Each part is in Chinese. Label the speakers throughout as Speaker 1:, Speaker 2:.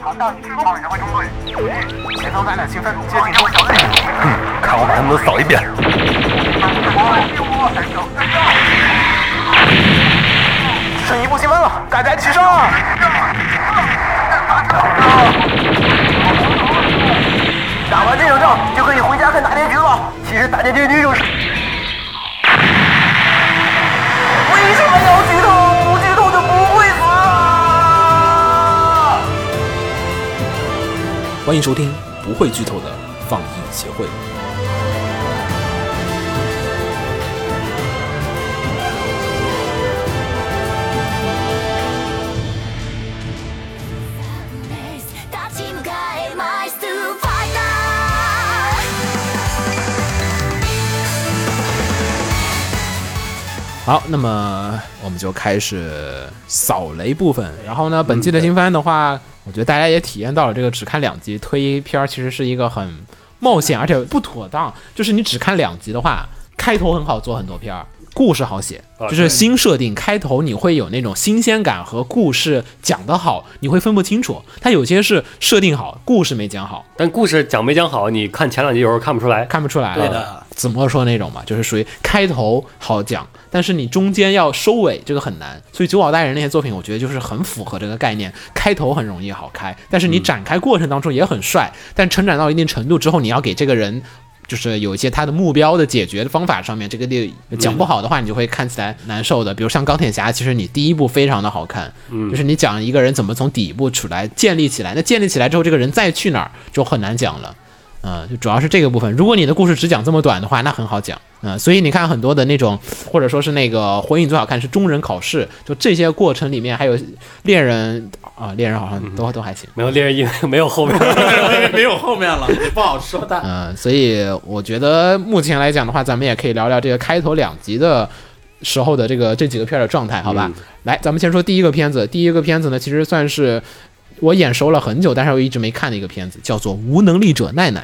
Speaker 1: 强盗已经出炮，指挥中队，前方咱俩兴奋接近他们小队。
Speaker 2: 看我把他们都扫一遍。
Speaker 1: 剩一步积分了，大家齐上啊！打完这场仗就可以回家看大结局了。其实大结局就是……为什么要剧透？不剧透就不会死啊！
Speaker 3: 欢迎收听不会剧透的放映协会。
Speaker 4: 立ち向かえマイストゥファイタ
Speaker 3: 好，那么我们就开始扫雷部分。然后呢，本季的新番的话，我觉得大家也体验到了这个只看两集推一篇，其实是一个很冒险而且不妥当。就是你只看两集的话，开头很好做很多篇儿。故事好 写，就是新设定开头你会有那种新鲜感和故事讲得好，你会分不清楚。它有些是设定好，故事没讲好，
Speaker 2: 但故事讲没讲好，你看前两集有时候看不出来。
Speaker 3: 看不出来。啊
Speaker 5: 对的，
Speaker 3: 子墨说那种嘛，就是属于开头好讲，但是你中间要收尾，这个很难。所以九保大人那些作品，我觉得就是很符合这个概念，开头很容易好开，但是你展开过程当中也很帅，但成长到一定程度之后，你要给这个人。就是有一些他的目标的解决的方法上面，这个地讲不好的话，你就会看起来难受的。比如像钢铁侠，其实你第一部非常的好看，
Speaker 5: 嗯
Speaker 3: 就是你讲一个人怎么从底部出来建立起来，那建立起来之后，这个人再去哪儿就很难讲了。嗯，就主要是这个部分。如果你的故事只讲这么短的话，那很好讲。嗯，所以你看很多的那种，或者说是那个火影最好看是中忍考试，就这些过程里面还有猎人啊、猎人好像都都还行。
Speaker 2: 没有猎人因 为没有后面，
Speaker 5: 没有后面了，不好说的。
Speaker 3: 嗯，所以我觉得目前来讲的话，咱们也可以聊聊这个开头两集的时候的这个这几个片儿的状态，好吧？来，咱们先说第一个片子。第一个片子呢，其实算是我眼熟了很久，但是我一直没看的一个片子，叫做《无能力者奈奈》。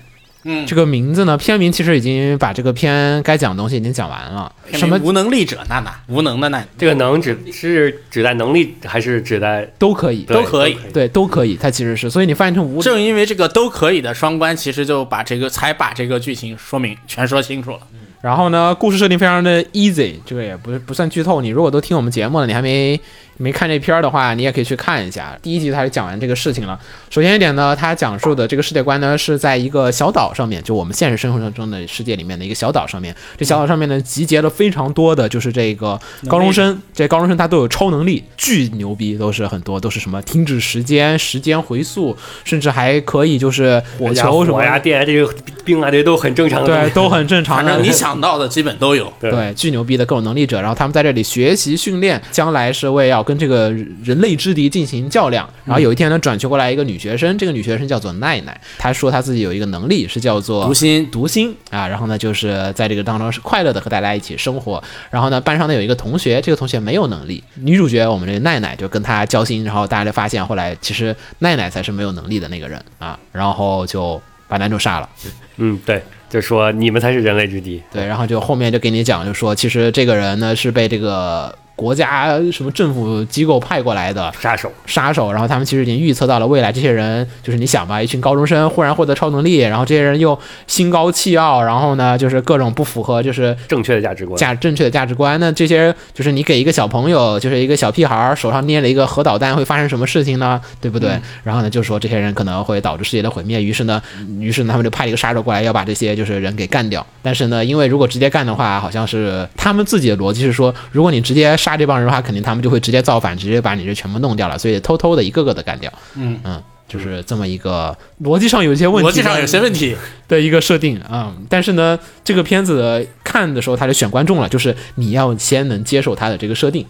Speaker 5: 嗯
Speaker 3: 这个名字呢，片名其实已经把这个片该讲的东西已经讲完了。什么
Speaker 5: 无能力者娜娜，无能的娜，
Speaker 2: 这个能指是指代能力还是指代？
Speaker 3: 都可以，
Speaker 2: 对
Speaker 5: 都可以。
Speaker 3: 对都可以，它其实是，所以你翻译成无
Speaker 5: 正因为这个都可以的双关，其实就把这个才把这个剧情说明全说清楚了。
Speaker 3: 然后呢，故事设定非常的 easy，这个也不不算剧透。你如果都听我们节目了，你还没没看这片儿的话，你也可以去看一下。第一集它就讲完这个事情了。首先一点呢，它讲述的这个世界观呢是在一个小岛上面，就我们现实生活中的世界里面的一个小岛上面。这小岛上面呢集结了非常多的就是这个高中生，这高中生他都有超能力，巨牛逼，都是很多都是什么停止时间、时间回溯，甚至还可以就是火
Speaker 2: 呀
Speaker 3: 球什么
Speaker 2: 火呀、
Speaker 3: 的。
Speaker 2: 电呀，这个冰啊，这些都很正常的。
Speaker 3: 对，都很正 常
Speaker 5: 反
Speaker 3: 的。
Speaker 5: 正你想到的基本都有。
Speaker 2: 对
Speaker 3: 对，巨牛逼的各种能力者，然后他们在这里学习训练，将来是为要跟这个人类之敌进行较
Speaker 5: 嗯
Speaker 3: 量。然后有一天呢，转学过来一个女学生，这个女学生叫做奈奈，她说她自己有一个能力是叫做
Speaker 5: 读心
Speaker 3: 读心啊，然后呢就是在这个当中是快乐的和大家一起生活。然后呢，班上呢有一个同学，这个同学没有能力，女主角我们这个奈奈就跟她交心，然后大家就发现后来其实奈奈才是没有能力的那个人啊，然后就把男主杀了。
Speaker 2: 嗯，对，就说你们才是人类之敌。
Speaker 3: 对，然后就后面就给你讲，就说其实这个人呢是被这个国家什么政府机构派过来的
Speaker 2: 杀手，
Speaker 3: 杀手，然后他们其实已经预测到了未来这些人，就是你想吧，一群高中生忽然获得超能力，然后这些人又心高气傲，然后呢就是各种不符合就是
Speaker 2: 正确的价值观。
Speaker 3: 价正确的价值观。那这些就是你给一个小朋友，就是一个小屁孩儿手上捏了一个核导弹，会发生什么事情呢？对不对？
Speaker 5: 嗯
Speaker 3: 然后呢，就说这些人可能会导致世界的毁灭。于是呢，于是呢他们就派了一个杀手过来，要把这些就是人给干掉。但是呢，因为如果直接干的话，好像是他们自己的逻辑是说，如果你直接杀这帮人的话，肯定他们就会直接造反，直接把你这全部弄掉了。所以偷偷的一个个的干掉。
Speaker 5: 嗯
Speaker 3: 嗯。就是这么一个逻辑上有一些问题，
Speaker 5: 逻辑上有些问题，
Speaker 3: 的一个设定啊、嗯但是呢，这个片子的看的时候，他就选观众了，就是你要先能接受他的这个设定。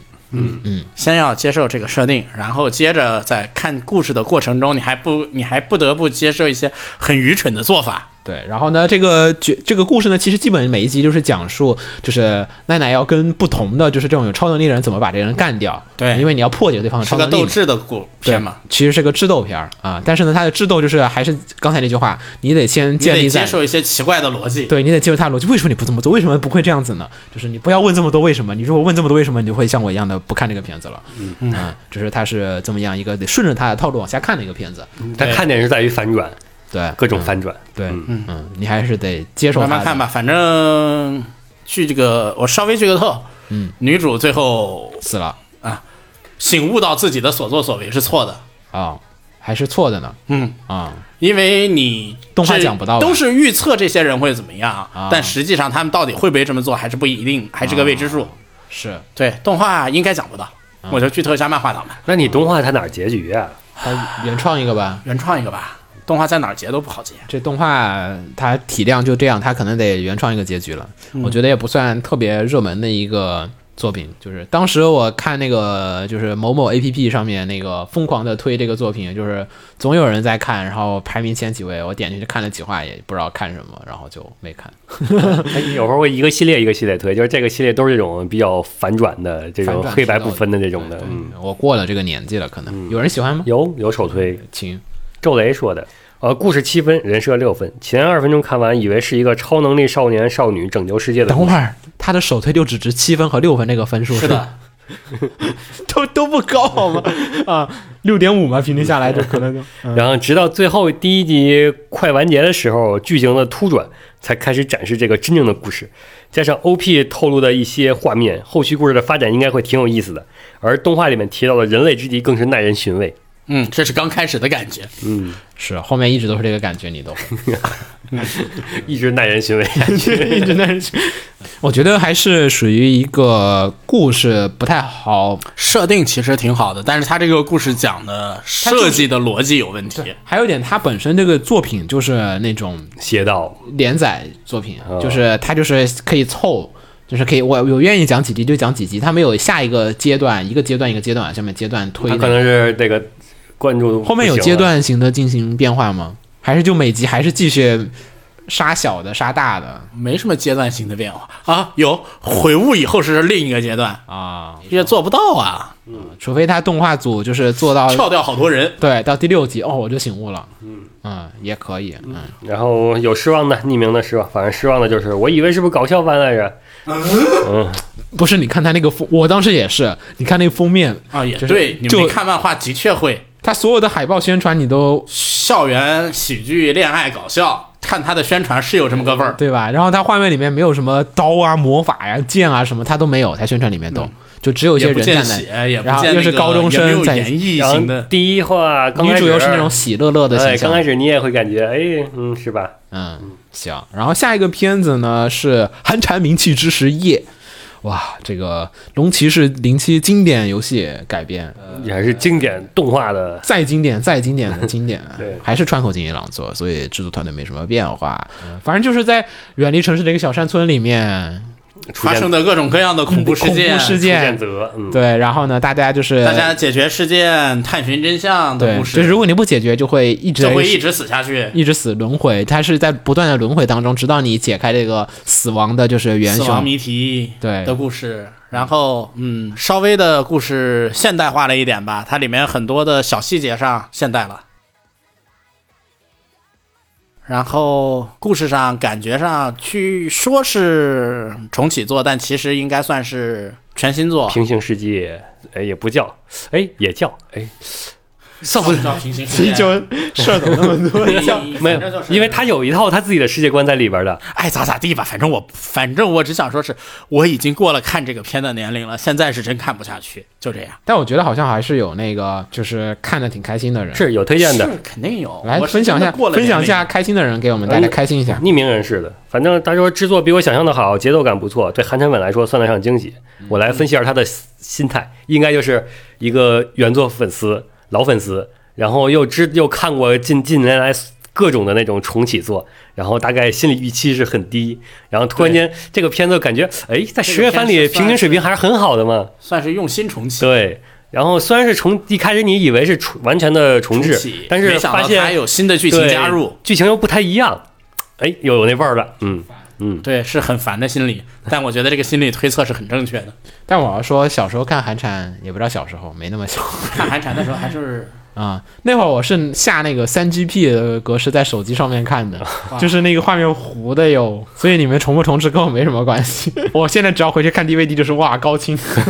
Speaker 5: 先要接受这个设定，然后接着在看故事的过程中，你还不你还不得不接受一些很愚蠢的做法。
Speaker 3: 对，然后呢，这个角这个故事呢，其实基本每一集就是讲述，就是奈奈要跟不同的，就是这种有超能力的人怎么把这个人干掉。
Speaker 5: 对
Speaker 3: 因为你要破解对方啊的
Speaker 5: 是
Speaker 3: 超
Speaker 5: 个
Speaker 3: 能力
Speaker 5: 斗
Speaker 3: 嘛。
Speaker 5: 智的故
Speaker 3: 对
Speaker 5: 片嘛，，
Speaker 3: 其实是个智斗片儿啊，但是呢，它的智斗就是还是刚才那句话，你得先
Speaker 5: 你
Speaker 3: 建
Speaker 5: 得
Speaker 3: 立在
Speaker 5: 接受一些奇怪的逻辑。
Speaker 3: 对你得接受他的逻辑，为什么你不这么做？为什么不会这样子呢？就是你不要问这么多为什么，你如果问这么多为什么，你就会像我一样的不看这个片子了。嗯嗯，就是它是这么样一个得顺着他的套路往下看的一个片子。
Speaker 5: 嗯
Speaker 2: 但看点是在于反转，
Speaker 3: 对，
Speaker 2: 各种反转。
Speaker 3: 对，嗯嗯，你还是得接受它
Speaker 5: 慢
Speaker 3: 的。
Speaker 5: 慢看吧，反正剧这个我稍微剧个透，嗯，女主最后
Speaker 3: 死了
Speaker 5: 醒悟到自己的所作所为是错的，
Speaker 3: 啊、还是错的呢。
Speaker 5: 嗯
Speaker 3: 啊、
Speaker 5: 因为你
Speaker 3: 动画
Speaker 5: 这
Speaker 3: 讲不到吧
Speaker 5: 都是预测这些人会怎么样，
Speaker 3: 啊
Speaker 5: 但实际上他们到底会不会这么做还是不一定，还是个未知
Speaker 3: 啊
Speaker 5: 数。
Speaker 3: 是
Speaker 5: 对，动画应该讲不到，
Speaker 3: 啊
Speaker 5: 我就剧透一下漫画党吧，
Speaker 2: 那你动画它哪儿结局 啊？
Speaker 3: 他原创一个吧。
Speaker 5: 原创一个吧，动画在哪儿截都不好截。
Speaker 3: 这动画它体量就这样，它可能得原创一个结局了。我觉得也不算特别热门的一个作品，就是当时我看那个就是某某 APP 上面那个疯狂的推这个作品，就是总有人在看，然后排名前几位，我点进去看了几话，也不知道看什么，然后就没看。
Speaker 2: 它有时候会一个系列一个系列推，就是这个系列都是这种比较反转的、这种
Speaker 3: 反转
Speaker 2: 黑白
Speaker 3: 之道
Speaker 2: 不分的这种的
Speaker 3: 对。
Speaker 2: 嗯，
Speaker 3: 我过了这个年纪了，可能有人喜欢吗？
Speaker 2: 有有首推，
Speaker 3: 请
Speaker 2: 周雷说的。呃，故事七分，人设六分。前二分钟看完，以为是一个超能力少年少女拯救世界的故
Speaker 3: 等
Speaker 2: 事。
Speaker 3: 会儿，他的首推就只值七分和六分这个分数
Speaker 5: 是的，
Speaker 3: 都都不高好吗？啊，六点五嘛，平均下来就可能就。
Speaker 2: 然后直到最后第一集快完结的时候，剧情的突转才开始展示这个真正的故事，加上 OP 透露的一些画面，后续故事的发展应该会挺有意思的。而动画里面提到的人类之敌更是耐人寻味。
Speaker 5: 嗯，这是刚开始的感觉。
Speaker 2: 嗯，
Speaker 3: 是，后面一直都是这个感觉，你都会
Speaker 2: 一直耐人寻味。
Speaker 3: 一直在。 我觉得还是属于一个故事不太好，
Speaker 5: 设定其实挺好的，但是他这个故事讲的设计的逻辑有问题。
Speaker 3: 还有一点它本身这个作品就是那种
Speaker 2: 邪道，
Speaker 3: 连载作品，就是它就是可以凑。就是可以，我我愿意讲几集就讲几集，它没有下一个阶段，一个阶段一个阶段下面阶段推
Speaker 2: 他
Speaker 3: 那
Speaker 2: 可
Speaker 3: 个。
Speaker 2: 能是这个关注
Speaker 3: 后面有
Speaker 2: 不行
Speaker 3: 阶
Speaker 2: 了，
Speaker 3: 段型的进行变化吗？还是就每集还是继续杀小的杀大的
Speaker 5: 没什么阶段性的变化啊，有悔悟以后是另一个阶段，
Speaker 3: 啊？
Speaker 5: 也做不到啊，
Speaker 3: 除非他动画组就是做到
Speaker 5: 跳掉好多人。
Speaker 3: 对，到第六集哦，我就醒悟了。嗯也可以。嗯，
Speaker 2: 然后有失望的，匿名的失望，反正失望的就是我以为是不是搞笑番来着，
Speaker 3: 不是，你看他那个封，我当时也是，你看那个封面
Speaker 5: 啊，也
Speaker 3: 就是
Speaker 5: 对，你
Speaker 3: 就
Speaker 5: 没看漫画的确会
Speaker 3: 他所有的海报宣传，你都
Speaker 5: 校园喜剧、恋爱搞笑，看他的宣传是有这么个味儿。
Speaker 3: 对吧？然后他画面里面没有什么刀啊、魔法呀、剑啊什么，他都没有，他宣传里面都、就只有一些
Speaker 5: 嗯也不
Speaker 3: 人
Speaker 5: 见
Speaker 3: 站在，
Speaker 5: 血，也不
Speaker 3: 然后
Speaker 5: 见
Speaker 3: 又
Speaker 5: 那
Speaker 3: 是
Speaker 5: 个
Speaker 3: 高中
Speaker 5: 也没
Speaker 3: 生
Speaker 5: 有
Speaker 3: 在，
Speaker 5: 演绎
Speaker 2: 然后
Speaker 5: 型的，
Speaker 2: 第一话刚
Speaker 3: 女
Speaker 2: 开始
Speaker 3: 主又是那种喜乐乐的
Speaker 2: 哎，
Speaker 3: 形象。
Speaker 2: 刚开始你也会感觉哎，嗯，是吧？
Speaker 3: 嗯，行。然后下一个片子呢是《寒蝉鸣泣之时夜》，哇，这个《龙骑士零七》经典游戏改编，
Speaker 2: 也是经典动画的
Speaker 3: 再经典再经典的经典，啊
Speaker 2: 对
Speaker 3: 还是川口敬一郎做，所以制作团队没什么变化。反正就是在远离城市的一个小山村里面，
Speaker 2: 出
Speaker 5: 发
Speaker 2: 现
Speaker 5: 生的各种各样的恐怖事
Speaker 3: 恐
Speaker 5: 件
Speaker 3: 怖，事
Speaker 2: 出现
Speaker 3: 件，
Speaker 2: 则，嗯，
Speaker 3: 对，然后呢，大家就是
Speaker 5: 大家解决事件、探寻真相的
Speaker 3: 对，
Speaker 5: 故
Speaker 3: 就是
Speaker 5: 事，
Speaker 3: 如果你不解决，就会一直
Speaker 5: 就会一直死下去。
Speaker 3: 一直死轮回，它是在不断的轮回当中，直到你解开这个死亡的，就是元
Speaker 5: 死
Speaker 3: 凶
Speaker 5: 亡。谜题
Speaker 3: 对
Speaker 5: 的故事，然后嗯，稍微的故事现代化了一点吧，它里面很多的小细节上现代了，然后故事上感觉上去说是重启作，但其实应该算是全新作。
Speaker 2: 平行世界，哎，也不叫，哎，也叫，哎，
Speaker 5: 算不上平行世界，
Speaker 3: 事儿怎么那么多？
Speaker 5: 你
Speaker 2: 没有
Speaker 5: 反正就，是
Speaker 2: 因为他有一套他自己的世界观在里边的，
Speaker 5: 爱咋咋地吧，反正我反正我只想说是我已经过了看这个片的年龄了，现在是真看不下去，就这样。
Speaker 3: 但我觉得好像还是有那个，就是看的挺开心的人。
Speaker 2: 是有推荐的，
Speaker 5: 是肯定有，
Speaker 3: 来
Speaker 5: 我是
Speaker 3: 分享一
Speaker 5: 真
Speaker 3: 下
Speaker 5: 的过，了
Speaker 3: 分享一
Speaker 5: 年龄哎
Speaker 3: 下开心的人给我们大家开心一下。
Speaker 2: 匿名人士的，反正他说制作比我想象的好，节奏感不错，对寒蝉本来说算得上惊喜。
Speaker 5: 嗯
Speaker 2: 我来分析一下他的心态，应该就是一个原作粉丝、老粉丝，然后又知又看过近近年来各种的那种重启作，然后大概心理预期是很低，然后突然间这个片子感觉，哎，在十月番
Speaker 5: 这
Speaker 2: 里
Speaker 5: 个片子
Speaker 2: 平均水平还是很好的嘛，
Speaker 5: 算是用心重启。
Speaker 2: 对。然后虽然是重一开始你以为是重完全的重
Speaker 5: 重
Speaker 2: 置
Speaker 5: 启，
Speaker 2: 但是
Speaker 5: 没想
Speaker 2: 发
Speaker 5: 到
Speaker 2: 现
Speaker 5: 它有新的剧情
Speaker 2: 对
Speaker 5: 加入，
Speaker 2: 剧情又不太一样，哎，有有那味儿了，嗯嗯，
Speaker 5: 对，是很烦的心理，但我觉得这个心理推测是很正确的。
Speaker 3: 但我要说，小时候看韩产，也不知道小时候，没那么小
Speaker 5: 看寒蝉的时候还是
Speaker 3: 啊、那会儿我是下那个三 GP 的格式在手机上面看的，就是那个画面糊的哟，所以你们重不重置跟我没什么关系。 我现在只要回去看 DVD 就是哇高清，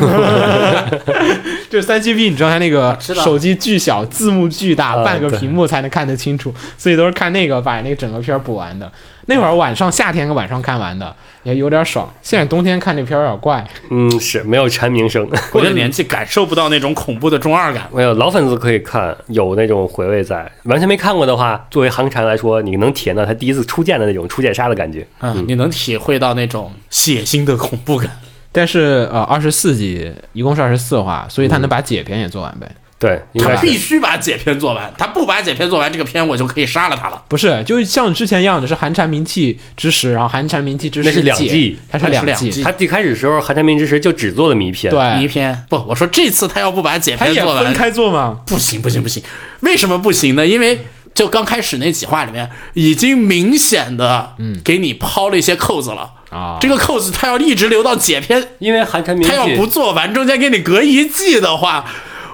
Speaker 3: 就是三 GP，你知道它那个
Speaker 5: 知道
Speaker 3: 手机巨小，字幕巨大，
Speaker 2: 啊
Speaker 3: 半个
Speaker 2: 对
Speaker 3: 屏幕才能看得清楚，所以都是看那个把那个整个片儿补完的。那会儿晚上夏天晚上看完的也有点爽，现在冬天看这片儿有点怪。
Speaker 2: 嗯，是没有蝉鸣声。
Speaker 5: 过了年纪感受不到那种恐怖的中二感。
Speaker 2: 没有老粉丝可以看，有那种回味在。完全没看过的话，作为航禅来说，你能体验到他第一次初见的那种初见杀的感觉。
Speaker 5: 嗯，你能体会到那种血腥的恐怖感。
Speaker 3: 但是呃，二十四集一共是二十四话，所以他能把解篇也做完呗。
Speaker 2: 对，应该
Speaker 5: 他
Speaker 2: 是
Speaker 5: 必须把解篇做完，他不把解篇做完，这个篇我就可以杀了他了。
Speaker 3: 不是，就像之前一样的是寒蝉鸣泣之时，然后寒蝉鸣泣之时
Speaker 2: 那是两
Speaker 3: 解
Speaker 2: 季
Speaker 3: 它是
Speaker 5: 那
Speaker 3: 两
Speaker 5: 是两季
Speaker 2: 他最开始时候《寒蝉鸣之时》就只做了迷片，，
Speaker 5: 迷
Speaker 3: 对，
Speaker 5: 篇不，我说这次哎他要不把解
Speaker 3: 它
Speaker 5: 篇
Speaker 3: 也
Speaker 5: 做
Speaker 3: 分
Speaker 5: 完，
Speaker 3: 开做嘛。
Speaker 5: 不行不行不行，为什么不行呢？因为就刚开始那几话里面，已经明显的给你抛了一些扣子了
Speaker 3: 啊
Speaker 5: 这个扣子他要一直留到解篇，
Speaker 2: 因为《寒蝉鸣
Speaker 5: 他要
Speaker 2: 泣》
Speaker 5: 不做完中间给你隔一季的话，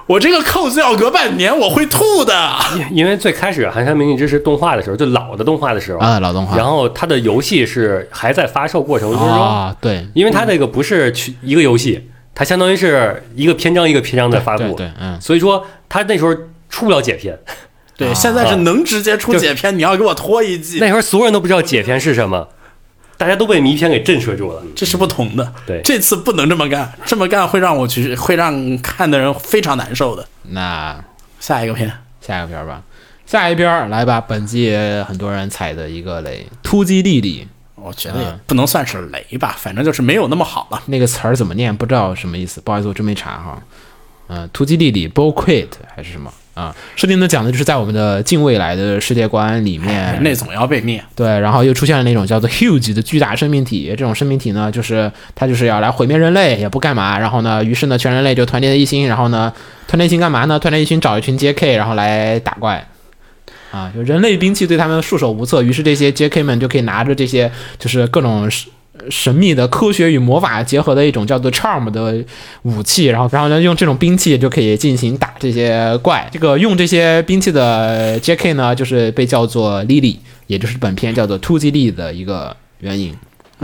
Speaker 5: 我这个扣子要隔半年，我会吐的。
Speaker 2: 因，因为最开始《寒蝉鸣泣之时》动画的时候，就老的动画的时候
Speaker 3: 啊老动画
Speaker 2: 然后它的游戏是还在发售过程之中，
Speaker 3: 啊，对
Speaker 2: 因为它这个不是去一个游戏，它相当于是一个篇章一个篇章在发布，
Speaker 3: 对对，嗯，
Speaker 2: 所以说它那时候出不了解篇，
Speaker 5: 对，啊现在是能直接出解篇，你要给我拖一季
Speaker 2: 那，时候所有人都不知道解篇是什么，大家都被迷篇给震慑住了。
Speaker 5: 这是不同的。
Speaker 2: 对
Speaker 5: 这次不能这么干，这么干会让我去，会让看的人非常难受的。
Speaker 3: 那
Speaker 5: 下一个片，
Speaker 3: 下一个片儿吧，下一篇儿来吧，本季也很多人踩的一个雷，突击弟弟
Speaker 5: 我觉得也不能算是雷吧，反正就是没有那么好了。
Speaker 3: 那个词儿怎么念？不知道什么意思，不好意思，我真没查哈。嗯，突击弟弟 b o Quit 还是什么啊？设定的讲的就是在我们的近未来的世界观里 面，
Speaker 5: 人类总要被灭，
Speaker 3: 对，然后又出现了那种叫做 huge 的巨大生命体，这种生命体呢，就是它就是要来毁灭人类，也不干嘛。然后呢，于是呢，全人类就团结一心，然后呢，团结一心干嘛呢？团结一心找一群 JK，然后来打怪。啊，就人类兵器对他们束手无策，于是这些 JK 们就可以拿着这些就是各种神神秘的科学与魔法结合的一种叫做 charm 的武器，然后然后呢用这种兵器就可以进行打这些怪。这个用这些兵器的 JK 呢，就是被叫做 Lily，也就是本片叫做突击力的一个原因。
Speaker 5: 嗯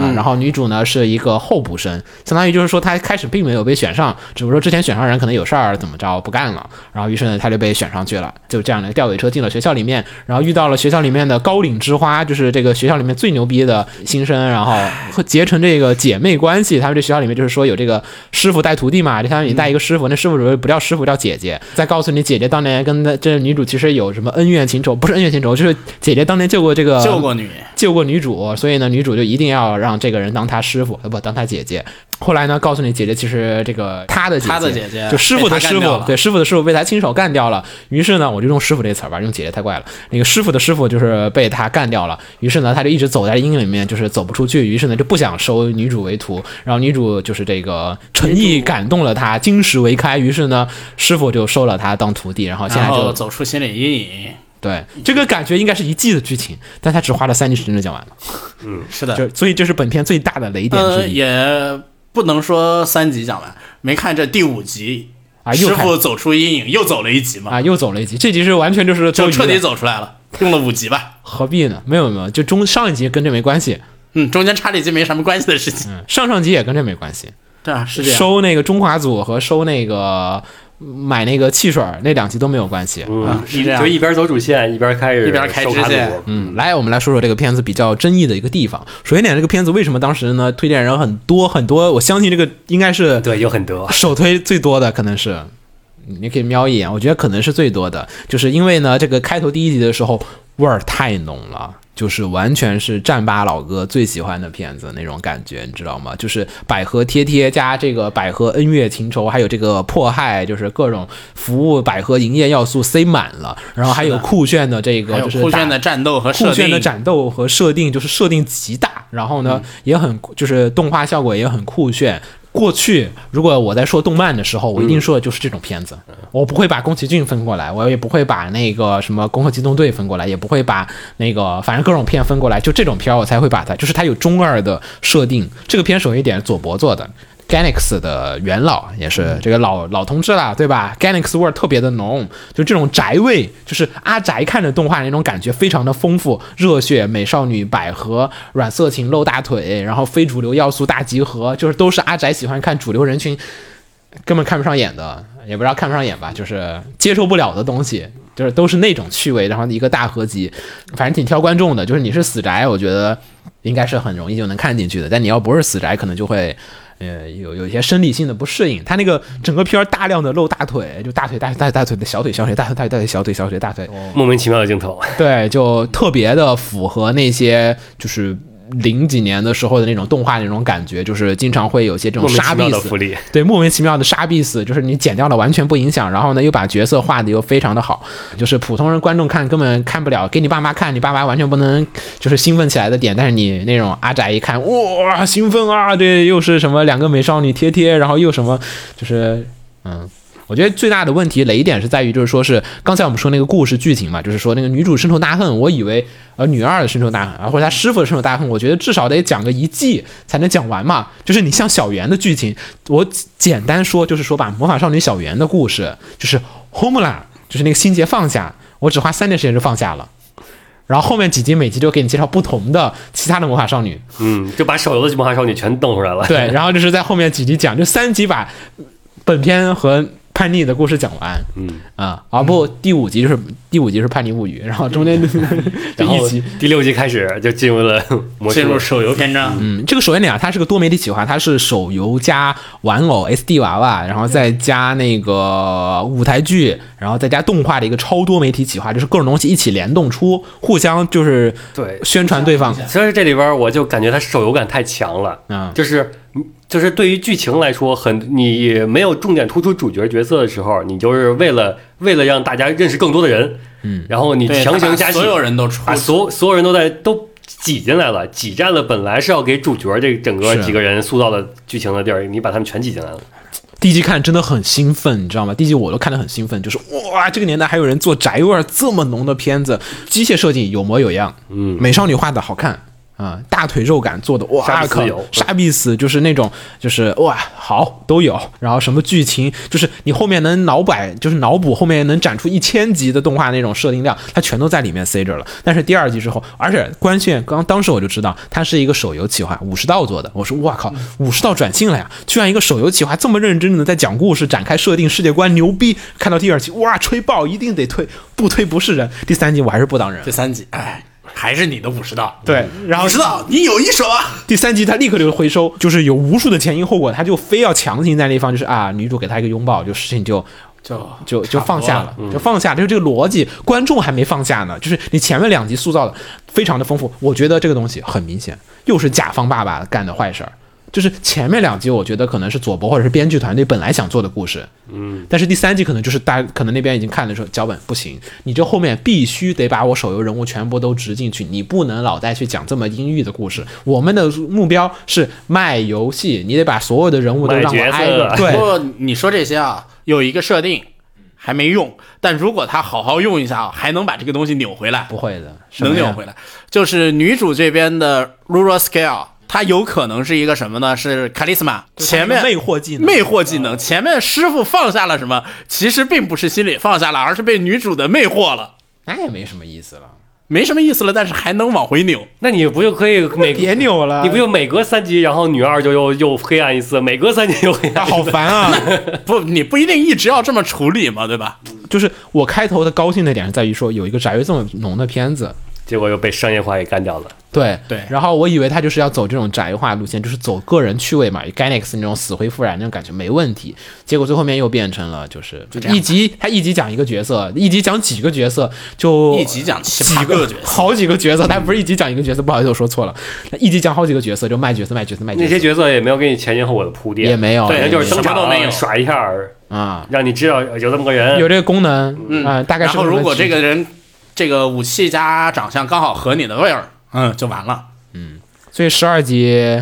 Speaker 3: 啊，然后女主呢是一个候补生，相当于就是说她开始并没有被选上，只不过之前选上人可能有事儿怎么着不干了，然后于是呢她就被选上去了，就这样的吊尾车进了学校里面，然后遇到了学校里面的高岭之花，就是这个学校里面最牛逼的新生，然后会结成这个姐妹关系。他们这学校里面就是说有这个师傅带徒弟
Speaker 5: 嗯
Speaker 3: 嘛，就相当于你带一个师傅，那师傅不叫师傅叫姐姐，再告诉你姐姐当年跟那这女主其实有什么恩怨情仇，不是恩怨情仇，就是姐姐当年救过这个
Speaker 5: 救过女，
Speaker 3: 救过女主，所以呢，女主就一定要让这个人当她师傅，呃不当她姐姐。后来呢，告诉你姐姐其实这个她的姐姐，
Speaker 5: 她的姐姐
Speaker 3: 就师傅的师
Speaker 5: 被她干掉
Speaker 3: 傅，
Speaker 5: 了
Speaker 3: 对师傅的师傅被她亲手干掉了。于是呢，我就用师傅这词儿吧，用姐姐太怪了。那个师傅的师傅就是被她干掉了。于是呢，她就一直走在阴里面，就是走不出去。于是呢，就不想收女主为徒。然后女主就是这个诚意感动了她，金石为开。于是呢，师傅就收了她当徒弟。然后现在
Speaker 5: 然
Speaker 3: 就
Speaker 5: 后走出心理阴影。
Speaker 3: 对哦这个感觉应该是一季的剧情，但他只花了三集时间就讲完了。
Speaker 5: 是 的，
Speaker 3: 就所以这是本片最大的雷点
Speaker 5: 呃，
Speaker 3: 之一、
Speaker 5: 也不能说三集讲完，没看这第五集，
Speaker 3: 啊，又
Speaker 5: 师
Speaker 3: 看
Speaker 5: 傅走出阴影又走了一集嘛，
Speaker 3: 啊又走了一集，这集是完全就是
Speaker 5: 就
Speaker 3: 多余
Speaker 5: 彻底
Speaker 3: 的，
Speaker 5: 走出来了，用了五集吧。
Speaker 3: 何必呢？没有没有，就中上一集跟这没关系，
Speaker 5: 嗯，中间插了一集没什么关系的事情。
Speaker 3: 嗯，上上集也跟这没关系。
Speaker 5: 对啊，是这样。
Speaker 3: 收那个中华组和收那个买那个汽水儿那两集都没有关系。
Speaker 2: 嗯，
Speaker 5: 啊是这样
Speaker 2: 就一边走主线，一边开始
Speaker 5: 一边开
Speaker 2: 收
Speaker 5: 支
Speaker 2: 卡
Speaker 5: 线
Speaker 2: 组
Speaker 3: 嗯，来，我们来说说这个片子比较争议的一个地方。首先点，这个片子为什么当时呢推荐人很多很多？我相信这个应该是
Speaker 2: 对，有很 多。
Speaker 3: 首推最多的可能是，你可以瞄一眼，我觉得可能是最多的，就是因为呢，这个开头第一集的时候味儿太浓了。就是完全是战八老哥最喜欢的片子那种感觉，你知道吗？就是百合贴贴加这个百合恩怨情仇，还有这个迫害，就是各种服务百合营业要素塞满了，然后还有酷炫的这
Speaker 5: 还
Speaker 3: 个
Speaker 5: 有
Speaker 3: 就是
Speaker 5: 酷
Speaker 3: 打
Speaker 5: 炫的战斗和设
Speaker 3: 酷炫
Speaker 5: 定嗯
Speaker 3: 的战斗和设定就是设定极大，然后呢、也很就是动画效果也很酷炫。过去如果我在说动漫的时候，我
Speaker 5: 嗯
Speaker 3: 一定说的就是这种片子，我不会把宫崎骏分过来，我也不会把那个什么《攻壳机动队》分过来，也不会把那个反正各种片分过来，就这种片儿我才会把它，就是它有中二的设定。这个片首一点佐伯做的。Ganex 的元老也是这个老老同志啦，对吧？Ganex 味儿特别的浓，就这种宅味，就是阿宅看着动画那种感觉非常的丰富，热血、美少女、百合、软色情、露大腿，然后非主流要素大集合，就是都是阿宅喜欢看主流人群根本看不上眼的，也不知道看不上眼吧，就是接受不了的东西，就是都是那种趣味，然后一个大合集，反正挺挑观众的。就是你是死宅，我觉得应该是很容易就能看进去的，但你要不是死宅，可能就会。呃，有有一些生理性的不适应，他那个整个片儿大量的露大腿，就大腿、大腿、大腿、大腿的小腿、小腿、大腿、大腿、大腿、小腿、小腿、大腿，
Speaker 5: 哦
Speaker 2: 莫名其妙的镜头，
Speaker 3: 对，就特别的符合那些就是零几年的时候的那种动画那种感觉，就是经常会有一些这种
Speaker 2: 莫名
Speaker 3: 杀
Speaker 2: 其妙
Speaker 3: 必
Speaker 2: 的
Speaker 3: 死
Speaker 2: 福，利，
Speaker 3: 对，莫名其妙的杀必死，就是你剪掉了完全不影响，然后呢又把角色画的又非常的好，就是普通人观众看根本看不了，给你爸妈看，你爸妈完全不能就是兴奋起来的点，但是你那种阿宅一看，哇，兴奋啊，这又是什么两个美少女贴贴，然后又什么就是嗯。我觉得最大的问题雷点是在于，就是说是刚才我们说那个故事剧情嘛，就是说那个女主深仇大恨，我以为呃女二深仇大恨啊，或者她师傅深仇大恨，我觉得至少得讲个一季才能讲完嘛。就是你像小圆的剧情，我简单说就是说把魔法少女小圆的故事，就是 Homeland，就是那个心结放下，我只花三天时间就放下了。然后后面几集每集就给你介绍不同的其他的魔法少 女，
Speaker 2: 嗯，就把手游的魔法少女全弄出来了。
Speaker 3: 对，然后就是在后面几集讲，就三集把本片和叛逆的故事讲完。
Speaker 2: 嗯
Speaker 3: 啊啊不，第五集就是第五集是《叛逆物语》，然后中间就
Speaker 2: 然 后
Speaker 3: 一集。
Speaker 2: 第六集开始就进入了 魔
Speaker 5: 进入
Speaker 2: 术，
Speaker 5: 手游篇章，
Speaker 3: 嗯，这个首先点啊，它是个多媒体企划，它是手游加玩偶 SD 娃娃，然后再加那个舞台剧，然后再加动画的一个超多媒体企划，就是各种东西一起联动出，互相就是
Speaker 2: 对
Speaker 3: 宣传对方。
Speaker 2: 所以这里边我就感觉它手游感太强了，
Speaker 3: 嗯
Speaker 2: 就是就是对于剧情来说，很你没有重点突出主角角色的时候，你就是为了为了让大家认识更多的人，嗯，然后你
Speaker 5: 对，
Speaker 2: 强行
Speaker 5: 把
Speaker 2: 加戏，
Speaker 5: 所有人都出
Speaker 2: 把所有所有人都在都挤进来了，挤占了本来是要给主角这整个
Speaker 3: 是
Speaker 2: 几个人塑造的剧情的地儿，你把他们全挤进来了。
Speaker 3: 第一季看真的很兴奋，你知道吗？第一季我都看得很兴奋，就是哇，这个年代还有人做宅味儿这么浓的片子，机械设计有模有样，嗯，美少女画的好看啊、大腿肉感做的哇，
Speaker 2: 杀必死
Speaker 3: 可
Speaker 2: 有
Speaker 3: 杀必死就是那种就是哇好都有，然后什么剧情就是你后面能脑摆就是脑补后面能展出一千集的动画那种设定量，它全都在里面塞着了。但是第二季之后，而且关键刚当时我就知道它是一个手游企划，武士道做的，我说哇靠，武士道转性了呀，居然一个手游企划这么认真的在讲故事、展开设定、世界观，牛逼！看到第二季哇吹爆，一定得推，不推不是人。第三季我还是不当人
Speaker 5: 第。三集，哎，还是你的武士道，
Speaker 3: 对，然后
Speaker 5: 武士道，你有一手啊。
Speaker 3: 第三集他立刻就回收，就是有无数的前因后果，他就非要强行在那一方，就是啊，女主给他一个拥抱，就事情就
Speaker 5: 就
Speaker 3: 就就放下了
Speaker 5: 差，
Speaker 3: 就放下，就是这个逻辑，观众还没放下呢，就是你前面两集塑造的非常的丰富，我觉得这个东西很明显，又是甲方爸爸干的坏事儿。就是前面两集，我觉得可能是佐伯或者是编剧团队本来想做的故事，嗯，但是第三季可能就是大可能那边已经看了说脚本不行，你这后面必须得把我手游人物全部都植进去，你不能老再去讲这么阴郁的故事。我们的目标是卖游戏，你得把所有的人物都
Speaker 2: 卖
Speaker 3: 让我
Speaker 2: 角色
Speaker 3: 挨 个对
Speaker 5: 不过你说这些啊，有一个设定还没用，但如果他好好用一下啊，还能把这个东西扭回来，
Speaker 3: 不会的，什么
Speaker 5: 能
Speaker 3: 呀
Speaker 5: 扭回来。就是女主这边的 Rural Scale，她有可能是一个什么呢？是 Charisma，前面
Speaker 3: 魅惑技能，
Speaker 5: 魅惑技能，前面师傅放下了什么？其实并不是心里放下了，而是被女主的魅惑了，
Speaker 3: 那也没什么意思了。
Speaker 5: 没什么意思了，但是还能往回扭。
Speaker 2: 那你不就可以 每
Speaker 3: 别扭了，
Speaker 2: 你不就每隔三集，然后女二就又又黑暗一次，每隔三集又黑
Speaker 3: 啊，
Speaker 2: 暗一
Speaker 3: 好
Speaker 2: 次。
Speaker 3: 烦啊！
Speaker 5: 不，你不一定一直要这么处理嘛，对吧？
Speaker 3: 就是我开头的高兴的点是在于说有一个宅味这么浓的片子，
Speaker 2: 结果又被商业化给干掉了。
Speaker 3: 对
Speaker 5: 对
Speaker 3: 然后我以为他就是要走这种宅化路线，就是走个人趣味嘛，Ganex 那种死灰复燃那种感觉没问题。结果最后面又变成了就是
Speaker 5: 这样吧
Speaker 3: 一集，他一集讲一个角色，一集讲几个角色，就
Speaker 5: 一集讲七
Speaker 3: 几
Speaker 5: 八
Speaker 3: 个
Speaker 5: 个角色
Speaker 3: 好几个角色，他不是一集讲一个角色，不好意思我说错了，一集讲好几个角色就卖角色卖角色卖角
Speaker 2: 那
Speaker 3: 色，
Speaker 2: 些角色也没有给你前因后果的铺垫，
Speaker 3: 也没有
Speaker 2: 对，就是登
Speaker 5: 什么
Speaker 2: 场
Speaker 5: 都没有
Speaker 2: 耍一下儿，
Speaker 3: 啊。
Speaker 2: 让你知道有这么个人。
Speaker 3: 有这个功能，嗯、大概
Speaker 5: 然
Speaker 3: 是
Speaker 5: 后
Speaker 3: 么
Speaker 5: 如果
Speaker 3: 职
Speaker 5: 这个人这个武器加长相刚好合你的味儿，嗯，就完了。
Speaker 3: 所以十二集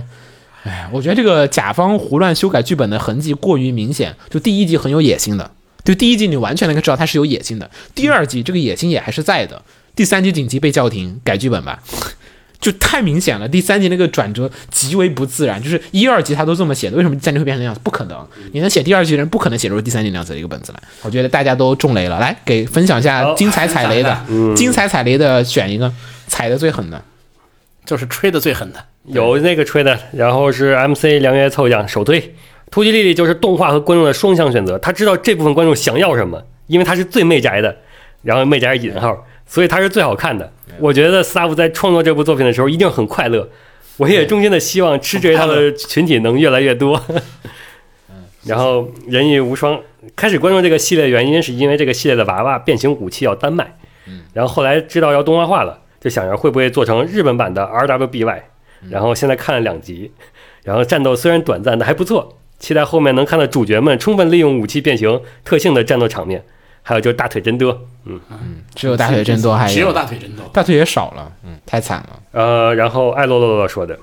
Speaker 3: 哎，我觉得这个甲方胡乱修改剧本的痕迹过于明显，就第一集很有野心的，就第一集你完全能够知道他是有野心的，第二集这个野心也还是在的，第三集紧急被叫停改剧本吧。 就太明显了，第三集那个转折极为不自然，就是一二集他都这么写的，为什么第三集会变成那样子？不可能，你能写第二集的人不可能写出第三集那样子的一个本子来。我觉得大家都中雷了，来给分享一下
Speaker 2: 好
Speaker 3: 精彩踩雷的，精彩踩雷的嗯选一个，踩的最狠的。
Speaker 5: 就是吹的最狠的。
Speaker 2: 有那个吹的，然后是 MC 良月凑奖首推，突击莉莉就是动画和观众的双向选择，他知道这部分观众想要什么，因为他是最媚宅的，然后媚宅是引号，所以他是最好看的。我觉得 s a 在创作这部作品的时候一定很快乐，我也衷心的希望吃这一套的群体能越来越多。 然后人亦无双开始关注这个系列原因是因为这个系列的娃娃变形武器要单卖，然后后来知道要动画化了，就想着会不会做成日本版的 RWBY，然后现在看了两集， 然后战斗虽然短暂，但还不错，期待后面能看到主角们充分利用武器变形特性的战斗场面，还有就是大腿真多，嗯，
Speaker 3: 只有大腿真多，还
Speaker 5: 只有大腿真多。
Speaker 3: 大腿也少了，嗯，太惨了。
Speaker 2: 呃，然后艾洛洛洛说的，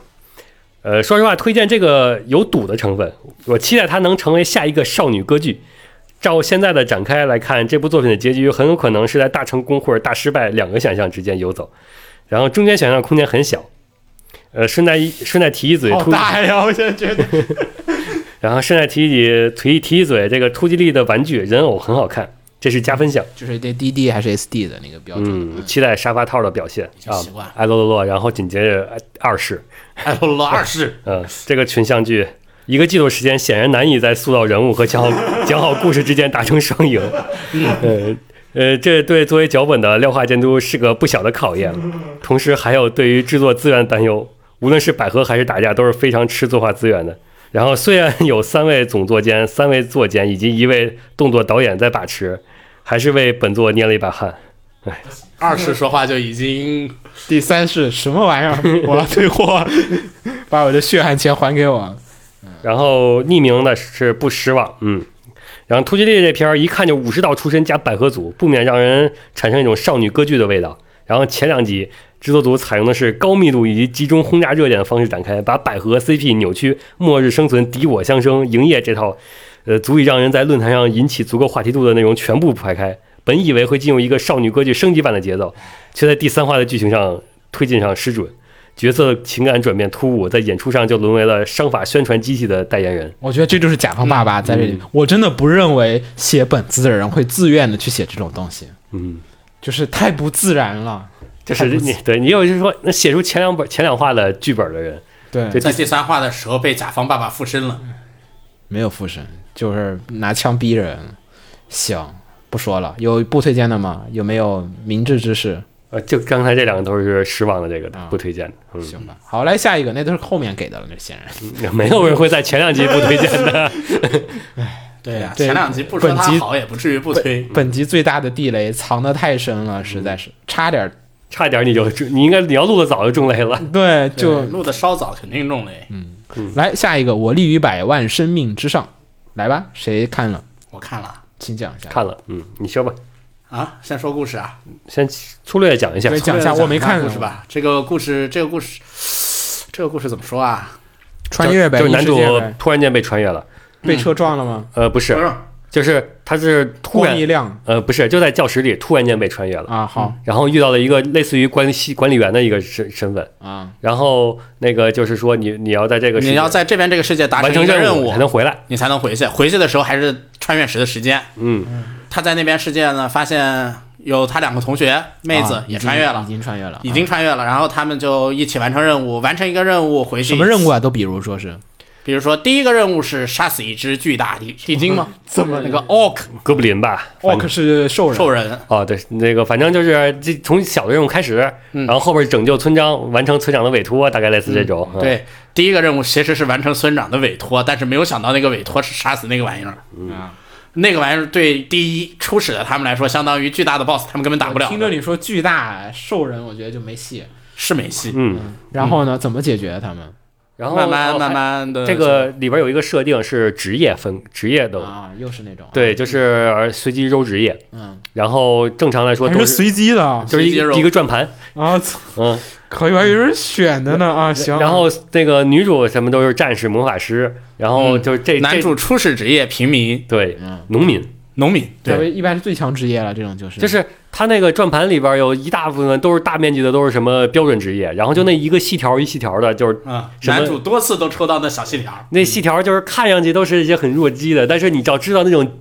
Speaker 2: 呃，说实话，推荐这个有赌的成分，我期待它能成为下一个少女歌剧。照现在的展开来看，这部作品的结局很有可能是在大成功或者大失败两个选项之间游走，然后中间选项空间很小。呃，顺带一顺带提一嘴，
Speaker 3: 好
Speaker 2: 突
Speaker 3: 哦大呀！我现在觉得，
Speaker 2: 然后顺带提一嘴，提提一嘴，这个突击力的玩具人偶很好看，这是加分项。
Speaker 3: 就是这 DD 还是 SD 的那个标准，
Speaker 2: 嗯，期待沙发套的表现
Speaker 5: 经
Speaker 2: 啊
Speaker 5: 习惯了，
Speaker 2: 艾洛洛洛，然后紧接着二世，
Speaker 5: 哎，罗罗二世，
Speaker 2: 嗯，这个群像剧一个季度时间显然难以在塑造人物和讲好讲好故事之间达成双赢。呃呃，这对作为脚本的廖化监督是个不小的考验，同时还有对于制作资源的担忧。无论是百合还是打架，都是非常吃作画资源的。然后虽然有三位总作监、三位作监以及一位动作导演在把持，还是为本作捏了一把汗。
Speaker 5: 二世说话就已经
Speaker 3: 第三是什么玩意儿？我要退 货，把我的血汗钱还给我。
Speaker 2: 然后匿名的是不失望，嗯。然后突击队这片儿一看就武士道出身加百合组，不免让人产生一种少女歌剧的味道。然后前两集制作组采用的是高密度以及集中轰炸热点的方式展开，把百合 CP 扭曲、末日生存、敌我相生、营业这套，呃，足以让人在论坛上引起足够话题度的内容全部排开。本以为会进入一个少女歌剧升级版的节奏，却在第三话的剧情上推进上失准。角色情感转变突兀，在演出上就沦为了商法宣传机器的代言人。
Speaker 3: 我觉得这就是甲方爸爸在这里。我真的不认为写本子的人会自愿的去写这种东西，
Speaker 2: 嗯，
Speaker 3: 就是太不自然了。
Speaker 2: 就是你对你有就是说，那写出前两本前两话的剧本的人，
Speaker 3: 对，
Speaker 2: 对
Speaker 5: 在第三话的时候被甲方爸爸附身了。
Speaker 3: 嗯没有附身，就是拿枪逼人。行，不说了。有不推荐的吗？有没有明智之士？
Speaker 2: 呃，就刚才这两个都是失望的，这个的
Speaker 3: 啊
Speaker 2: 不推荐的。嗯，
Speaker 3: 行吧，好，来下一个，那都是后面给的了，那显然。
Speaker 2: 没有人会在前两集不推荐 的。
Speaker 5: 对呀、
Speaker 3: 对
Speaker 5: 前两集不说
Speaker 3: 本
Speaker 5: 他
Speaker 3: 集
Speaker 5: 好，也不至于不推。
Speaker 3: 本集最大的地雷藏得太深了，实在是差点儿。
Speaker 2: 差一点你就你应该你要录的早就中雷了。
Speaker 3: 对，就
Speaker 5: 对录的稍早，肯定中雷。
Speaker 3: 来下一个，我立于百万生命之上。来吧，谁看了？
Speaker 5: 我看了
Speaker 3: 请讲一下。
Speaker 2: 看了，嗯，你说吧，
Speaker 5: 啊，先说故事啊，
Speaker 2: 先粗略讲一下
Speaker 3: 对。讲一下我没看
Speaker 5: 故事吧。这个故事，这个故事，这个故事怎么说啊？
Speaker 3: 穿越呗，
Speaker 2: 就是男主
Speaker 3: 异世界呗
Speaker 2: 突然间被穿越了，
Speaker 5: 嗯
Speaker 3: 被车撞了吗？
Speaker 2: 呃，不是
Speaker 5: 不，是
Speaker 2: 就是他是突
Speaker 3: 过
Speaker 2: 然
Speaker 3: 一，辆
Speaker 2: 呃，不是，就在教室里突然间被穿越了。
Speaker 3: 啊，好
Speaker 2: 然后遇到了一个类似于关系管理员的一个身身份，
Speaker 3: 啊，
Speaker 2: 然后那个就是说你你要在这个世界
Speaker 5: 你要在这边这个世界达
Speaker 2: 完
Speaker 5: 成
Speaker 2: 成
Speaker 5: 一个
Speaker 2: 任
Speaker 5: 务
Speaker 2: 才，能回来。
Speaker 5: 你才能回去。回去的时候还是穿越时的时间。
Speaker 2: 嗯，
Speaker 5: 他在那边世界呢，发现有他两个同学妹子
Speaker 3: 啊
Speaker 5: 也穿越了，
Speaker 3: 已经穿越了，啊
Speaker 5: 已经穿越了，然后他们就一起完成任务，完成一个任务回去。
Speaker 3: 什么任务？啊？都比如说是
Speaker 5: 比如说第一个任务是杀死一只巨大的地精 吗？怎么那个 orc
Speaker 2: 哥布林吧，
Speaker 3: 哦，可是兽人，
Speaker 5: 兽人？
Speaker 2: 哦对，那个反正就是这从小的任务开始，
Speaker 5: 嗯
Speaker 2: 然后后边拯救村长，完成村长的委托，大概类似这种。嗯，
Speaker 5: 对，第一个任务其实是完成村长的委托，但是没有想到那个委托是杀死那个玩意儿。
Speaker 3: 啊，
Speaker 5: 那个玩意儿对第一初始的他们来说，相当于巨大的 boss，他们根本打不了
Speaker 3: 听着
Speaker 5: 的，
Speaker 3: 你说巨大兽人，我觉得就没戏。
Speaker 5: 是没戏。
Speaker 2: 嗯，
Speaker 3: 然后呢，怎么解决他们
Speaker 2: 然后
Speaker 5: 慢
Speaker 2: 哦
Speaker 5: 慢慢
Speaker 2: 还
Speaker 5: 慢的，
Speaker 2: 这个里边有一个设定是职业分职业
Speaker 5: 嗯
Speaker 2: 的，
Speaker 3: 啊？又是那种
Speaker 2: 对，，就是呃随机揉职业。
Speaker 3: 嗯，
Speaker 2: 然后正常来说
Speaker 3: 还
Speaker 2: 都
Speaker 3: 是
Speaker 2: 是
Speaker 3: 随机的啊
Speaker 2: 就是
Speaker 5: 随机揉
Speaker 2: 一一个转盘，
Speaker 3: 啊！操
Speaker 2: 嗯，
Speaker 3: 可以吧？有人选的呢啊，行。
Speaker 2: 然后那个女主什么都是战士、魔法师，然后就是这、这
Speaker 5: 嗯男主初始职业平民
Speaker 2: 对
Speaker 3: 嗯
Speaker 2: 农民，
Speaker 5: 农民，
Speaker 3: 作
Speaker 5: 对，
Speaker 3: 为一般是最强职业了，这种就是
Speaker 2: 就是他那个转盘里边有一大部分都是大面积的都是什么标准职业，然后就那一个细条一细条的，就是
Speaker 5: 嗯，
Speaker 2: 什么
Speaker 5: 男主多次都抽到那小 细条，
Speaker 2: 那细条就是看上去都是一些很弱鸡的，但是你只要知道那种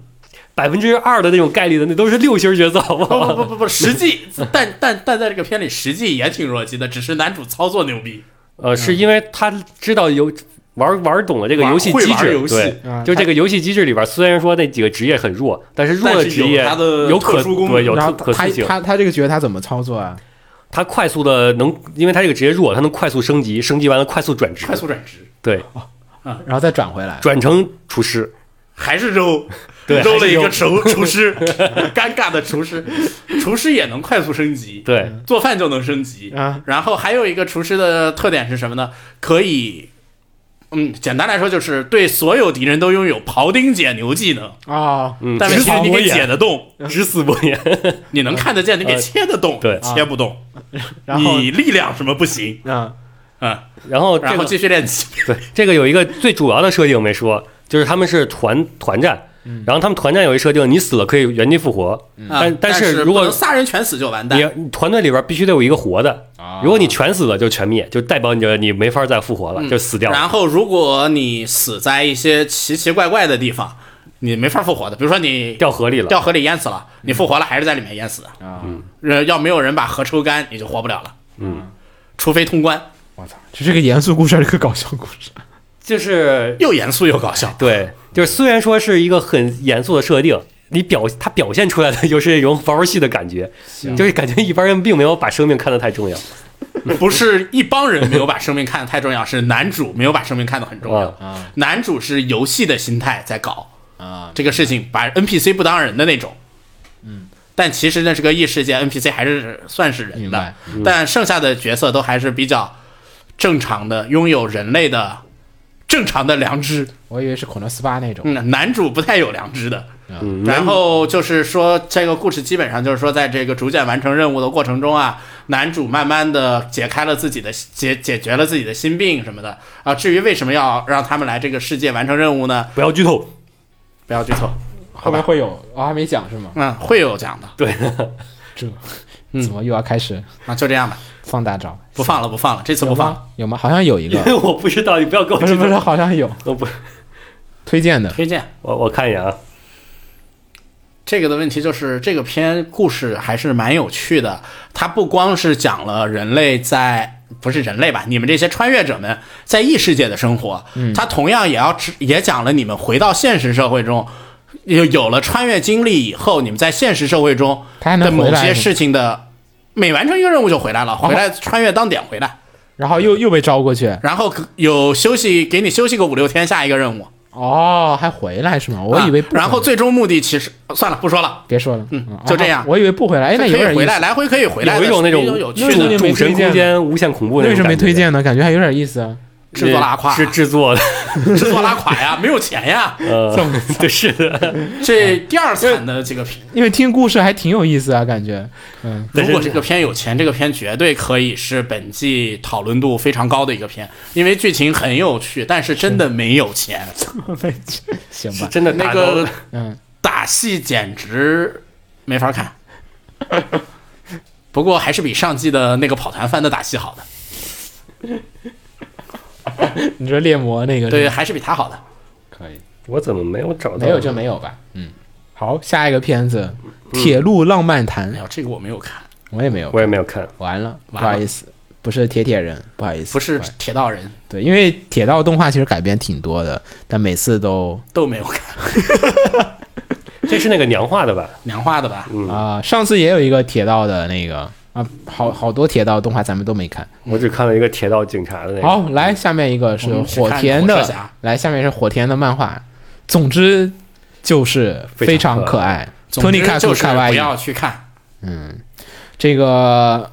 Speaker 2: 百分之二的那种概率的，那都是六星角色，好不
Speaker 5: 不不
Speaker 2: 好？
Speaker 5: 不不不，实际，但但但在这个片里实际也挺弱鸡的，只是男主操作牛逼，
Speaker 2: 呃，是因为他知道游玩玩懂了这个游戏
Speaker 5: 玩
Speaker 2: 机
Speaker 5: 会玩
Speaker 2: 制，
Speaker 5: 游戏
Speaker 2: 对
Speaker 3: 啊，
Speaker 2: 就这个游戏机制里边，虽然说那几个职业很弱，但是弱
Speaker 5: 但
Speaker 2: 的
Speaker 5: 是
Speaker 2: 职
Speaker 5: 有
Speaker 2: 业
Speaker 5: 它的
Speaker 2: 有
Speaker 5: 特
Speaker 2: 可
Speaker 5: 殊功
Speaker 2: 对
Speaker 5: 能
Speaker 2: 有
Speaker 3: 然
Speaker 2: 特
Speaker 3: 后
Speaker 2: 可
Speaker 3: 他
Speaker 2: 塑性。
Speaker 3: 他他这个角色他怎么操作啊？
Speaker 2: 他快速的能，因为他这个职业弱，他能快速升级，升级完了快速转职，
Speaker 5: 快速转职，
Speaker 2: 对
Speaker 3: 然后再转回来，
Speaker 2: 转成厨师。
Speaker 5: 还是肉，
Speaker 2: 对
Speaker 5: 肉了一个
Speaker 2: 还
Speaker 5: 厨 厨师，尴尬的厨师，厨师也能快速升级，
Speaker 2: 对，
Speaker 5: 做饭就能升级
Speaker 3: 啊。
Speaker 5: 然后还有一个厨师的特点是什么呢？可以，嗯，简单来说就是对所有敌人都拥有庖丁解牛技能，
Speaker 3: 啊，
Speaker 2: 嗯，
Speaker 5: 但
Speaker 2: 只
Speaker 5: 是其
Speaker 2: 死
Speaker 5: 实你
Speaker 2: 我
Speaker 5: 给解
Speaker 2: 眼，
Speaker 5: 得动，
Speaker 2: 只死不言。
Speaker 5: 你能看得见，你给切得动，
Speaker 2: 呃对
Speaker 5: 切不动，
Speaker 3: 然后
Speaker 5: 你力量什么不行
Speaker 3: 啊，
Speaker 5: 啊？
Speaker 2: 然后这
Speaker 5: 然后
Speaker 2: 个
Speaker 5: 继续练级，
Speaker 2: 对这个有一个最主要的设定没说，就是他们是团团战，然后他们团战有一设定，你死了可以原地复活，但
Speaker 5: 嗯啊
Speaker 2: 但
Speaker 5: 但
Speaker 2: 是如
Speaker 5: 不
Speaker 2: 果
Speaker 5: 能仨人全死就完蛋，哦
Speaker 2: 你团队里边必须得有一个活的，如果你全死了就全灭，就代表你这你没法再复活了，就死掉了。
Speaker 5: 嗯然后，如果你死在一些奇奇怪怪的地方，你没法复活的。比如说你
Speaker 2: 掉河里了，嗯
Speaker 5: 掉河里淹死了，你复活了还是在里面淹死的。嗯，呃要没有人把河抽干，你就活不了了。嗯，除非通关，
Speaker 3: 我操，这是个严肃故事还是个搞笑故事？
Speaker 2: 就是
Speaker 5: 又严肃又 搞笑。
Speaker 2: 对，就是虽然说是一个很严肃的设定，你表它表现出来的就是一种玩游戏的感觉，就是感觉一般人并没有把生命看得太重要。
Speaker 5: 不是一帮人没有把生命看得太重要，是男主没有把生命看得很重
Speaker 2: 哦啊
Speaker 5: 要。男主是游戏的心态在搞
Speaker 3: 啊，
Speaker 5: 这个事情，把 NPC 不当人的那种。嗯，但其实那是个异世界，NPC 还是算是人
Speaker 3: 明白
Speaker 5: 的，但剩下的角色都还是比较正常的，拥有人类的正常的良知。
Speaker 3: 我以为是恐龙斯巴那种，
Speaker 5: 嗯，男主不太有良知的。
Speaker 3: 嗯
Speaker 5: 然后就是说，这个故事基本上就是说，在这个逐渐完成任务的过程中啊，男主慢慢的解开了自己的解解决了自己的心病什么的啊。至于为什么要让他们来这个世界完成任务呢？
Speaker 2: 不要剧透，
Speaker 5: 不要剧透，
Speaker 3: 后面会有，我还没讲是吗？
Speaker 5: 嗯，会有讲的
Speaker 2: 对，
Speaker 3: 这
Speaker 5: 嗯
Speaker 3: 怎么又要开始
Speaker 5: 啊，就这样吧，
Speaker 3: 放大招？
Speaker 5: 不放了，不放了，这次不
Speaker 3: 有
Speaker 5: 放。
Speaker 3: 吗？有吗？好像有一
Speaker 2: 因
Speaker 3: 个，
Speaker 2: 为我不知道，你不要跟我
Speaker 3: 不是
Speaker 2: 剧
Speaker 3: 不是，
Speaker 2: 透。
Speaker 3: 好像有
Speaker 2: 我不，
Speaker 3: 推荐的。
Speaker 5: 推荐
Speaker 2: 我我看一眼啊，
Speaker 5: 这个的问题就是，这个片故事还是蛮有趣的。它不光是讲了人类在不是人类吧，你们这些穿越者们在异世界的生活，
Speaker 3: 嗯
Speaker 5: 它同样也要只也讲了你们回到现实社会中，有有了穿越经历以后，你们在现实社会中
Speaker 3: 它还
Speaker 5: 的
Speaker 3: 能回
Speaker 5: 某
Speaker 3: 来哦
Speaker 5: 些事情的，每完成一个任务就回来了，回来穿越当点回来，
Speaker 3: 然后又又被招过去，
Speaker 5: 然后有休息给你休息个五六天，下一个任务。
Speaker 3: 哦，还回来是吗？我以为
Speaker 5: 啊
Speaker 3: 不回来、
Speaker 5: 然后最终目的其实算了，不说了。
Speaker 3: 别说了，嗯
Speaker 5: 就这样
Speaker 3: 啊我以为不回来，哎，那
Speaker 5: 可
Speaker 3: 有点
Speaker 5: 以
Speaker 3: 意
Speaker 5: 回来，
Speaker 3: 思。
Speaker 5: 来回可以回来的，
Speaker 2: 有一种那种
Speaker 5: 比较有趣
Speaker 2: 主
Speaker 5: 的
Speaker 3: 那种
Speaker 2: 主神空间无限恐怖那
Speaker 3: 为什
Speaker 2: 种
Speaker 3: 么没
Speaker 2: 感觉
Speaker 3: 推？荐呢？感觉还有点意思啊。
Speaker 5: 制作拉胯
Speaker 2: 是制 作的，
Speaker 5: 制作拉垮呀，没有钱 呀。
Speaker 2: 呃，对，是的。
Speaker 5: 这第二惨的这个片，
Speaker 3: 因为听故事还挺有意思啊，感觉，嗯，
Speaker 5: 如果这个片有钱，这个片绝对可以是本季讨论度非常高的一个片，因为剧情很有趣，但是真的没有钱，
Speaker 3: 行
Speaker 2: 是
Speaker 3: 吧，
Speaker 2: 真的
Speaker 5: 那
Speaker 2: 打到
Speaker 5: 个
Speaker 3: 嗯，
Speaker 5: 打戏简直没法看。不过还是比上季的那个跑团番的打戏好的，
Speaker 3: 你说猎魔那个是
Speaker 5: 对，
Speaker 3: 吧，
Speaker 5: 还是比他好的。
Speaker 3: 可以，
Speaker 2: 我怎么没有找到？
Speaker 3: 没有就没有吧，嗯，好，下一个片子《
Speaker 5: 嗯
Speaker 3: 铁路浪漫谈
Speaker 5: 哎》，呦，这个我没有看，
Speaker 3: 我也没有
Speaker 2: 我，也没有看。
Speaker 3: 完了，不
Speaker 5: 完了
Speaker 3: 好意思，不是铁铁人，不好意思，
Speaker 5: 不是
Speaker 3: 好意思
Speaker 5: 铁道人
Speaker 3: 对，因为铁道动画其实改编挺多的，但每次都
Speaker 5: 都没有看，
Speaker 2: 这是那个娘化的吧？
Speaker 5: 娘化的吧？
Speaker 3: 啊、上次也有一个铁道的那个啊，好好多铁道动画咱们都没看。
Speaker 2: 我只看了一个铁道警察的那个。
Speaker 3: 好，来下面一个是
Speaker 5: 我们只
Speaker 3: 火
Speaker 5: 看
Speaker 3: 田
Speaker 5: 火
Speaker 3: 的
Speaker 5: 车侠，
Speaker 3: 来下面是火田的漫画，总之就是非常可爱，
Speaker 5: 总
Speaker 3: 托尼
Speaker 5: 之
Speaker 3: 卡
Speaker 5: 就
Speaker 3: 库
Speaker 5: 是
Speaker 3: 卡哇
Speaker 5: 不
Speaker 3: 伊
Speaker 5: 要去看，
Speaker 3: 这个。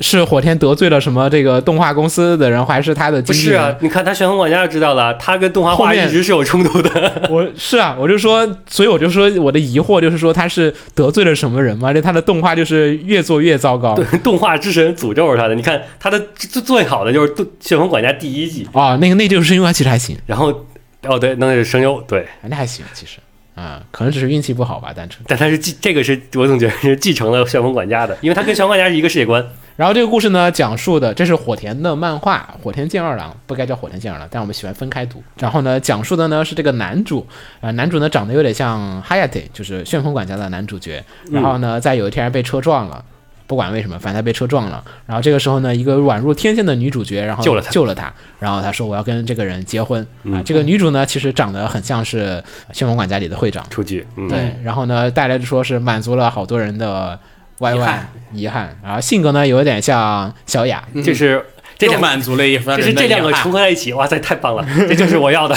Speaker 3: 是火天得罪了什么这个动画公司的人，还是他的
Speaker 2: 不
Speaker 3: 经纪
Speaker 2: 是
Speaker 3: 人？
Speaker 2: 啊，你看他旋风管家就知道了，他跟动画
Speaker 3: 后
Speaker 2: 化
Speaker 3: 面
Speaker 2: 一直是有冲突的。
Speaker 3: 我是啊，我就说，所以我就说我的疑惑就是说他是得罪了什么人吗？就他的动画就是越做越糟糕。
Speaker 2: 动画之神诅咒着他的，你看他的最最好的就是动《旋风管家》第一季，
Speaker 3: 哦，那个那就是因为其实还行，
Speaker 2: 然后哦对，那是声优对，
Speaker 3: 那还行其实，嗯，可能只是运气不好吧，单纯。
Speaker 2: 但他是继这个是我总觉得是继承了《旋风管家》的，因为他跟《旋风管家》是一个世界观。
Speaker 3: 然后这个故事呢，讲述的这是火田的漫画《火田健二郎》，不该叫火田健二郎，但我们喜欢分开读。然后呢，讲述的呢是这个男主，呃，男主呢长得有点像 Hayate，就是旋风管家的男主角。然后呢，在有一天被车撞了。不管为什么，反正他被车撞了。然后这个时候呢，一个宛如天仙的女主角，然后
Speaker 2: 救了他嗯
Speaker 3: 救了他。然后他说：“我要跟这个人结婚。啊，这个女主呢，其实长得很像是呃旋风管家里的会长，
Speaker 2: 出去，嗯，
Speaker 3: 对，然后呢，带来的说是满足了好多人的 YY
Speaker 5: 遗憾
Speaker 3: 遗憾，嗯然后性格呢有点像小雅，
Speaker 2: 这是这
Speaker 5: 嗯又
Speaker 2: 两
Speaker 5: 满足了一番
Speaker 2: 这
Speaker 5: 人
Speaker 2: 是
Speaker 5: 的
Speaker 2: 这两个
Speaker 5: 遗憾
Speaker 2: 重合在一起，哇塞，太棒了，这就是我 要的。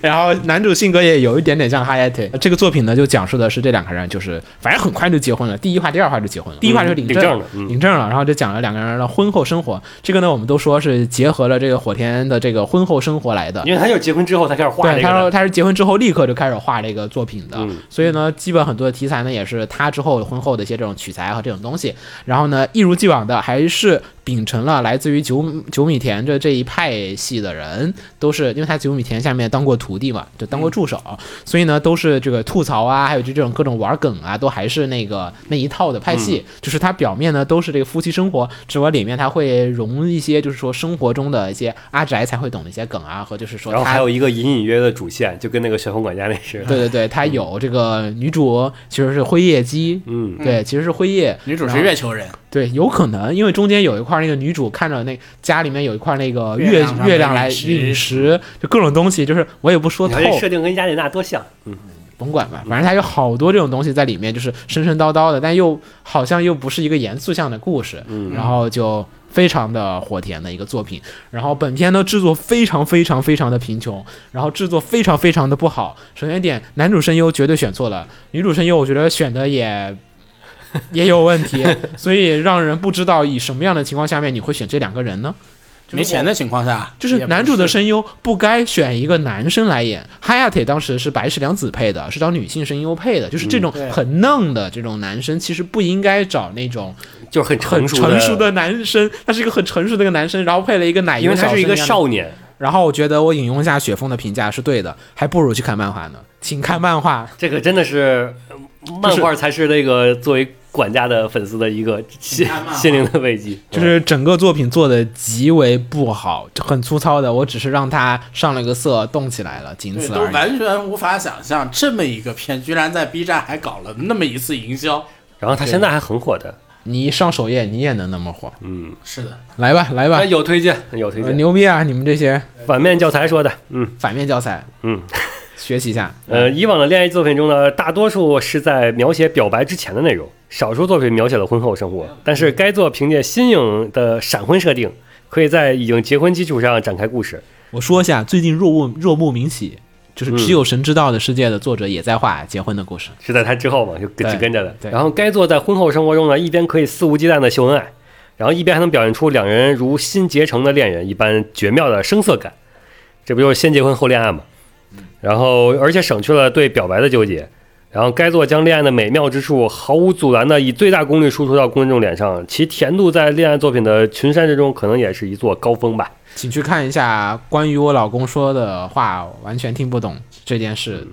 Speaker 3: 然后男主性格也有一点点像 Hayate。这个作品呢，就讲述的是这两个人，就是反正很快就结婚了，第一话、第二话就结婚了，第一话就是领
Speaker 2: 领
Speaker 3: 证
Speaker 2: 证了嗯
Speaker 3: 领证了，然后就讲了两个人的婚后生活。这个呢，我们都说是结合了这个火田的这个婚后生活来的，
Speaker 2: 因为他就是结婚之后才开始画
Speaker 3: 对，
Speaker 2: 这
Speaker 3: 他
Speaker 2: 个
Speaker 3: 说
Speaker 2: 的，嗯
Speaker 3: 他是结婚之后立刻就开始画这个作品的，所以呢，基本很多的题材呢也是他之后婚后的一些这种取材和这种东西。然后呢，一如既往的还是秉承了来自于九九米田这这一派系的人，都是因为他九米田下面当过徒弟嘛，就
Speaker 2: 嗯
Speaker 3: 当过助手，所以呢都是这个吐槽啊，还有就这种各种玩梗啊，都还是那个那一套的派系。
Speaker 2: 嗯
Speaker 3: 就是他表面呢都是这个夫妻生活，只不过里面他会融一些就是说生活中的一些阿宅才会懂的一些梗啊，和就是说
Speaker 2: 然后
Speaker 3: 他
Speaker 2: 还有一个隐隐约约的主线，就跟那个旋风管家那是，
Speaker 3: 对对对，他有这个女主其实是辉夜姬，
Speaker 2: 嗯，
Speaker 3: 对，其实是辉夜，
Speaker 5: 女主
Speaker 3: 然
Speaker 5: 是
Speaker 3: 后
Speaker 5: 月球人，
Speaker 3: 对，有可能，因为中间有一块那个女主看着那家里面有一块那个
Speaker 5: 月
Speaker 3: 月
Speaker 5: 亮上的
Speaker 3: 月亮来
Speaker 5: 陨石
Speaker 3: 陨石，就各种东西，就是我也不说
Speaker 2: 你
Speaker 3: 透
Speaker 2: 看，这设定跟雅典娜多像，
Speaker 3: 甭管吧，反正它有好多这种东西在里面，就是神神叨叨的，但又好像又不是一个严肃向的故事，嗯，然后就非常的火甜的一个作品。然后本片呢制作非常非常非常的贫穷，然后制作非常非常的不好。首先一点，男主声优绝对选错了，女主声优我觉得选的也。也有问 题，所以让人不知道以什么样的情况下面你会选这两个人呢？
Speaker 5: 没钱的情况下，
Speaker 3: 就是
Speaker 5: 也不
Speaker 3: 男主的声优不该选一个男生来演。哈亚铁当时是白石凉子配的，是找女性声优配的，就是这种
Speaker 5: 嗯对
Speaker 3: 很嫩的这种男生，其实不应该找那种
Speaker 2: 就是很
Speaker 3: 很
Speaker 2: 成熟
Speaker 3: 成熟的男生。他是一个很成熟的一个男生，然后配了一个奶
Speaker 2: 因
Speaker 3: 油
Speaker 2: 为
Speaker 3: 小
Speaker 2: 他
Speaker 3: 生
Speaker 2: 是一个
Speaker 3: 样的
Speaker 2: 少年，
Speaker 3: 然后我觉得我引用一下雪峰的评价是对的，还不如去看漫画呢，请看漫画。
Speaker 2: 这个真的是呃漫画才是那个作为管家的粉丝的一个心
Speaker 5: 看漫画
Speaker 2: 心灵的慰藉，
Speaker 3: 就是整个作品做的极为不好，很粗糙的。我只是让它上了个色，动起来了，仅
Speaker 5: 对，
Speaker 3: 此
Speaker 5: 都
Speaker 3: 而已。
Speaker 5: 完全无法想象这么一个片，居然在 B 站还搞了那么一次营销。
Speaker 2: 然后他现在还很火的，
Speaker 3: 你一上首页，你也能那么火？
Speaker 2: 嗯，
Speaker 5: 是的，
Speaker 3: 来吧，来吧
Speaker 5: 哎
Speaker 2: 那，有推荐有推
Speaker 3: 呃
Speaker 2: 荐，
Speaker 3: 牛逼啊！你们这些
Speaker 2: 反面教材说的，嗯
Speaker 3: 反面教材，
Speaker 2: 嗯。
Speaker 3: 学习一 下。
Speaker 2: 呃，以往的恋爱作品中呢，大多数是在描写表白之前的内容，少数作品描写了婚后生活。但是该作凭借新颖的闪婚设定，可以在已经结婚基础上展开故事。
Speaker 3: 我说一下，最近若木若木明喜，就是《
Speaker 5: 嗯
Speaker 3: 只有神知道的世界》的作者也在画结婚的故事。
Speaker 2: 是在他之后嘛，就跟
Speaker 3: 对
Speaker 2: 就跟着的。
Speaker 3: 对
Speaker 2: 然后该作在婚后生活中呢，一边可以肆无忌惮的秀恩爱，然后一边还能表现出两人如新结成的恋人一般绝妙的生涩感，这不就是先结婚后恋爱嘛？
Speaker 3: 嗯
Speaker 2: 然后而且省去了对表白的纠结。然后该作将恋爱的美妙之处毫无阻拦的以最大功率输出到观众脸上，其甜度在恋爱作品的群山之中可能也是一座高峰吧。
Speaker 3: 请去看一下关于我老公说的话，完全听不懂这件事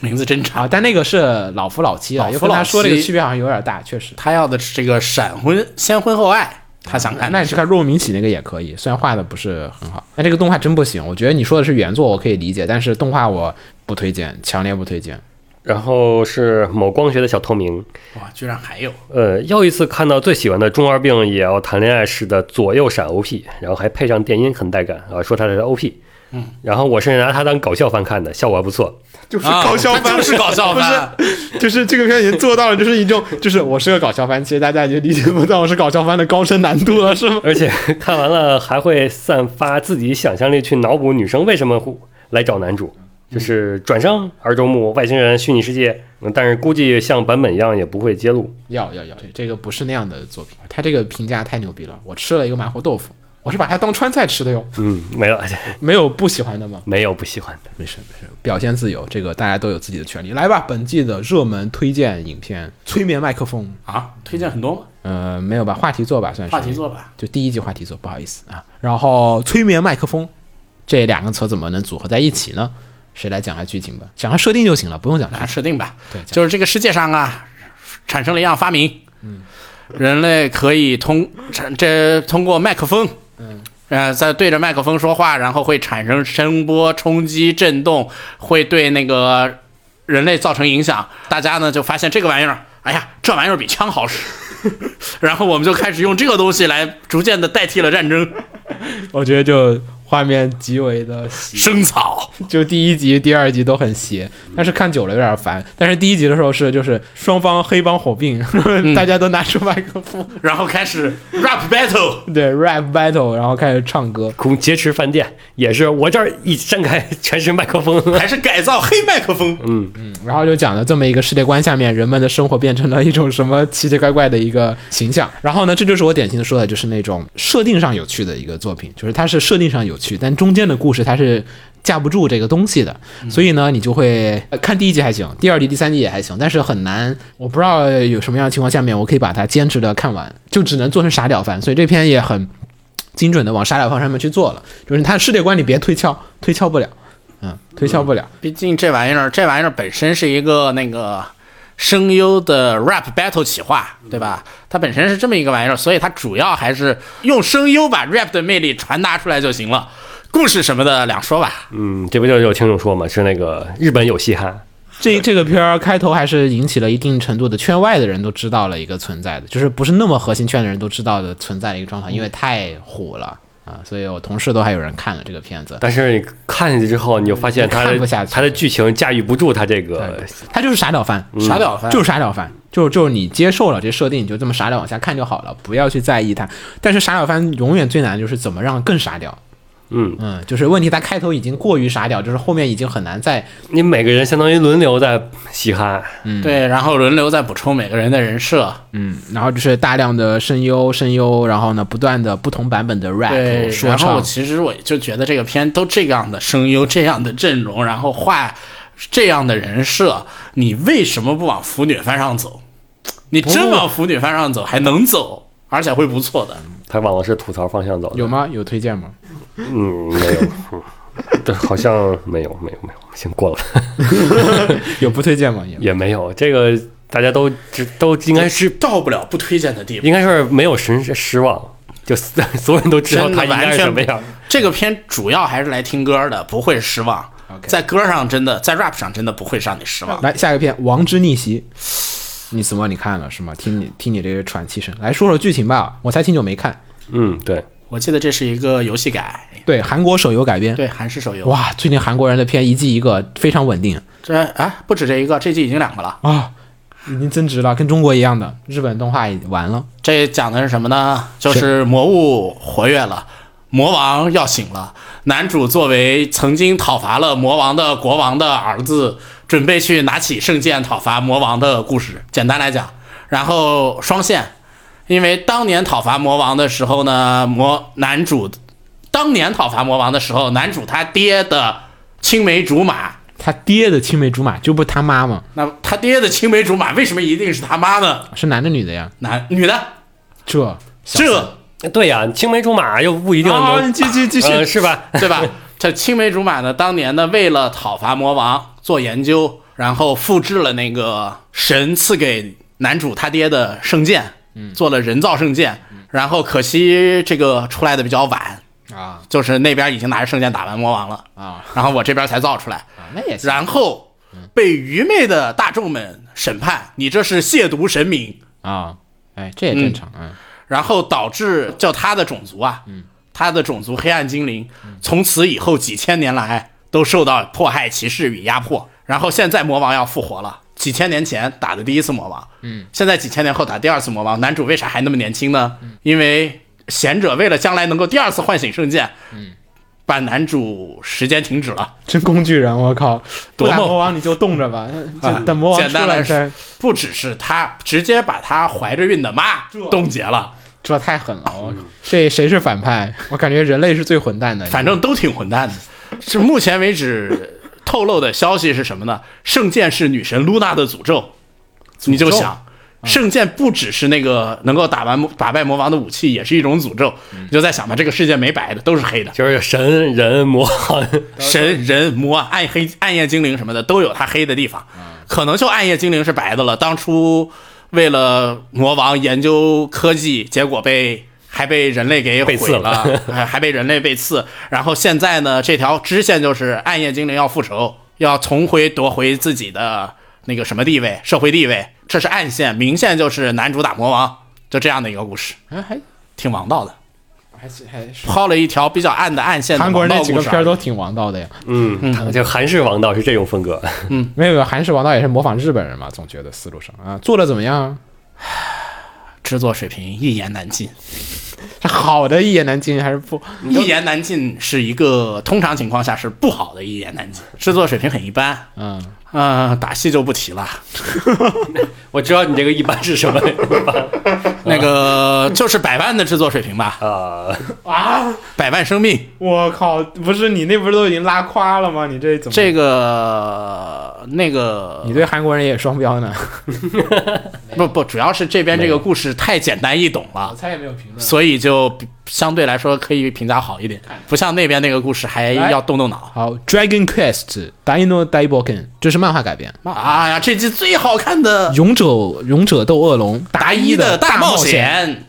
Speaker 5: 名字真长。
Speaker 3: 啊。但那个是老夫老妻了，啊
Speaker 5: 老夫
Speaker 3: 又跟他说这
Speaker 5: 老
Speaker 3: 个
Speaker 5: 妻
Speaker 3: 区别好像有点大，确实。
Speaker 5: 他要的是这个闪婚先婚后爱，他想看
Speaker 3: 哎那你去看若明喜那个也可以，虽然画的不是很好，但这个动画真不行。我觉得你说的是原作，我可以理解，但是动画我不推荐，强烈不推荐。
Speaker 2: 然后是某光学的小透明，
Speaker 5: 哇，居然还有
Speaker 2: 呃，又一次看到最喜欢的中二病也要谈恋爱式的左右闪 OP，然后还配上电音，很带感啊，说它是 OP。嗯，然后我是拿它当搞笑番看的，效果还不错。
Speaker 3: 就是
Speaker 5: 啊他就是搞笑番，
Speaker 3: 就是这个片已经做到了，就是一种，就是我是个搞笑番，其实大家已经理解不到我是搞笑番的高深难度了，是吗？
Speaker 2: 而且看完了还会散发自己想象力去脑补女生为什么会来找男主，就是转生儿周目外星人虚拟世界，嗯但是估计像版本一样也不会揭露。
Speaker 3: 要要要，对，这个不是那样的作品，他这个评价太牛逼了。我吃了一个麻婆豆腐，我是把它当川菜吃的哟，
Speaker 2: 嗯，没了，
Speaker 3: 没有不喜欢的吗？
Speaker 2: 没有不喜欢的。
Speaker 3: 没事没事，表现自由，这个大家都有自己的权利。来吧，本季的热门推荐影片《催眠麦克风》，
Speaker 5: 啊，推荐很多吗？
Speaker 3: 呃，没有吧，话题作吧算是
Speaker 5: 话题作吧，
Speaker 3: 就第一季话题作，不好意思啊。然后《催眠麦克风》这两个词怎么能组合在一起呢？谁来讲下剧情吧？讲下设定就行了，不用讲
Speaker 5: 大家
Speaker 3: 啥。
Speaker 5: 啊设定吧。对，就是这个世界上啊，产生了一样发明，嗯，人类可以通产这通过麦克风，嗯，呃，在对着麦克风说话，然后会产生声波、冲击、震动，会对那个人类造成影响。大家呢就发现这个玩意儿，哎呀，这玩意儿比枪 好使。然后我们就开始用这个东西来逐渐的代替了战争，
Speaker 3: 我觉得就画面极为的
Speaker 5: 生草。
Speaker 3: 就第一集、第二集都很邪，但是看久了有点烦。但是第一集的时候是就是双方黑帮火并， 大家都拿出麦克风，
Speaker 5: 然后开始 rap battle，
Speaker 3: 对 rap battle，然后开始唱歌。
Speaker 2: 空劫持饭店也是，我这儿一站开全是麦克风。
Speaker 5: 还是改造黑麦克风？
Speaker 3: 然后就讲了这么一个世界观下面，人们的生活变成了一种什么奇奇怪怪的一个形象。然后呢，这就是我典型的说的，就是那种设定上有趣的一个作品，就是它是设定上有趣，但中间的故事它是。架不住这个东西的，所以呢，你就会呃看第一集还行，第二集、第三集也还行，但是很难，我不知道有什么样的情况下面，我可以把它坚持的看完，就只能做成傻屌番，所以这篇也很精准的往傻屌番上面去做了，就是它的世界观你别推敲，推敲不了，嗯，推敲不了，
Speaker 5: 毕竟这玩意儿，这玩意儿本身是一个那个声优的 rap battle 企划，对吧？它本身是这么一个玩意儿，所以它主要还是用声优把 rap 的魅力传达出来就行了。故事什么的两说吧，
Speaker 2: 嗯，这不就是有听众说嘛，是那个日本有嘻哈，
Speaker 3: 这这个片儿开头还是引起了一定程度的圈外的人都知道了一个存在的，就是不是那么核心圈的人都知道的存在的一个状态，因为
Speaker 2: 嗯
Speaker 3: 太火了啊，所以我同事都还有人看了这个片子。
Speaker 2: 但是你看下去之后，你就发现它
Speaker 3: 看
Speaker 2: 的
Speaker 3: 不下去
Speaker 2: 它的剧情驾驭不住它这个
Speaker 3: 对，他就是傻屌
Speaker 2: 嗯
Speaker 3: 番，
Speaker 5: 傻屌番
Speaker 3: 就是傻屌番，就是就是你接受了这设定，你就这么傻屌往下看就好了，不要去在意它。但是傻屌番永远最难的就是怎么让更傻屌。
Speaker 2: 嗯
Speaker 3: 嗯，就是问题，它开头已经过于傻屌，就是后面已经很难再
Speaker 2: 你每个人相当于轮流在嘻哈，
Speaker 5: 对，然后轮流再补充每个人的人设，
Speaker 3: 嗯，然后就是大量的声优声优，然后呢不断的不同版本的 rap
Speaker 5: 对，
Speaker 3: 说
Speaker 5: 然后
Speaker 3: 唱，
Speaker 5: 其实我就觉得这个片都这样的声优，这样的阵容，然后画这样的人设，你为什么不往腐女番上走？你真往腐女番上走，还能走，而且会不错的。
Speaker 2: 它往的是吐槽方向走的。
Speaker 3: 有吗？有推荐吗？
Speaker 2: 嗯，没 有，嗯对，好像没有，没有，没有，先过了，
Speaker 3: 有不推荐吗？也
Speaker 2: 也没有。这个大家都知都应该是
Speaker 5: 到不了不推荐的地步。
Speaker 2: 应该是没有失失望，就所有人都知道
Speaker 5: 真
Speaker 2: 他
Speaker 5: 的
Speaker 2: 应该
Speaker 5: 完
Speaker 2: 是
Speaker 5: 全
Speaker 2: 什么样。
Speaker 5: 这个片主要还是来听歌的，不会失望。在歌上真的，在 rap 上真的不会让你失望。
Speaker 3: 来下一个片《王之逆袭》，你怎么你看了是吗？听你听你这个喘气声，来说说剧情吧。我才挺久没看，
Speaker 2: 嗯，对，
Speaker 5: 我记得这是一个游戏改，
Speaker 3: 对韩国手游改编，
Speaker 5: 对韩式手游。
Speaker 3: 哇，最近韩国人的片一季一个，非常稳定
Speaker 5: 这啊，不止这一个，这季已经两个了。
Speaker 3: 啊，已经增值了，跟中国一样的日本动画也完了。
Speaker 5: 这讲的是什么呢？就是魔物活跃了，魔王要醒了。男主作为曾经讨伐了魔王的国王的儿子，准备去拿起圣剑讨伐魔王的故事。简单来讲，然后双线，因为当年讨伐魔王的时候呢，魔男主当年讨伐魔王的时候，男主他爹的青梅竹马。
Speaker 3: 他爹的青梅竹马就不是他妈吗？
Speaker 5: 那他爹的青梅竹马为什么一定是他妈呢？
Speaker 3: 是男的女的呀？
Speaker 5: 男女的，
Speaker 3: 这
Speaker 5: 这
Speaker 2: 对呀、青梅竹马又不一定
Speaker 3: 啊，
Speaker 2: 能
Speaker 3: 你，继继继续。
Speaker 2: 呃，是吧？
Speaker 5: 对吧？这青梅竹马呢，当年呢，为了讨伐魔王做研究，然后复制了那个神赐给男主他爹的圣剑，做了人造圣剑。然后可惜这个出来的比较晚，
Speaker 3: 啊
Speaker 5: 就是那边已经拿着圣剑打完魔王了，
Speaker 3: 啊
Speaker 5: 然后我这边才造出来，
Speaker 3: 啊，那也行。
Speaker 5: 然后被愚昧的大众们审判，你这是亵渎神明。
Speaker 3: 啊，哎，这也
Speaker 5: 嗯
Speaker 3: 正常啊。
Speaker 5: 然后导致叫他的种族啊，他的种族黑暗精灵，从此以后几千年来都受到迫害、歧视与压迫。然后现在魔王要复活了，几千年前打的第一次魔王，嗯，现在几千年后打第二次魔王，男主为啥还那么年轻呢？因为贤者为了将来能够第二次唤醒圣剑，嗯，把男主时间停止了。
Speaker 3: 真工具人，我靠！
Speaker 5: 多
Speaker 3: 不打
Speaker 5: 么
Speaker 3: 魔王你就冻着吧，
Speaker 5: 啊
Speaker 3: 就等魔王
Speaker 5: 简
Speaker 3: 出
Speaker 5: 单
Speaker 3: 来
Speaker 5: 来
Speaker 3: 再
Speaker 5: 说，不只是他，直接把他怀着孕的妈冻结了，
Speaker 3: 这太狠了！我靠这谁是反派？我感觉人类是最混蛋的。
Speaker 5: 反正都挺混蛋的。是目前为止透露的消息是什么呢？圣剑是女神露娜的诅咒，嗯你就想。圣剑不只是那个能够打完魔打败魔王的武器，也是一种诅咒。你就在想吧，这个世界没白的，都是黑的，
Speaker 2: 就是神人魔王，
Speaker 5: 神人魔暗黑暗夜精灵什么的都有它黑的地方，
Speaker 3: 嗯
Speaker 5: 可能就暗夜精灵是白的了。当初为了魔王研究科技，结果被还被人类给
Speaker 2: 被刺
Speaker 5: 毁了， 还还被人类被刺。然后现在呢，这条支线就是暗夜精灵要复仇，要重回夺回自己的那个什么地位，社会地位。这是暗线，明线就是男主打魔王，就这样的一个故事，
Speaker 3: 哎，还
Speaker 5: 挺王道的，
Speaker 3: 还是还是
Speaker 5: 抛了一条比较暗的暗线的
Speaker 3: 韩国
Speaker 5: 王
Speaker 3: 人
Speaker 5: 道
Speaker 3: 那
Speaker 5: 故
Speaker 3: 几
Speaker 5: 事啊而已。
Speaker 3: 个片儿都挺王道的呀。
Speaker 2: 嗯，他就韩式王道是这种风格，
Speaker 3: 没有，没有，韩式王道也是模仿日本人嘛，总觉得思路上啊，做的怎么样？
Speaker 5: 制作水平一言难尽。
Speaker 3: 是好的一言难尽还是不？
Speaker 5: 一言难尽是一个通常情况下是不好的一言难尽，制作水平很一般。
Speaker 3: 嗯，
Speaker 5: 呃，打戏就不提了，
Speaker 2: 我知道你这个一般是什么
Speaker 5: 那个就是百万的制作水平吧，
Speaker 2: 啊？
Speaker 5: 百万生命
Speaker 3: 我靠，不是你那不是都已经拉胯了吗？你这怎么？
Speaker 5: 这个那个
Speaker 3: 你对韩国人也双标呢？
Speaker 5: 不不，主要是这边这个故事太简单易懂了，
Speaker 3: 猜也没有评论。
Speaker 5: 所以就比相对来说可以评价好一点，不像那边那个故事还要动动脑。
Speaker 3: 好，《Dragon Quest》《Dino Daiboken》这是漫画改编，
Speaker 5: 哎呀，这季最好看的
Speaker 3: 《勇者勇者斗恶龙》
Speaker 5: 达
Speaker 3: 一
Speaker 5: 一的
Speaker 3: 大
Speaker 5: 大冒
Speaker 3: 险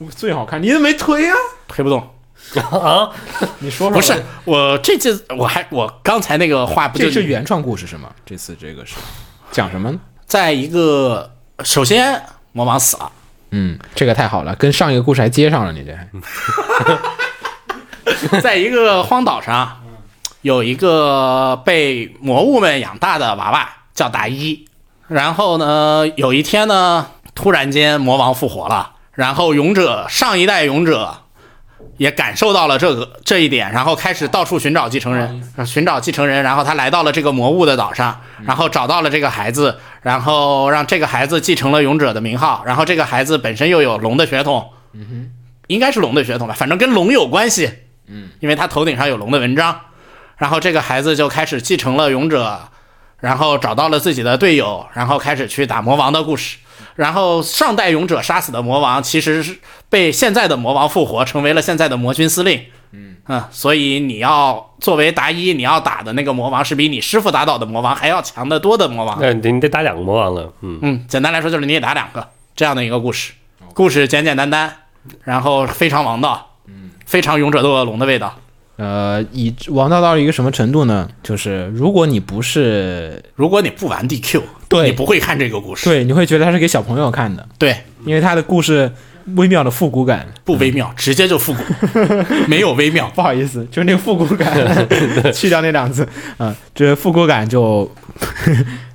Speaker 5: 险
Speaker 3: 最好看，你怎么没推啊？
Speaker 5: 推不动。
Speaker 3: 你说说
Speaker 5: 不是我这次我还我刚才那个话不就
Speaker 3: 这是原创故事是吗？这次这个是 讲什么呢？
Speaker 5: 在一个首先魔王死了，
Speaker 3: 嗯，这个太好了，跟上一个故事还接上了，你这还
Speaker 5: 在一个荒岛上有一个被魔物们养大的娃娃叫达伊，然后呢有一天呢突然间魔王复活了，然后勇者上一代勇者也感受到了这个这一点，然后开始到处寻找继承人，寻找继承人。然后他来到了这个魔物的岛上，然后找到了这个孩子，然后让这个孩子继承了勇者的名号。然后这个孩子本身又有龙的血统，应该是龙的血统吧，反正跟龙有关系。嗯，因为他头顶上有龙的纹章。然后这个孩子就开始继承了勇者，然后找到了自己的队友，然后开始去打魔王的故事。然后上代勇者杀死的魔王，其实是被现在的魔王复活，成为了现在的魔军司令。嗯所以你要作为达伊，你要打的那个魔王是比你师傅打倒的魔王还要强得多的魔王。
Speaker 2: 那你得打两个魔王了，嗯，
Speaker 5: 嗯，简单来说就是你也打两个这样的一个故事，故事简简单单，然后非常王道，嗯，非常勇者斗恶龙的味道。
Speaker 3: 呃，以王道到了一个什么程度呢？就是如果你不是
Speaker 5: 如果你不玩 DQ，
Speaker 3: 对
Speaker 5: 你不会看这个故事，
Speaker 3: 对，你会觉得它是给小朋友看的，
Speaker 5: 对，
Speaker 3: 因为它的故事微妙的复古感。
Speaker 5: 不微妙，直接就复古， 没有微妙。
Speaker 3: 不好意思，就是那个复古 感，去掉那两字，嗯，这复古感就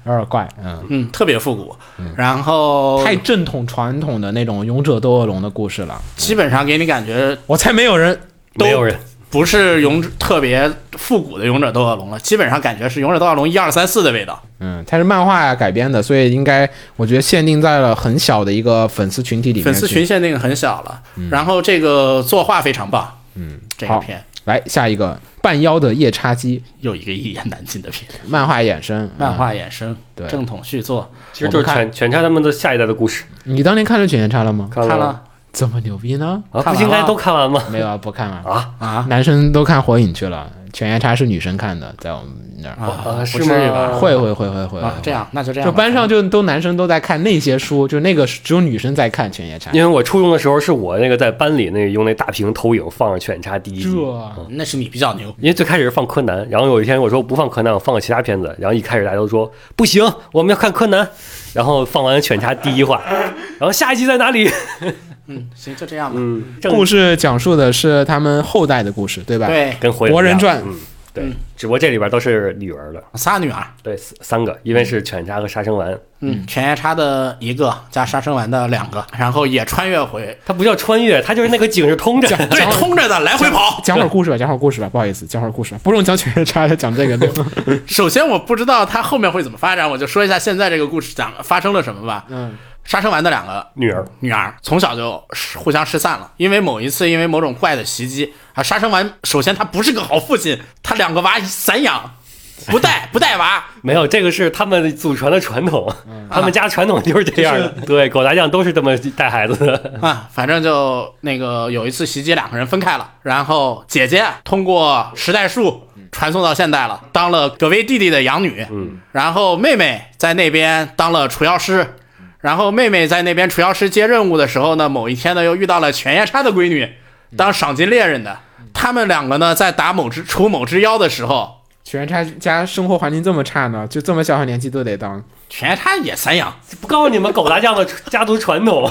Speaker 3: 有点怪，嗯，
Speaker 5: 嗯，特别复古，然后
Speaker 3: 太正统传统的那种勇者斗恶龙的故事了，
Speaker 5: 基本上给你感觉
Speaker 3: 我才没有人
Speaker 5: 都
Speaker 2: 没有人
Speaker 5: 不是勇者特别复古的勇者斗恶龙了，基本上感觉是勇者斗恶龙一二三四的味道。
Speaker 3: 嗯，它是漫画改编的，所以应该我觉得限定在了很小的一个粉丝群体里面去。
Speaker 5: 粉丝群限定很小了，然后这个作画非常棒，嗯，这个
Speaker 3: 好
Speaker 5: 片
Speaker 3: 来下一个半妖的夜叉姬
Speaker 5: 又一个一言难尽的片，
Speaker 3: 漫画衍生
Speaker 5: 漫。
Speaker 3: 嗯
Speaker 5: 画衍生，
Speaker 3: 对
Speaker 5: 正统续作，
Speaker 2: 其实就是全全差他们的下一代的故事，
Speaker 3: 你当年看了《卷夜叉》了吗？
Speaker 2: 看
Speaker 5: 看
Speaker 2: 了吗
Speaker 5: 了
Speaker 3: 这么牛逼呢？
Speaker 2: 啊，
Speaker 5: 看
Speaker 2: 不
Speaker 5: 完
Speaker 2: 应该
Speaker 5: 了
Speaker 2: 都看完 吗？
Speaker 3: 没有啊，不看了。
Speaker 2: 啊
Speaker 5: 啊
Speaker 3: 男生都看《火影》去了，《犬夜叉》是女生看的，在我们那儿。
Speaker 2: 啊，
Speaker 5: 不
Speaker 2: 是
Speaker 5: 至于
Speaker 2: 吗？
Speaker 5: 吧
Speaker 3: 会会会会会
Speaker 5: 啊，这。样那就这
Speaker 3: 会
Speaker 5: 样
Speaker 3: 就
Speaker 5: 吧，
Speaker 3: 班上就都男生都在看那些书，就那个只有女生在看《犬夜叉》。
Speaker 2: 因为我初中的时候是我那个在班里那个用那大屏投影放着《犬叉》第一季，
Speaker 3: 这
Speaker 5: 嗯那是你比较牛，
Speaker 2: 因为最开始是放柯南，然后有一天我说不放柯南，我放个其他片子，然后一开始大家都说不行，我们要看柯南，然后放完《犬叉》第一 话，然后下一集在哪里？
Speaker 5: 嗯，行就这样吧，
Speaker 2: 嗯，正
Speaker 3: 故事讲述的是他们后代的故事，对吧？，
Speaker 5: 对，
Speaker 2: 跟火影
Speaker 3: 《博
Speaker 2: 一
Speaker 3: 人
Speaker 2: 样嗯
Speaker 3: 传》
Speaker 2: 对，只不过这里边都是女儿了，
Speaker 5: 仨女儿，
Speaker 2: 对，三三个，因为是犬夜叉和杀生丸，
Speaker 5: 嗯，犬夜叉的一个加杀生丸的两个，然后也穿越回，
Speaker 2: 它不叫穿越，它就是那个井是通着的，
Speaker 5: 对，通着的来回跑。
Speaker 3: 讲会儿故事吧，讲会儿故事吧，不好意思，讲会儿故事吧，不用讲犬夜叉，讲这 个对吧？
Speaker 5: 首先我不知道它后面会怎么发展，我就说一下现在这个故事讲发生了什么吧。
Speaker 3: 嗯，
Speaker 5: 杀生丸的两个
Speaker 2: 女儿
Speaker 5: 女儿从小就互相失散了，因为某一次因为某种怪的袭击啊，杀生丸首先他不是个好父亲，他两个娃散养，不带不带娃，
Speaker 2: 没有，这个是他们祖传的传统，
Speaker 3: 嗯
Speaker 2: 他们家传统就是这样的。对，狗大将都是这么带孩子的。
Speaker 5: 啊，反正就那个有一次袭击，两个人分开了。然后姐姐通过时代树传送到现代了，当了葛威弟弟的养女。嗯，然后妹妹在那边当了除妖师。然后妹妹在那边除妖师接任务的时候呢，某一天呢又遇到了犬夜叉的闺女，当赏金猎人的。他们两个呢在打某只除某只妖的时候，
Speaker 3: 犬夜叉家生活环境这么差呢，就这么小小年纪都得 当，
Speaker 5: 犬夜叉也散养，
Speaker 2: 不告诉你们狗大将的家族 传统，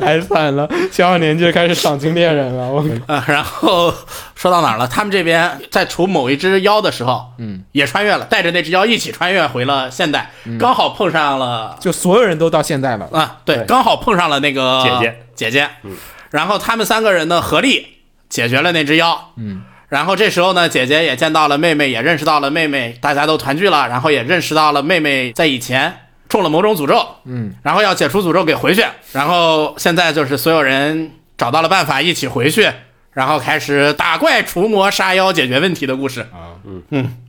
Speaker 3: 太惨了，小小年纪就开始赏金猎人了，我
Speaker 5: 啊，然后说到哪儿了？他们这边在除某一只妖的时候，嗯，也穿越了，带着那只妖一起穿越回了现代，刚好碰上了
Speaker 3: 就所有人都到现在了，
Speaker 5: 啊，对，
Speaker 2: 对
Speaker 5: 刚好碰上了那个
Speaker 2: 姐姐
Speaker 5: 姐姐，嗯，然后他们三个人呢合力解决了那只妖，嗯，然后这时候呢，姐姐也见到了妹妹，也认识到了妹妹，大家都团聚了，然后也认识到了妹妹在以前。中了某种诅咒，嗯，然后要解除诅咒给回去，然后现在就是所有人找到了办法一起回去，然后开始打怪除魔杀妖解决问题的故事，
Speaker 2: 哦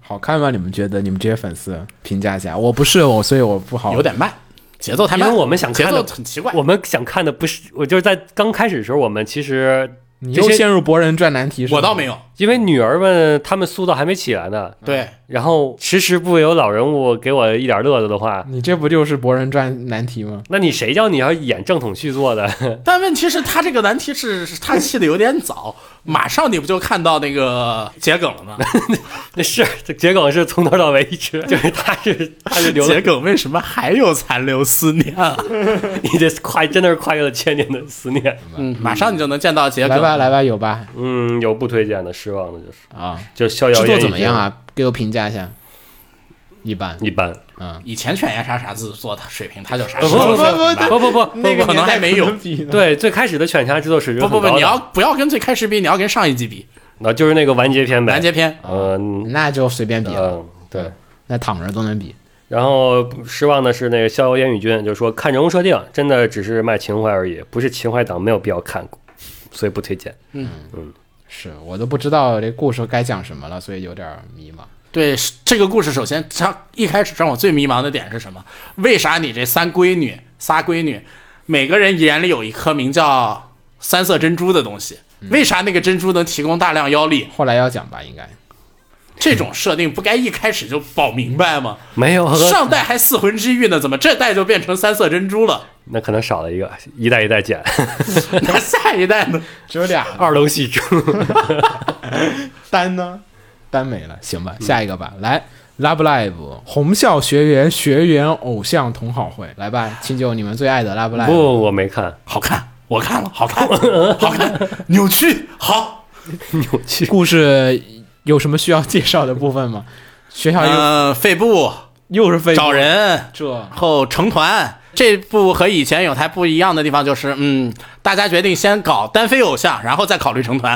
Speaker 3: 好看吗？你们觉得？你们这些粉丝评价一下，我不是我，所以我不好
Speaker 5: 有点慢，节奏太
Speaker 2: 因
Speaker 5: 慢，
Speaker 2: 为我们想
Speaker 5: 节
Speaker 2: 看
Speaker 5: 奏
Speaker 2: 的
Speaker 5: 很奇怪，
Speaker 2: 我们想看的不是，我就是在刚开始的时候，我们其实
Speaker 3: 你
Speaker 2: 这
Speaker 3: 又
Speaker 2: 些，
Speaker 3: 陷入博人转难题是吗，
Speaker 5: 我倒没有，
Speaker 2: 因为女儿们她们塑造还没起来呢，
Speaker 5: 对，
Speaker 2: 然后迟迟不有老人物给我一点乐子的话，
Speaker 3: 你这不就是博人转难题吗？
Speaker 2: 那你谁叫你要演正统续作的？
Speaker 5: 但问题是，他这个难题是是他起的有点早，马上你不就看到那个桔梗了吗？
Speaker 2: 那是这桔梗是从头到尾一直就是他是 他是留了嗯
Speaker 5: 桔梗为什么还有残留思念？
Speaker 2: 你这跨真的是跨越了千年的思念。
Speaker 5: 嗯，马上你就能见到桔
Speaker 3: 来
Speaker 5: 梗。
Speaker 3: 吧，来吧，有吧？
Speaker 2: 嗯，有不推荐的，失望的就是
Speaker 3: 啊，
Speaker 2: 就逍遥
Speaker 3: 制
Speaker 2: 宴
Speaker 3: 作
Speaker 2: 已
Speaker 3: 怎么
Speaker 2: 经
Speaker 3: 样？啊？给我评价一下，一般。
Speaker 2: 一般，
Speaker 5: 以前犬夜叉啥制作的水平，他就啥
Speaker 2: 不
Speaker 5: 制
Speaker 2: 不
Speaker 5: 作
Speaker 2: 不
Speaker 5: 水平吧。
Speaker 2: 不不不，
Speaker 5: 那个可能还没有
Speaker 3: 对，
Speaker 2: 对最开始的犬侠制作水平
Speaker 5: 不不
Speaker 2: 很
Speaker 5: 不，
Speaker 2: 高的
Speaker 5: 你要不要跟最开始比？你要跟上一季比，
Speaker 2: 那就是那个完结篇呗。
Speaker 5: 完结，篇
Speaker 2: 嗯
Speaker 3: 那就随便比了。
Speaker 5: 哦
Speaker 2: 嗯，对。
Speaker 3: 那躺着都能比。
Speaker 2: 然后失望的是那个《逍遥烟雨君》，就说看人物设定，真的只是卖情怀而已，不是情怀党，没有必要看，所以不推荐。
Speaker 3: 是我都不知道这故事该讲什么了，所以有点迷茫。
Speaker 5: 对是这个故事，首先它一开始让我最迷茫的点是什么？为啥你这三闺女、仨闺女，每个人眼里有一颗名叫三色珍珠的东西？为啥那个珍珠能提供大量妖力？
Speaker 3: 后来要讲吧，应该
Speaker 5: 这种设定不该一开始就搞明白吗？
Speaker 2: 没有，
Speaker 5: 上代还四魂之玉呢，怎么这代就变成三色珍珠了？
Speaker 2: 那可能少了一个，一代一代减，
Speaker 5: 那下一代呢？
Speaker 3: 只有俩
Speaker 2: 二龙 戏珠。
Speaker 3: 单呢，单没了，行
Speaker 5: 嗯
Speaker 3: 吧，下一个吧，来。Love Live 红校学员学员偶像同好会，来吧，清酒你们最爱的 Love
Speaker 2: 不，
Speaker 3: Live，
Speaker 2: 我没看，
Speaker 5: 好看，我看了，好看，好看，扭曲，好。
Speaker 2: 扭曲。
Speaker 3: 故事有什么需要介绍的部分吗？学校又、
Speaker 5: 嗯、废部
Speaker 3: 又是非
Speaker 5: 找，人，
Speaker 3: 这
Speaker 5: 然后成团。这部和以前有台不一样的地方就是，嗯，大家决定先搞单飞偶像，然后再考虑成团，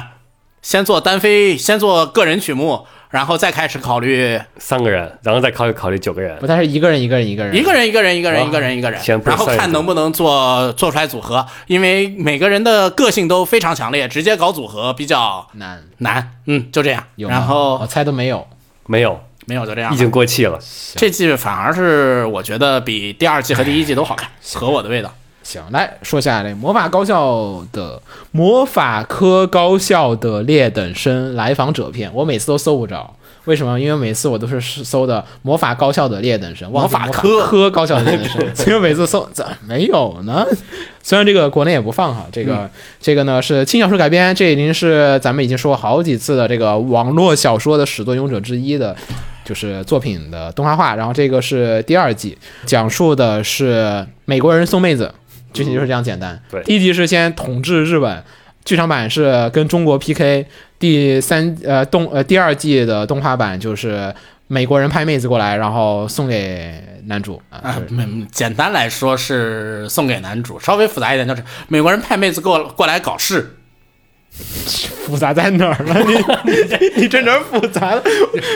Speaker 5: 先做单飞，先做个人曲目，然后再开始考虑
Speaker 2: 三个人，然后再考虑考虑九个人
Speaker 3: 不，。但是一个人一个人一个人
Speaker 5: 一个人一个人一个人一个人一个
Speaker 2: 啊先
Speaker 5: 人，
Speaker 2: 不
Speaker 5: 然后
Speaker 2: 算一
Speaker 5: 看
Speaker 2: 组
Speaker 5: 能不能做做出来组合，因为每个人的个性都非常强烈，直接搞组合比较
Speaker 3: 难
Speaker 5: 难。嗯，就这样。
Speaker 3: 有吗，
Speaker 5: 然
Speaker 3: 我
Speaker 5: 后
Speaker 3: 猜都没有，
Speaker 2: 没有，
Speaker 5: 没有就这样
Speaker 2: 已
Speaker 5: 了。
Speaker 2: 经过气了。
Speaker 5: 这季反而是我觉得比第二季和第一季都好看，合我的味道。
Speaker 3: 行，来说下来，魔法高校的魔法科高校的劣等生来访者篇，我每次都搜不着，为什么？因为每次我都是搜的魔法高校的劣等生，忘记
Speaker 5: 魔法科
Speaker 3: 科科高校的劣等生， 所以每次搜怎么没有呢？虽然这个国内也不放哈，这个、
Speaker 5: 嗯
Speaker 3: 这个呢是轻小说改编，这已经是咱们已经说过好几次的这个网络小说的始作俑者之一的。就是作品的动画化，然后这个是第二季，讲述的是美国人送妹子，剧情就是这样简单。
Speaker 2: 对
Speaker 3: 第一集是先统治日本，剧场版是跟中国 PK，第三呃动呃第二季的动画版就是美国人拍妹子过来，然后送给男主啊。
Speaker 5: 啊，没简单来说是送给男主，稍微复杂一点就是美国人派妹子过过来搞事，
Speaker 3: 复杂在哪儿了？你你你 这哪儿复杂了？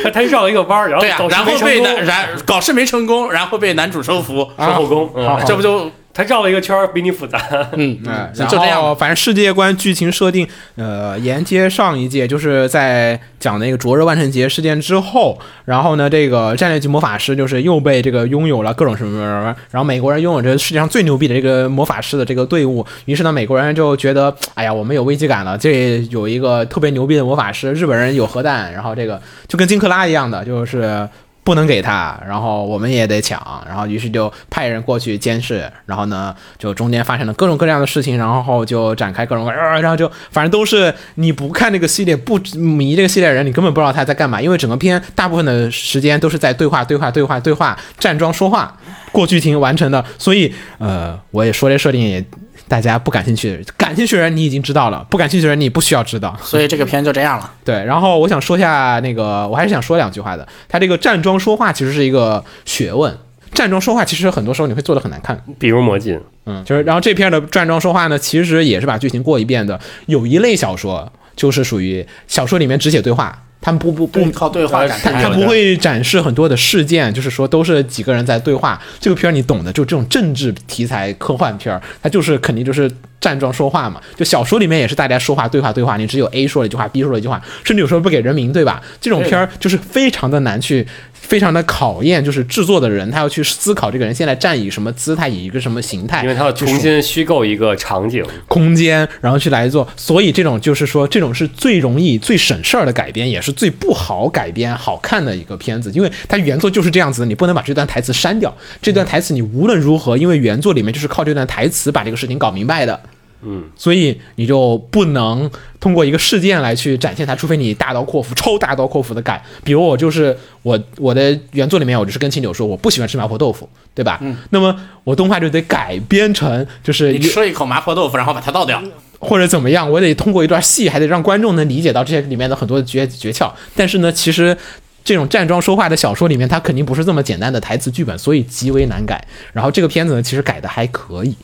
Speaker 2: 他他绕了一个弯儿，
Speaker 3: 哦
Speaker 2: 然后
Speaker 5: 对呀、
Speaker 2: 导师没
Speaker 5: 然后
Speaker 2: 成
Speaker 5: 被
Speaker 2: 功
Speaker 5: 男然搞事没成功，然后被男主收服，
Speaker 3: 啊
Speaker 2: 收后宫，嗯
Speaker 5: 啊这不就
Speaker 2: 他绕了一个圈儿，比你复杂。
Speaker 5: 嗯
Speaker 3: 嗯，
Speaker 5: 就
Speaker 3: 然
Speaker 5: 这样吧。
Speaker 3: 后反正世界观剧情设定，呃，沿接上一届，就是在讲那个灼热万圣节事件之后，然后呢，这个战略级魔法师就是又被这个拥有了各种什么什么什么，然后美国人拥有这世界上最牛逼的这个魔法师的这个队伍，于是呢，美国人就觉得，哎呀，我们有危机感了，这有一个特别牛逼的魔法师，日本人有核弹，然后这个就跟金克拉一样的，就是不能给他，然后我们也得抢，然后于是就派人过去监视，然后呢，就中间发生了各种各样的事情，然后就展开各种，呃、然后就反正都是你不看这个系列不迷这个系列的人，你根本不知道他在干嘛，因为整个片大部分的时间都是在对话、对话、对话、对话、站桩说话过剧情完成的，所以呃，我也说这设定也。大家不感兴趣，感兴趣的人你已经知道了，不感兴趣的人你不需要知道。
Speaker 5: 所以这个片就这样了，
Speaker 3: 对，然后我想说一下那个，我还是想说两句话的。他这个站桩说话其实是一个学问，站桩说话其实很多时候你会做的很难看。
Speaker 2: 比如魔镜，
Speaker 3: 嗯，就是然后这篇的站桩说话呢，其实也是把剧情过一遍的。有一类小说就是属于小说里面只写对话，他们不不不
Speaker 5: 不靠对话展
Speaker 3: 他他
Speaker 5: 开
Speaker 2: 有
Speaker 3: 不
Speaker 2: 的
Speaker 3: 会展示很多的事件，就是说都是几个人在对话。这个片儿你懂的，就这种政治题材科幻片儿，它就是肯定就是站桩说话嘛。就小说里面也是大家说话对话对话，你只有 A 说了一句话，B 说了一句话，甚至有时候不给人名，对吧？这种片儿就是非常的难去，非常的考验，就是制作的人他要去思考这个人现在站以什么姿态，以一个什么形态，
Speaker 2: 哎因为他要
Speaker 3: 去
Speaker 2: 重
Speaker 3: 说
Speaker 2: 新虚构一个场景，
Speaker 3: 空间，然后去来做。所以这种就是说，这种是最容易、最省事儿的改编，也是最不好改编好看的一个片子，因为它原作就是这样子，你不能把这段台词删掉。这段台词你无论如何，因为原作里面就是靠这段台词把这个事情搞明白的。嗯，所以你就不能通过一个事件来去展现它，除非你大刀阔斧、超大刀阔斧的改。比如我就是我我的原作里面，我就是跟清九说我不喜欢吃麻婆豆腐，对吧？嗯，那么我动画就得改编成就是
Speaker 5: 你
Speaker 3: 一
Speaker 5: 吃一口麻婆豆腐，然后把它倒掉，
Speaker 3: 或者怎么样，我得通过一段戏，还得让观众能理解到这些里面的很多的诀诀窍。但是呢，其实这种站桩说话的小说里面，它肯定不是这么简单的台词剧本，所以极为难改。然后这个片子呢，其实改的还可以。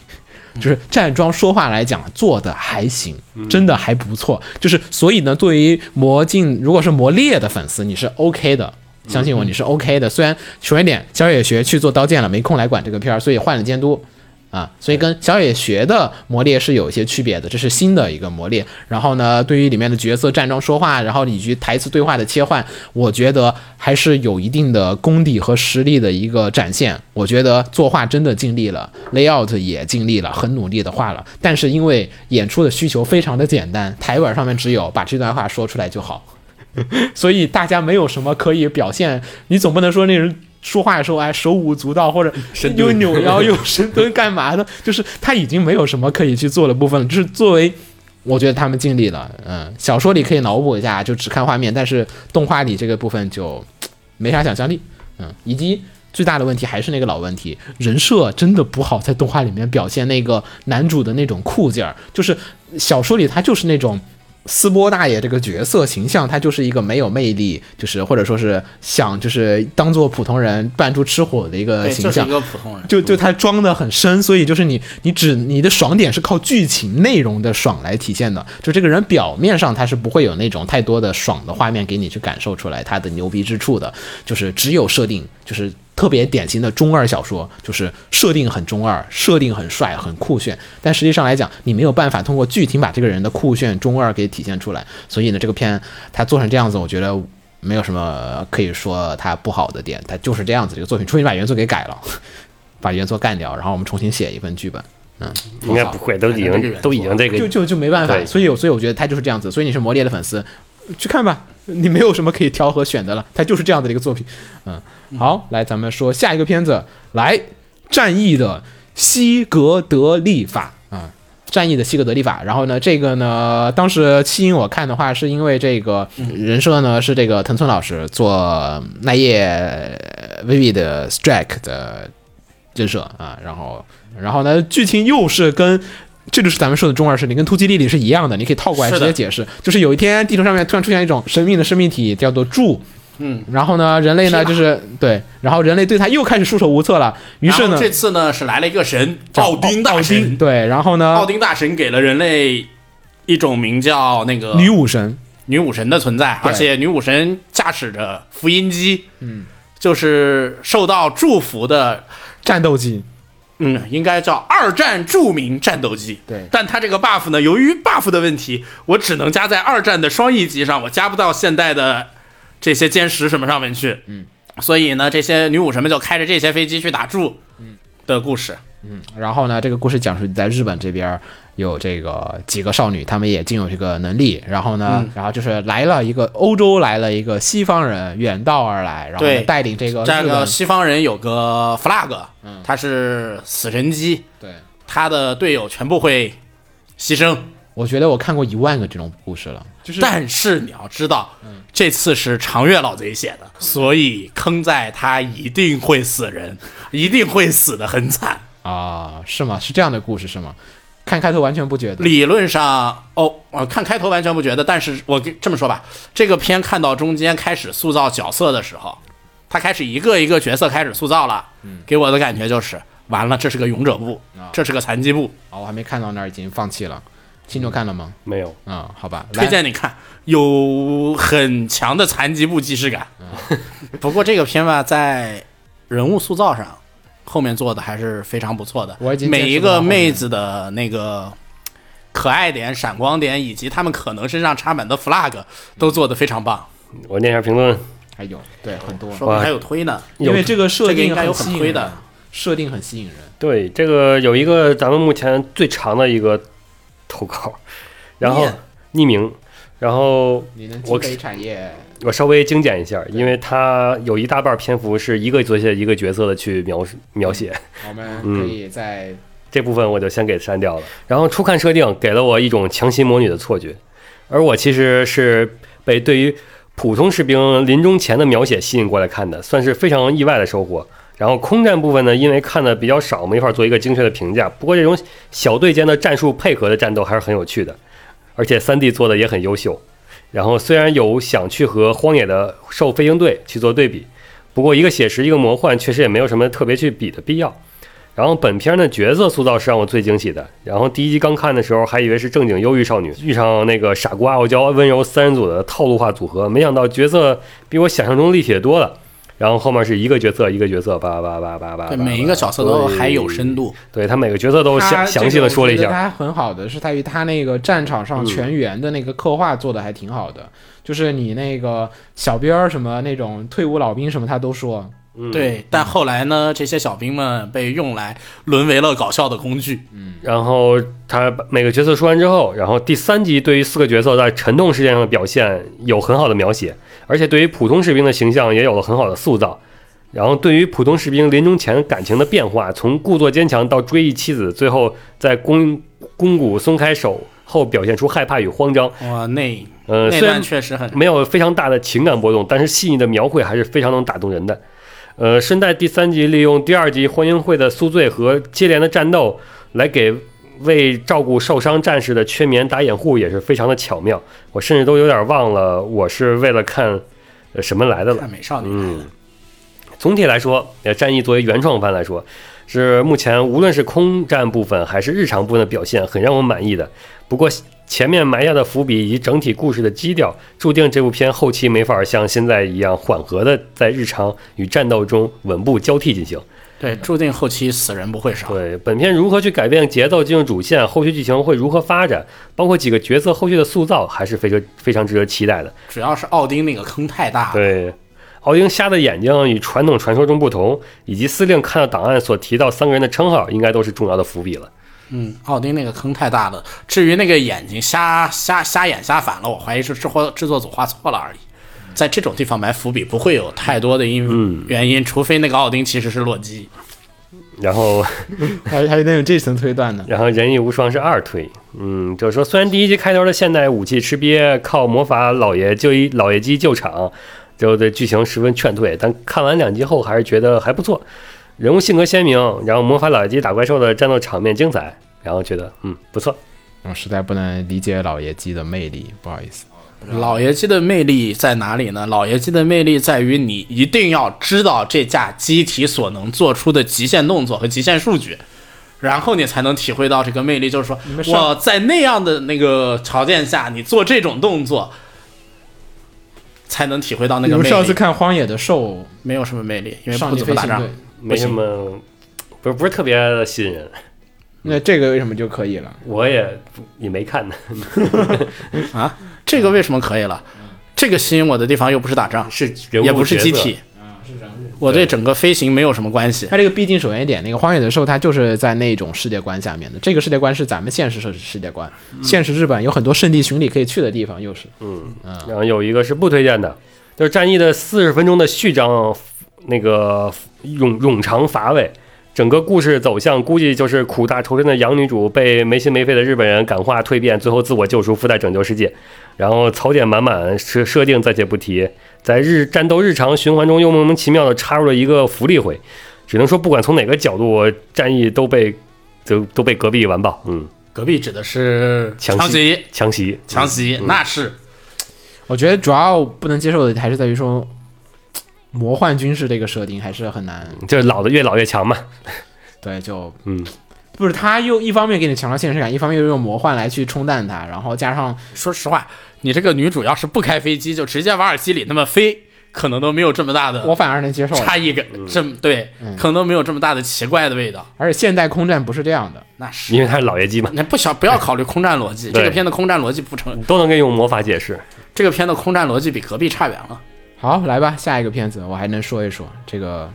Speaker 3: 就是站桩说话来讲，做的还行，真的还不错。就是所以呢，对于魔镜，如果是魔猎的粉丝，你是 OK 的，相信我，你是 OK 的。虽然说一点，小野学去做刀剑了，没空来管这个片儿，所以换了监督。啊，所以跟小野学的魔猎是有一些区别的，这是新的一个魔猎。然后呢，对于里面的角色站桩说话，然后以及台词对话的切换，我觉得还是有一定的功底和实力的一个展现。我觉得作画真的尽力了，layout 也尽力了，很努力的画了。但是因为演出的需求非常的简单，台本上面只有把这段话说出来就好。所以大家没有什么可以表现，你总不能说那人说话的时候哎手舞足蹈或者又扭腰又深蹲干嘛的，就是他已经没有什么可以去做的部分了，就是作为。我觉得他们尽力了，嗯，小说里可以脑补一下，就只看画面，但是动画里这个部分就没啥想象力，嗯，以及最大的问题还是那个老问题，人设真的不好在动画里面表现那个男主的那种酷劲儿，就是小说里他就是那种斯波大爷这个角色形象，他就是一个没有魅力，就是或者说是想就是当做普通人扮出吃火的一个
Speaker 5: 对，
Speaker 3: 呃形
Speaker 5: 就是
Speaker 3: 象
Speaker 5: 一，个普通人。嗯
Speaker 3: 就就他装的很深，所以就是你你只你的爽点是靠剧情内容的爽来体现的，就这个人表面上他是不会有那种太多的爽的画面给你去感受出来他的牛逼之处的，就是只有设定，就是特别典型的中二小说，就是设定很中二，设定很帅很酷炫，但实际上来讲你没有办法通过剧情把这个人的酷炫中二给体现出来，所以呢这个片他做成这样子，我觉得。没有什么可以说它不好的点，它就是这样子。这个作品，除非你把原作给改了，把原作干掉，然后我们重新写一份剧本。嗯，
Speaker 2: 应该不会，都已
Speaker 5: 还是这个
Speaker 2: 经
Speaker 5: 原
Speaker 2: 都已经这
Speaker 3: 就
Speaker 2: 个
Speaker 3: 就就没办法。
Speaker 2: 对
Speaker 3: 所以，所以我觉得他就是这样子。所以你是魔猎的粉丝，去看吧，你没有什么可以挑和选择了，他就是这样的一个作品。嗯，好，来咱们说下一个片子，来《战役的西格德利法》啊。战役的西格德利法，然后呢，这个呢，当时吸引我看的话，是因为这个
Speaker 5: 嗯
Speaker 3: 人设呢是这个藤村老师做奈叶呃 Vivi 的 Strike 的人设啊，然后然后呢，剧情又是跟这就是咱们说的中二势力，跟突击力里是一样的，你可以套过来
Speaker 5: 是
Speaker 3: 直
Speaker 5: 的
Speaker 3: 接解释。就是有一天地球上面突然出现一种神秘的生命体，叫做柱。
Speaker 5: 嗯，
Speaker 3: 然后呢，人类呢就是对，然后人类对他又开始束手无策了。于是
Speaker 5: 然
Speaker 3: 呢
Speaker 5: 后，这次呢是来了一个神，
Speaker 3: 叫
Speaker 5: 奥丁大神。
Speaker 3: 对，然后呢
Speaker 5: 奥，丁大神给了人类一种名叫那个
Speaker 3: 女武神
Speaker 5: 女武神的存在，
Speaker 3: 对
Speaker 5: 而且女武神驾驶着福音机，嗯，就是受到祝福的，
Speaker 3: 战斗机，
Speaker 5: 嗯，应该叫二战著名战斗机。
Speaker 3: 对
Speaker 5: 但它这个 buff 呢，由于 buff 的问题，我只能加在二战的双翼机上，我加不到现代的这些歼十什么上面去。嗯，所以呢，这些女武神们就开着这些飞机去打住。嗯，的故事。
Speaker 3: 然后呢，这个故事讲述在日本这边有这个几个少女，她们也竟有这个能力。然后呢，
Speaker 5: 嗯
Speaker 3: 然后就是来了一个欧洲来了一个西方人远道而来，然后呢
Speaker 5: 对
Speaker 3: 带领这个
Speaker 5: 这
Speaker 3: 日
Speaker 5: 个
Speaker 3: 本
Speaker 5: 西方人有个 flag，他是死神机，
Speaker 3: 对。
Speaker 5: 他的队友全部会牺牲。
Speaker 3: 我觉得我看过一万个这种故事了，就是
Speaker 5: 但是你要知道，这次是长月老贼写的，所以坑在他一定会死人， 一定会死的很惨。
Speaker 3: 啊，是吗？是这样的故事是吗？看开头完全不觉得，
Speaker 5: 理论上，哦，我看开头完全不觉得，但是我跟这么说吧，这个片看到中间开始塑造角色的时候，他开始一个一个角色开始塑造了，给我的感觉就是完了，这是个勇者部，这是个残疾部，
Speaker 3: 啊，我还没看到那儿已经放弃了。听众看了吗？
Speaker 2: 没有，
Speaker 3: 嗯，好吧，
Speaker 5: 推
Speaker 3: 来
Speaker 5: 荐你看，有很强的残疾部既视感。嗯 不过这个片吧，在人物塑造上，后面做的还是非常不错的。
Speaker 3: 我已经
Speaker 5: 每
Speaker 3: 见识
Speaker 5: 一
Speaker 3: 到
Speaker 5: 个
Speaker 3: 后面
Speaker 5: 妹子的那个可爱点、闪光点，以及她们可能身上插满的 flag，
Speaker 3: 嗯
Speaker 5: 都做的非常棒。
Speaker 2: 我念一下评论，
Speaker 3: 还有对很多，
Speaker 5: 说不定还有推呢，
Speaker 3: 因为这个设
Speaker 5: 这个
Speaker 3: 定
Speaker 5: 应该有
Speaker 3: 很吸
Speaker 5: 很
Speaker 3: 引
Speaker 5: 推
Speaker 3: 人
Speaker 5: 的。
Speaker 3: 设定很吸引人。
Speaker 2: 对这个有一个咱们目前最长的一个投稿，然后匿名，然后
Speaker 3: 你能
Speaker 2: 我
Speaker 3: 积累产业，
Speaker 2: 我稍微精简一下，因为它有一大半篇幅是一个角色一个角色的去描述描写，
Speaker 3: 我们
Speaker 5: 嗯
Speaker 3: 可以在
Speaker 2: 这部分我就先给删掉了。然后初看设定给了我一种强袭魔女的错觉，而我其实是被对于普通士兵临终前的描写吸引过来看的，算是非常意外的收获。然后空战部分呢，因为看的比较少，没法做一个精确的评价。不过这种小队间的战术配合的战斗还是很有趣的，而且三 D 做的也很优秀。然后虽然有想去和荒野的兽飞行队去做对比，不过一个写实一个魔幻，确实也没有什么特别去比的必要。然后本片的角色塑造是让我最惊喜的。然后第一集刚看的时候，还以为是正经忧郁少女遇上那个傻瓜傲娇温柔三人组的套路化组合，没想到角色比我想象中立体的多了。然后后面是一个角色一个角色，叭叭叭叭叭，
Speaker 5: 对每一个角色都还有深度。
Speaker 2: 对他每个角色都详详细的说了一下。
Speaker 3: 他很好的是在于他那个战场上全员的那个刻画做的还挺好的，就是你那个小兵儿什么那种退伍老兵什么他都说，嗯
Speaker 5: 对，但后来呢，这些小兵们被用来沦为了搞笑的工具。
Speaker 3: 嗯
Speaker 2: 然后他把每个角色说完之后，然后第三集对于四个角色在沉痛事件上的表现有很好的描写，而且对于普通士兵的形象也有了很好的塑造。然后对于普通士兵临终前感情的变化，从故作坚强到追忆妻子，最后在肱肱骨松开手后表现出害怕与慌张。
Speaker 5: 哇，那
Speaker 2: 呃，
Speaker 5: 那
Speaker 2: 虽然
Speaker 5: 段确实很
Speaker 2: 没有非常大的情感波动，但是细腻的描绘还是非常能打动人的。呃，顺带第三集利用第二集欢迎会的宿醉和接连的战斗，来给为照顾受伤战士的缺眠打掩护，也是非常的巧妙。我甚至都有点忘了我是为了看呃什么来的了
Speaker 5: 看。美少女。
Speaker 2: 嗯，总体来说，呃，战役作为原创番来说，是目前无论是空战部分还是日常部分的表现，很让我满意的。不过前面埋下的伏笔以及整体故事的基调，注定这部片后期没法像现在一样缓和的在日常与战斗中稳步交替进行。
Speaker 5: 对，注定后期死人不会少。
Speaker 2: 对，本片如何去改变节奏进入主线，后续剧情会如何发展，包括几个角色后续的塑造，还是非常非常值得期待的。
Speaker 5: 主要是奥丁那个坑太大了。
Speaker 2: 对，奥丁瞎的眼睛与传统传说中不同，以及司令看到档案所提到三个人的称号，应该都是重要的伏笔了。
Speaker 5: 嗯，奥丁那个坑太大了。至于那个眼睛瞎瞎瞎眼瞎反了，我怀疑是制作制作组画错了而已。在这种地方埋伏笔不会有太多的因、
Speaker 2: 嗯
Speaker 5: 原因，除非那个奥丁其实是洛基。
Speaker 2: 然后，。
Speaker 3: 还还有那种这层推断呢
Speaker 2: 然后《人义无双》是二推，嗯，就是说，虽然第一集开头的现代武器吃瘪，靠魔法老爷救一老爷机救场，就对剧情十分劝退，但看完两集后还是觉得还不错，人物性格鲜明，然后魔法老爷机打怪兽的战斗场面精彩，然后觉得嗯不错，
Speaker 3: 我实在不能理解老爷机的魅力，不好意思。
Speaker 5: 老爷机的魅力在哪里呢？老爷机的魅力在于你一定要知道这架机体所能做出的极限动作和极限数据，然后你才能体会到这个魅力。就是说，
Speaker 3: 们上
Speaker 5: 我在那样的那个条件下，你做这种动作，才能体会到那
Speaker 3: 你
Speaker 5: 个
Speaker 3: 们
Speaker 5: 魅
Speaker 3: 上次
Speaker 5: 力。
Speaker 3: 看《荒野的兽
Speaker 5: 没有什么魅力，因》为
Speaker 3: 少
Speaker 5: 不
Speaker 3: 女
Speaker 5: 怎么
Speaker 3: 飞
Speaker 5: 打
Speaker 3: 行
Speaker 5: 仗
Speaker 3: 队。，
Speaker 2: 没什么，不是不是特别的吸引人，
Speaker 3: 那这个为什么就可以了？
Speaker 2: 我也不也没看呢，
Speaker 5: 啊，这个为什么可以了？这个吸引我的地方又不是打仗，
Speaker 2: 是人物
Speaker 5: 也不是
Speaker 2: 角
Speaker 5: 机
Speaker 2: 色
Speaker 5: 体，我对整个飞行没有什么关系。
Speaker 3: 它这个毕竟首先一点，那个《荒野的兽》它就是在那种世界观下面的，这个世界观是咱们现实设世界观，
Speaker 5: 嗯
Speaker 3: 现实日本有很多圣地巡礼可以去的地方，又是
Speaker 2: 然后啊有一个是不推荐的，就是《战役》的四十分钟的序章，那个冗冗长乏味，整个故事走向估计就是苦大仇深的洋女主被没心没肺的日本人感化蜕变，最后自我救赎，附带拯救世界。然后槽点满满，设设定暂且不提，在日战斗日常循环中又莫名其妙的插入了一个福利会，只能说不管从哪个角度，《战役》都被都都被隔壁完爆，嗯，
Speaker 5: 隔壁指的是
Speaker 2: 强
Speaker 5: 袭，
Speaker 2: 强袭，
Speaker 5: 强袭，那是
Speaker 3: 我觉得主要不能接受的还是在于说，魔幻军事这个设定还是很难，
Speaker 2: 就是老的越老越强嘛，
Speaker 3: 对，就
Speaker 2: 嗯。
Speaker 3: 不是他又一方面给你强调现实感，一方面又用魔幻来去冲淡它，然后加上
Speaker 5: 说实话，你这个女主要是不开飞机，就直接瓦尔基里那么飞，可能都没有这么大
Speaker 3: 我
Speaker 5: 的
Speaker 3: 反而能接受了，
Speaker 5: 差异感，这么对，
Speaker 2: 嗯
Speaker 5: 可能都没有这么大的奇怪的味道。
Speaker 3: 而且现代空战不是这样的，
Speaker 5: 那是
Speaker 2: 因为它是老爷 机嘛，
Speaker 5: 那不小，不要考虑空战逻辑，
Speaker 2: 对嗯
Speaker 5: 这个片的空战逻辑不成，
Speaker 2: 都能给你用魔法解释。
Speaker 5: 这个片的空战逻辑比隔壁差远了。
Speaker 3: 好，来吧，下一个片子我还能说一说这个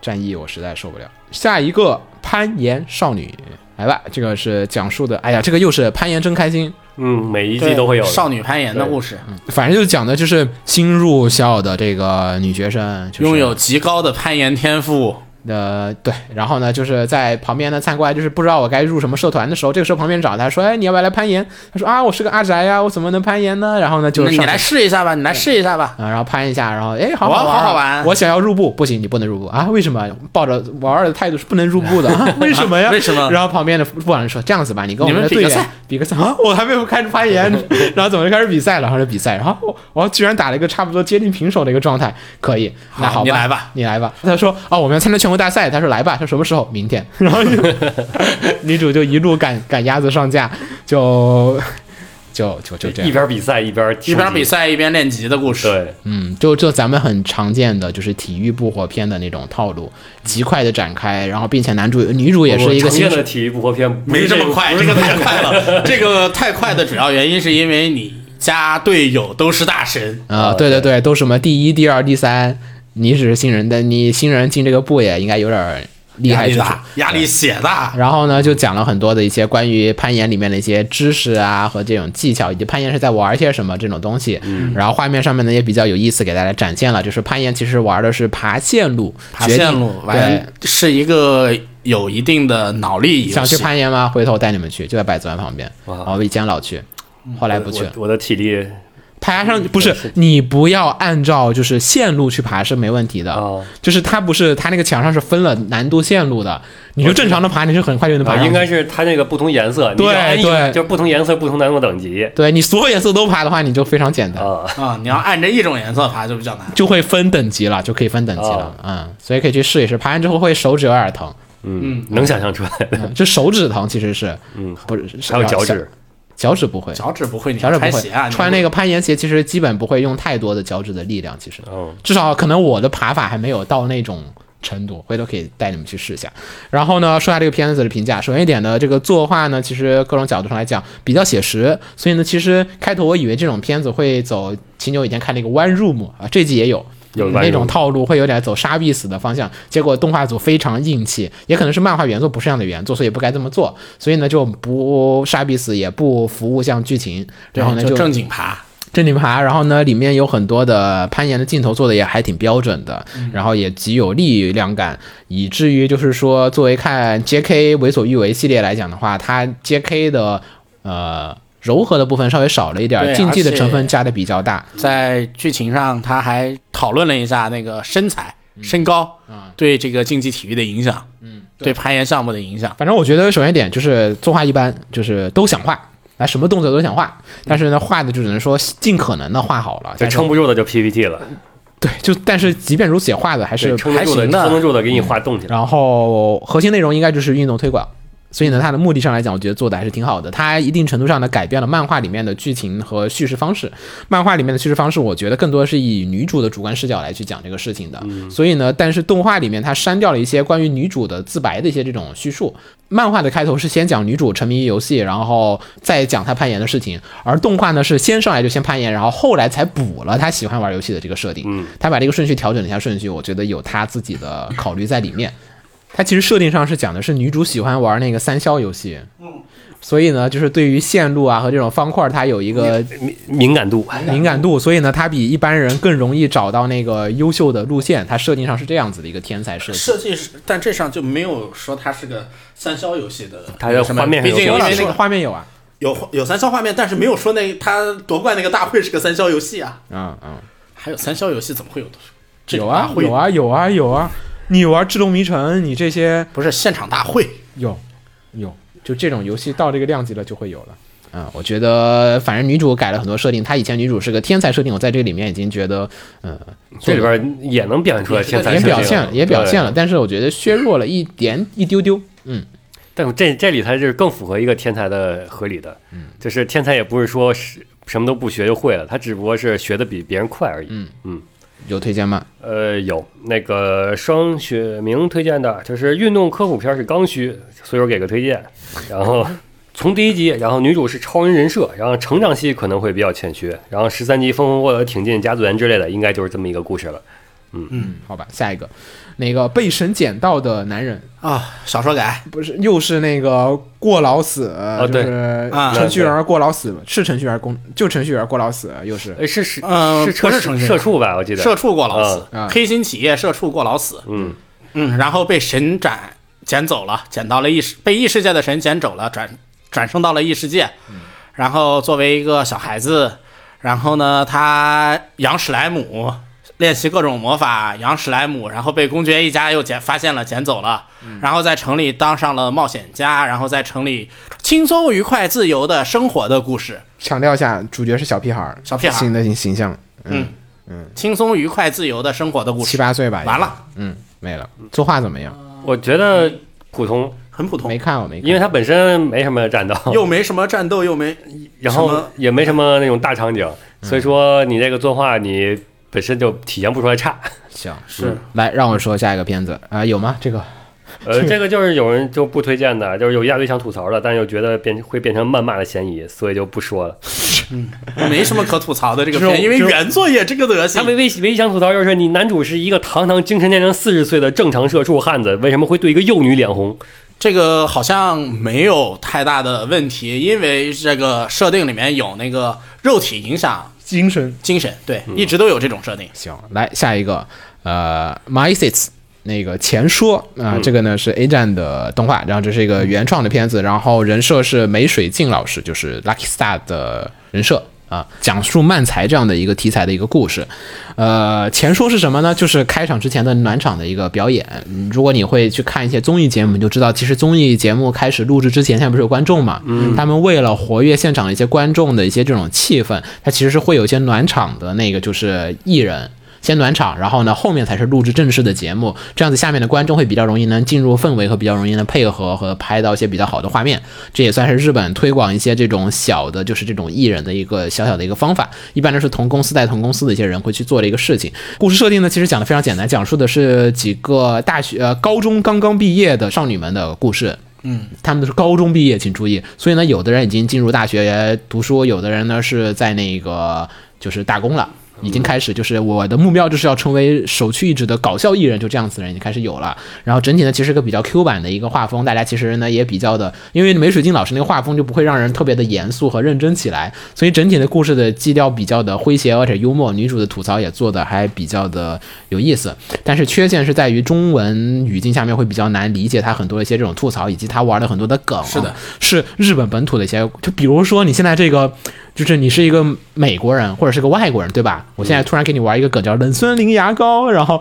Speaker 3: 战役，我实在受不了。下一个攀岩少女，来吧，这个是讲述的，哎呀，这个又是攀岩真开心，
Speaker 2: 嗯，每一
Speaker 5: 一
Speaker 2: 季都会有的
Speaker 5: 少女攀岩的故事，
Speaker 3: 反正就是讲的就是新入校的这个女学生，就是、
Speaker 5: 拥有极高的攀岩天赋，
Speaker 3: 呃对，然后呢就是在旁边呢参观，就是不知道我该入什么社团的时候，这个时候旁边找他说，哎，你要不要来攀岩？他说啊，我是个阿宅呀、我怎么能攀岩呢？然后呢就
Speaker 5: 那你
Speaker 3: 上
Speaker 5: 来试一下吧，你来试一下吧。
Speaker 3: 啊，然后攀一下，然后哎，好
Speaker 5: 我
Speaker 3: 好玩啊，
Speaker 5: 好好玩
Speaker 3: 我想要入部，不行，你不能入部啊？为什么？抱着玩儿的态度是不能入部的，啊、为什么呀？
Speaker 5: 啊 为什么
Speaker 3: 然后旁边的副长说：“这样子吧，你跟我
Speaker 5: 你
Speaker 3: 们
Speaker 5: 们
Speaker 3: 的
Speaker 5: 比
Speaker 3: 队
Speaker 5: 个
Speaker 3: 员
Speaker 5: 赛
Speaker 3: 比个赛啊！”我还没有开始攀 岩，然后怎么就开始比赛了？然后就比赛，然后我我居然打了一个差不多接近平手的一个状态，可以，那
Speaker 5: 好
Speaker 3: 好，
Speaker 5: 你来吧，
Speaker 3: 你来吧。他说：“哦，我们要参加全国大赛。”他说：“来吧。”他说：“什么时候？明天。”然后就 女主就一路赶赶鸭子上架，就就就就这样
Speaker 2: 一。边比赛一边
Speaker 5: 一
Speaker 2: 一
Speaker 5: 边比，赛一边练级的故事，
Speaker 2: 对，
Speaker 3: 嗯，就就咱们很常见的就是体育不活片的那种套路，极快的展开，然后并且男主女主也是一个
Speaker 2: 常
Speaker 3: 新
Speaker 2: 见的
Speaker 3: 手，
Speaker 2: 体育不活片，
Speaker 5: 没这么快，
Speaker 2: 不
Speaker 5: 这
Speaker 2: 是
Speaker 5: 个太快了。这个太快的主要原因是因为你家队友都是大神，
Speaker 3: 啊，
Speaker 2: 啊
Speaker 3: 对对
Speaker 2: 对
Speaker 3: 对，都什么第一、第二、第三，你只是新人，但你新人进这个部也应该有点厉
Speaker 5: 压
Speaker 3: 害
Speaker 5: 力
Speaker 3: 之处。
Speaker 5: 大，压力血大。
Speaker 3: 然后呢，就讲了很多的一些关于攀岩里面的一些知识啊和这种技巧，以及攀岩是在玩些什么这种东西。
Speaker 5: 嗯
Speaker 3: 然后画面上面呢也比较有意思，给大家展现了，就是攀岩其实玩的是爬线路，
Speaker 5: 爬
Speaker 3: 决定
Speaker 5: 线路
Speaker 3: 对
Speaker 5: 完，是一个有一定的脑力游
Speaker 3: 想去
Speaker 5: 戏。
Speaker 3: 攀岩吗？回头带你们去，就在百子湾旁边。
Speaker 2: 哇
Speaker 3: 啊，我以前老去，后来不去了。
Speaker 2: 我我嗯的体力
Speaker 3: 爬上不是你不要按照就是线路去爬是没问题的，
Speaker 2: 哦
Speaker 3: 就是它不是它那个墙上是分了难度线路的，你就正常的爬，你是很快就能爬
Speaker 2: 啊，
Speaker 3: 上去。
Speaker 2: 应该是它那个不同颜色，你
Speaker 3: 对
Speaker 2: 要按一
Speaker 3: 对
Speaker 2: 就是不同颜色不同难度等级
Speaker 3: 对你所有颜色都爬的话，你就非常简单，
Speaker 2: 啊，
Speaker 5: 啊、你要按着一种颜色爬就比较难。
Speaker 3: 就会分等级了，就可以分等级
Speaker 2: 哦
Speaker 3: 了。嗯，所以可以去试一试，爬完之后会手指有点疼，
Speaker 2: 嗯，能想象出来的，
Speaker 3: 嗯就手指疼其实是，嗯，不是啊
Speaker 2: 还有脚趾，，
Speaker 3: 脚趾不会，
Speaker 5: 脚趾不会，你
Speaker 3: 脚趾不
Speaker 5: 穿
Speaker 3: 会
Speaker 5: 鞋啊？，
Speaker 3: 穿那
Speaker 5: 个
Speaker 3: 个攀岩鞋其实基本不会用太多的脚趾的力量，其实，
Speaker 2: 嗯，
Speaker 3: 至少可能我的爬法还没有到那种程度，回头可以带你们去试一下。然后呢，说下这个片子的评价，首先一点呢，这个作画呢，其实各种角度上来讲比较写实，所以呢，其实开头我以为这种片子会走秦九以前看那个《One Room》啊，这季也有。
Speaker 2: 有
Speaker 3: 嗯
Speaker 2: One
Speaker 3: 那种
Speaker 2: Room
Speaker 3: 套路会有点走杀必死的方向，结果动画组非常硬气，也可能是漫画原作不是这样的原作，所以不该这么做，所以呢就不杀必死，也不服务像剧情，然
Speaker 2: 哎
Speaker 3: 后呢
Speaker 5: 就正经爬。
Speaker 3: 正经爬，然后呢，里面有很多的攀岩的镜头做的也还挺标准的，
Speaker 2: 嗯
Speaker 3: 然后也极有力量感，以至于就是说，作为看 J.K. 为所欲为系列来讲的话，它 J.K. 的呃柔和的部分稍微少了一点儿，
Speaker 5: 对
Speaker 3: 竞技的
Speaker 5: 而且
Speaker 3: 成分加的比较大。
Speaker 5: 在剧情上，他
Speaker 3: 啊
Speaker 5: 还讨论了一下那个身材、身高对这个竞技体育的影响。嗯，对攀岩项目的影响。
Speaker 3: 反正我觉得首先一点就是作画一般，就是都想画，那什么动作都想画，但是呢画的就只能说尽可能的画好了，
Speaker 2: 就
Speaker 3: 但是
Speaker 2: 嗯撑不住的就 PPT 了，
Speaker 3: 对，就但是即便如此也画的还是
Speaker 2: 对，撑得住的
Speaker 5: 还行的
Speaker 2: 撑得住的给你画动起来。
Speaker 3: 然后核心内容应该就是运动推广。所以呢，它的目的上来讲，我觉得做的还是挺好的。它一定程度上呢改变了漫画里面的剧情和叙事方式。漫画里面的叙事方式，我觉得更多是以女主的主观视角来去讲这个事情的。所以呢，但是动画里面它删掉了一些关于女主的自白的一些这种叙述。漫画的开头是先讲女主沉迷于游戏，然后再讲她攀岩的事情，而动画呢是先上来就先攀岩，然后后来才补了她喜欢玩游戏的这个设定。嗯，他把这个顺序调整了一下顺序，我觉得有他自己的考虑在里面。它其实设定上是讲的是女主喜欢玩那个三消游戏，嗯，所以呢，就是对于线路啊和这种方块，它有一个
Speaker 5: 嗯
Speaker 2: 敏敏感度，哎
Speaker 3: 敏感度，所以呢，它比一般人更容易找到那个优秀的路线。它设定上是这样子的一个天才设计。
Speaker 5: 设计是，但这上就没有说它是个三消游戏的，
Speaker 2: 它的画面上
Speaker 5: 毕竟
Speaker 2: 有
Speaker 5: 因
Speaker 2: 因
Speaker 5: 为那
Speaker 3: 说
Speaker 5: 个
Speaker 3: 画面有啊，
Speaker 5: 有有三消画面，但是没有说那他夺冠那个大会是个三消游戏啊。
Speaker 3: 嗯嗯，
Speaker 5: 还有三消游戏怎么会有？这
Speaker 3: 有
Speaker 5: 种
Speaker 3: 啊
Speaker 5: 大会
Speaker 3: 有，啊有啊有啊，你玩《智龙迷城》，你这些
Speaker 5: 不是现场大会，
Speaker 3: 有有，就这种游戏到这个量级了就会有了。嗯，我觉得反正女主改了很多设定，她以前女主是个天才设定，我在这个里面已经觉得，嗯，
Speaker 2: 这里边也能表现出来天才
Speaker 3: 也
Speaker 2: 设计
Speaker 3: 表现了，也表现了，但是我觉得削弱了一点一丢丢。嗯，
Speaker 2: 但这这里它就是更符合一个天才的合理的，就是天才也不是说是什么都不学就会了，他只不过是学的比别人快而已。嗯
Speaker 3: 有推荐吗？
Speaker 2: 呃，有那个双雪明推荐的，就是运动科普片是刚需，所以我给个推荐。然后从第一集，然后女主是超人人设，然后成长系可能会比较欠缺，然后十三集风风火火地挺进家族园之类的，应该就是这么一个故事了。
Speaker 3: 嗯，好吧，下一个，那个被神捡到的男人，
Speaker 5: 啊，小说改
Speaker 3: 不是又是那个过劳死，就
Speaker 2: 对
Speaker 3: 是
Speaker 5: 啊
Speaker 3: 程序员过劳死，是程序员工，就程序员过劳死，又是
Speaker 2: 呃，是是
Speaker 5: 呃
Speaker 2: 是社
Speaker 5: 不是程序员
Speaker 2: 社畜吧？我记得
Speaker 5: 社畜过劳死啊
Speaker 3: 嗯，
Speaker 5: 黑心企业社畜过劳死，
Speaker 2: 嗯，
Speaker 5: 嗯，然后被神斩捡走了，捡到了异世，被异世界的神捡走了，转转生到了异世界，然后作为一个小孩子，然后呢，他养史莱姆，练习各种魔法，养史莱姆，然后被公爵一家又捡发现了，捡走了，然后在城里当上了冒险家，然后在城里轻松愉快、自由的生活的故事，
Speaker 3: 强调一下，主角是小屁孩儿，
Speaker 5: 小屁孩儿
Speaker 3: 新的形形象，嗯，
Speaker 5: 轻松愉快、自由的生活的故
Speaker 3: 七
Speaker 5: 事，
Speaker 3: 八岁吧，
Speaker 5: 完了，哦
Speaker 3: 嗯，没了。作画怎么样？
Speaker 2: 我觉得普通，
Speaker 5: 很普
Speaker 3: 没
Speaker 5: 通，
Speaker 3: 看，我没看，
Speaker 2: 因为它本身没什么战斗，
Speaker 5: 又没什么战斗，又没
Speaker 2: 然
Speaker 5: 什
Speaker 2: 后
Speaker 5: 么
Speaker 2: 也没什么那种大场景，所以说你这个作画你本身就体现不出来差。
Speaker 3: 行
Speaker 5: 是
Speaker 3: 来让我说下一个片子啊、有吗？这个
Speaker 2: 呃，这个就是有人就不推荐的，就是有一大堆想吐槽的，但又觉得变会变成谩骂的嫌疑，所以就不说了。
Speaker 5: 没什么可吐槽的这个
Speaker 3: 就是
Speaker 5: 片，因为
Speaker 3: 就是
Speaker 5: 原作也这个德
Speaker 2: 他
Speaker 5: 行。
Speaker 2: 唯唯唯一想吐槽就是你男主是一个堂堂精神年龄四十岁的正常社畜汉子，为什么会对一个幼女脸红？嗯
Speaker 5: 这个好像没有太大的问题，因为这个设定里面有那个肉体影响
Speaker 3: 精神
Speaker 5: 精神，对，
Speaker 3: 嗯
Speaker 5: 一直都有这种设定。
Speaker 3: 行，来下一个，呃 m y s i t s 那个前说啊、这个呢是 A 站的动画，然后这是一个原创的片子，然后人设是梅水静老师，就是 Lucky Star 的人设啊，讲述漫才这样的一个题材的一个故事。呃，前说是什么呢？就是开场之前的暖场的一个表演。嗯如果你会去看一些综艺节目，你就知道，其实综艺节目开始录制之前，现在不是有观众嘛？嗯，他们为了活跃现场的一些观众的一些这种气氛，它其实是会有一些暖场的那个，就是艺人。先暖场，然后呢，后面才是录制正式的节目，这样子下面的观众会比较容易能进入氛围和比较容易能配合和拍到一些比较好的画面。这也算是日本推广一些这种小的，就是这种艺人的一个小小的一个方法。一般都是同公司带同公司的一些人会去做的一个事情。故事设定呢，其实讲的非常简单，讲述的是几个大学、呃、高中刚刚毕业的少女们的故事。他们都是高中毕业，请注意。所以呢，有的人已经进入大学读书，有的人呢是在那个就是打工了。已经开始，就是我的目标就是要成为首屈一指的搞笑艺人，就这样子的人已经开始有了。然后整体呢，其实是个比较 Q 版的一个画风，大家其实呢也比较的，因为梅水晶老师那个画风就不会让人特别的严肃和认真起来，所以整体的故事的基调比较的诙谐而且幽默，女主的吐槽也做的还比较的有意思。但是缺陷是在于中文语境下面会比较难理解她很多的一些这种吐槽，以及她玩的很多的梗。啊
Speaker 5: 是的，
Speaker 3: 是日本本土的一些，就比如说你现在这个，就是你是一个美国人或者
Speaker 5: 嗯
Speaker 3: 是个外国人，对吧？我现在突然给你玩一个梗叫冷酸灵牙膏，然后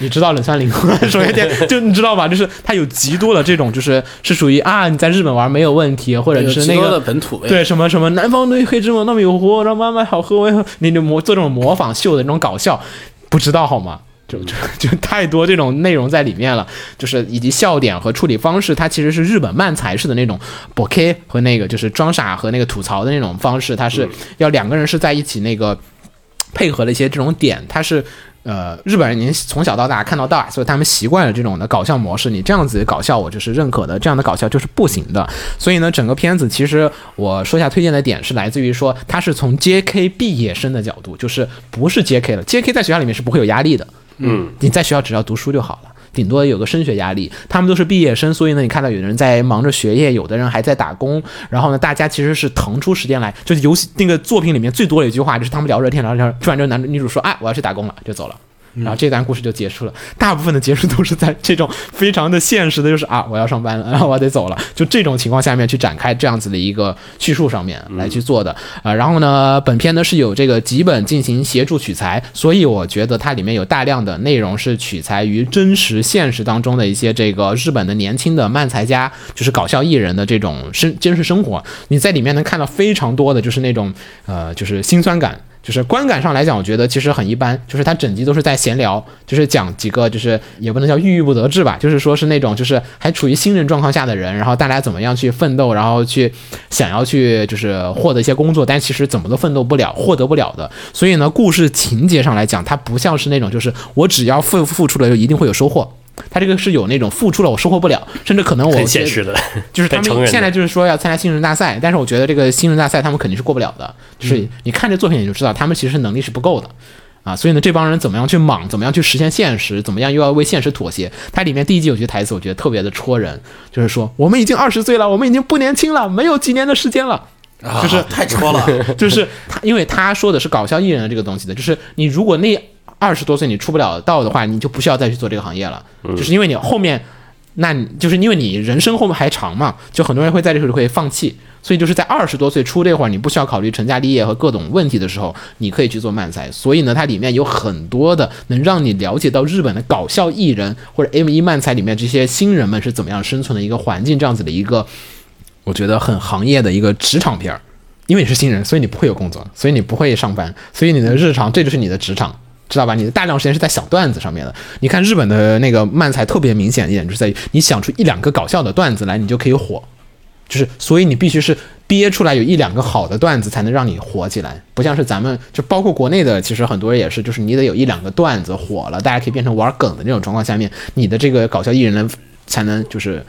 Speaker 3: 你知道冷三零首先点就你知道吧？就是它有极多的这种，就是是属于啊，你在日本玩没有问题，或者
Speaker 5: 有
Speaker 3: 是
Speaker 5: 极
Speaker 3: 那
Speaker 5: 多的
Speaker 3: 个
Speaker 5: 本土味。
Speaker 3: 对什么什么南方的黑芝麻糯米糊，让妈妈好喝，我也你就模做这种模仿秀的那种搞笑，不知道好吗？就就就太多这种内容在里面了，就是以及笑点和处理方式，它其实是日本漫才式的那种 b o k 和那个就是装傻和那个吐槽的那种方式，它是要两个人是在一起那个配合了一些这种点，它是。呃，日本人您从小到大看到大，所以他们习惯了这种的搞笑模式。你这样子搞笑，我就是认可的；这样的搞笑就是不行的。所以呢，整个片子其实我说一下推荐的点是来自于说，它是从 J.K. 毕业生的角度，就是不是 J.K. 了。J.K. 在学校里面是不会有压力的，
Speaker 2: 嗯，
Speaker 3: 你在学校只要读书就好了。顶多有个升学压力，他们都是毕业生，所以呢，你看到有的人在忙着学业，有的人还在打工，然后呢，大家其实是腾出时间来，就是游戏那个作品里面最多的一句话就是他们聊着天聊着天，突然就男女主说，哎，我要去打工了，就走了。然后这段故事就结束了，大部分的结束都是在这种非常的现实的，就是啊，我要上班了， 然后我得走了，就这种情况下面去展开这样子的一个叙述上面来去做的啊、呃然后呢，本片呢是有这个几本进行协助取材，所以我觉得它里面有大量的内容是取材于真实现实当中的一些这个日本的年轻的漫才家，就是搞笑艺人的这种生真实生活。你在里面能看到非常多的就是那种呃，就是辛酸感。就是观感上来讲，我觉得其实很一般。就是它整集都是在闲聊，就是讲几个，就是也不能叫郁郁不得志吧，就是说是那种就是还处于新人状况下的人，然后大家怎么样去奋斗，然后去想要去就是获得一些工作，但其实怎么都奋斗不了，获得不了的。所以呢，故事情节上来讲，它不像是那种就是我只要付付出了就一定会有收获。它这个是有那种付出了我收获不了，甚至可能我
Speaker 2: 很现实的，
Speaker 3: 就是他
Speaker 2: 很成人
Speaker 3: 们
Speaker 2: 的
Speaker 3: 现在就是说要参加新人大赛，但是我觉得这个新人大赛他们肯定是过不了的。就是你看这作品你就知道，他们其实能力是不够的啊。所以呢，这帮人怎么样去莽，怎么样去实现现实，怎么样又要为现实妥协。它里面第一集有句台词，我觉得特别的戳人，就是说我们已经二十岁了，我们已经不年轻了，没有几年的时间了。
Speaker 5: 啊，
Speaker 3: 就是
Speaker 5: 太 戳了。
Speaker 3: 就是他，因为他说的是搞笑艺人的这个东西的，就是你如果那二十多岁你出不了道的话，你就不需要再去做这个行业了，就是因为你后面，那你就是因为你人生后面还长嘛，就很多人会在这时候会放弃，所以就是在二十多岁出这会儿，你不需要考虑成家立业和各种问题的时候，你可以去做漫才。所以呢，它里面有很多的能让你了解到日本的搞笑艺人或者 M 一漫才里面这些新人们是怎么样生存的一个环境，这样子的一个。我觉得很行业的一个职场片儿，因为你是新人，所以你不会有工作，所以你不会上班，所以你的日常这就是你的职场，知道吧？你的大量时间是在想段子上面的。你看日本的那个漫才特别明显一点，就是在于你想出一两个搞笑的段子来，你就可以火。就是，所以你必须是憋出来有一两个好的段子，才能让你火起来。不像是咱们，就包括国内的，其实很多人也是，就是你得有一两个段子火了，大家可以变成玩梗的那种状况下面，你的这个搞笑艺人呢，才能就是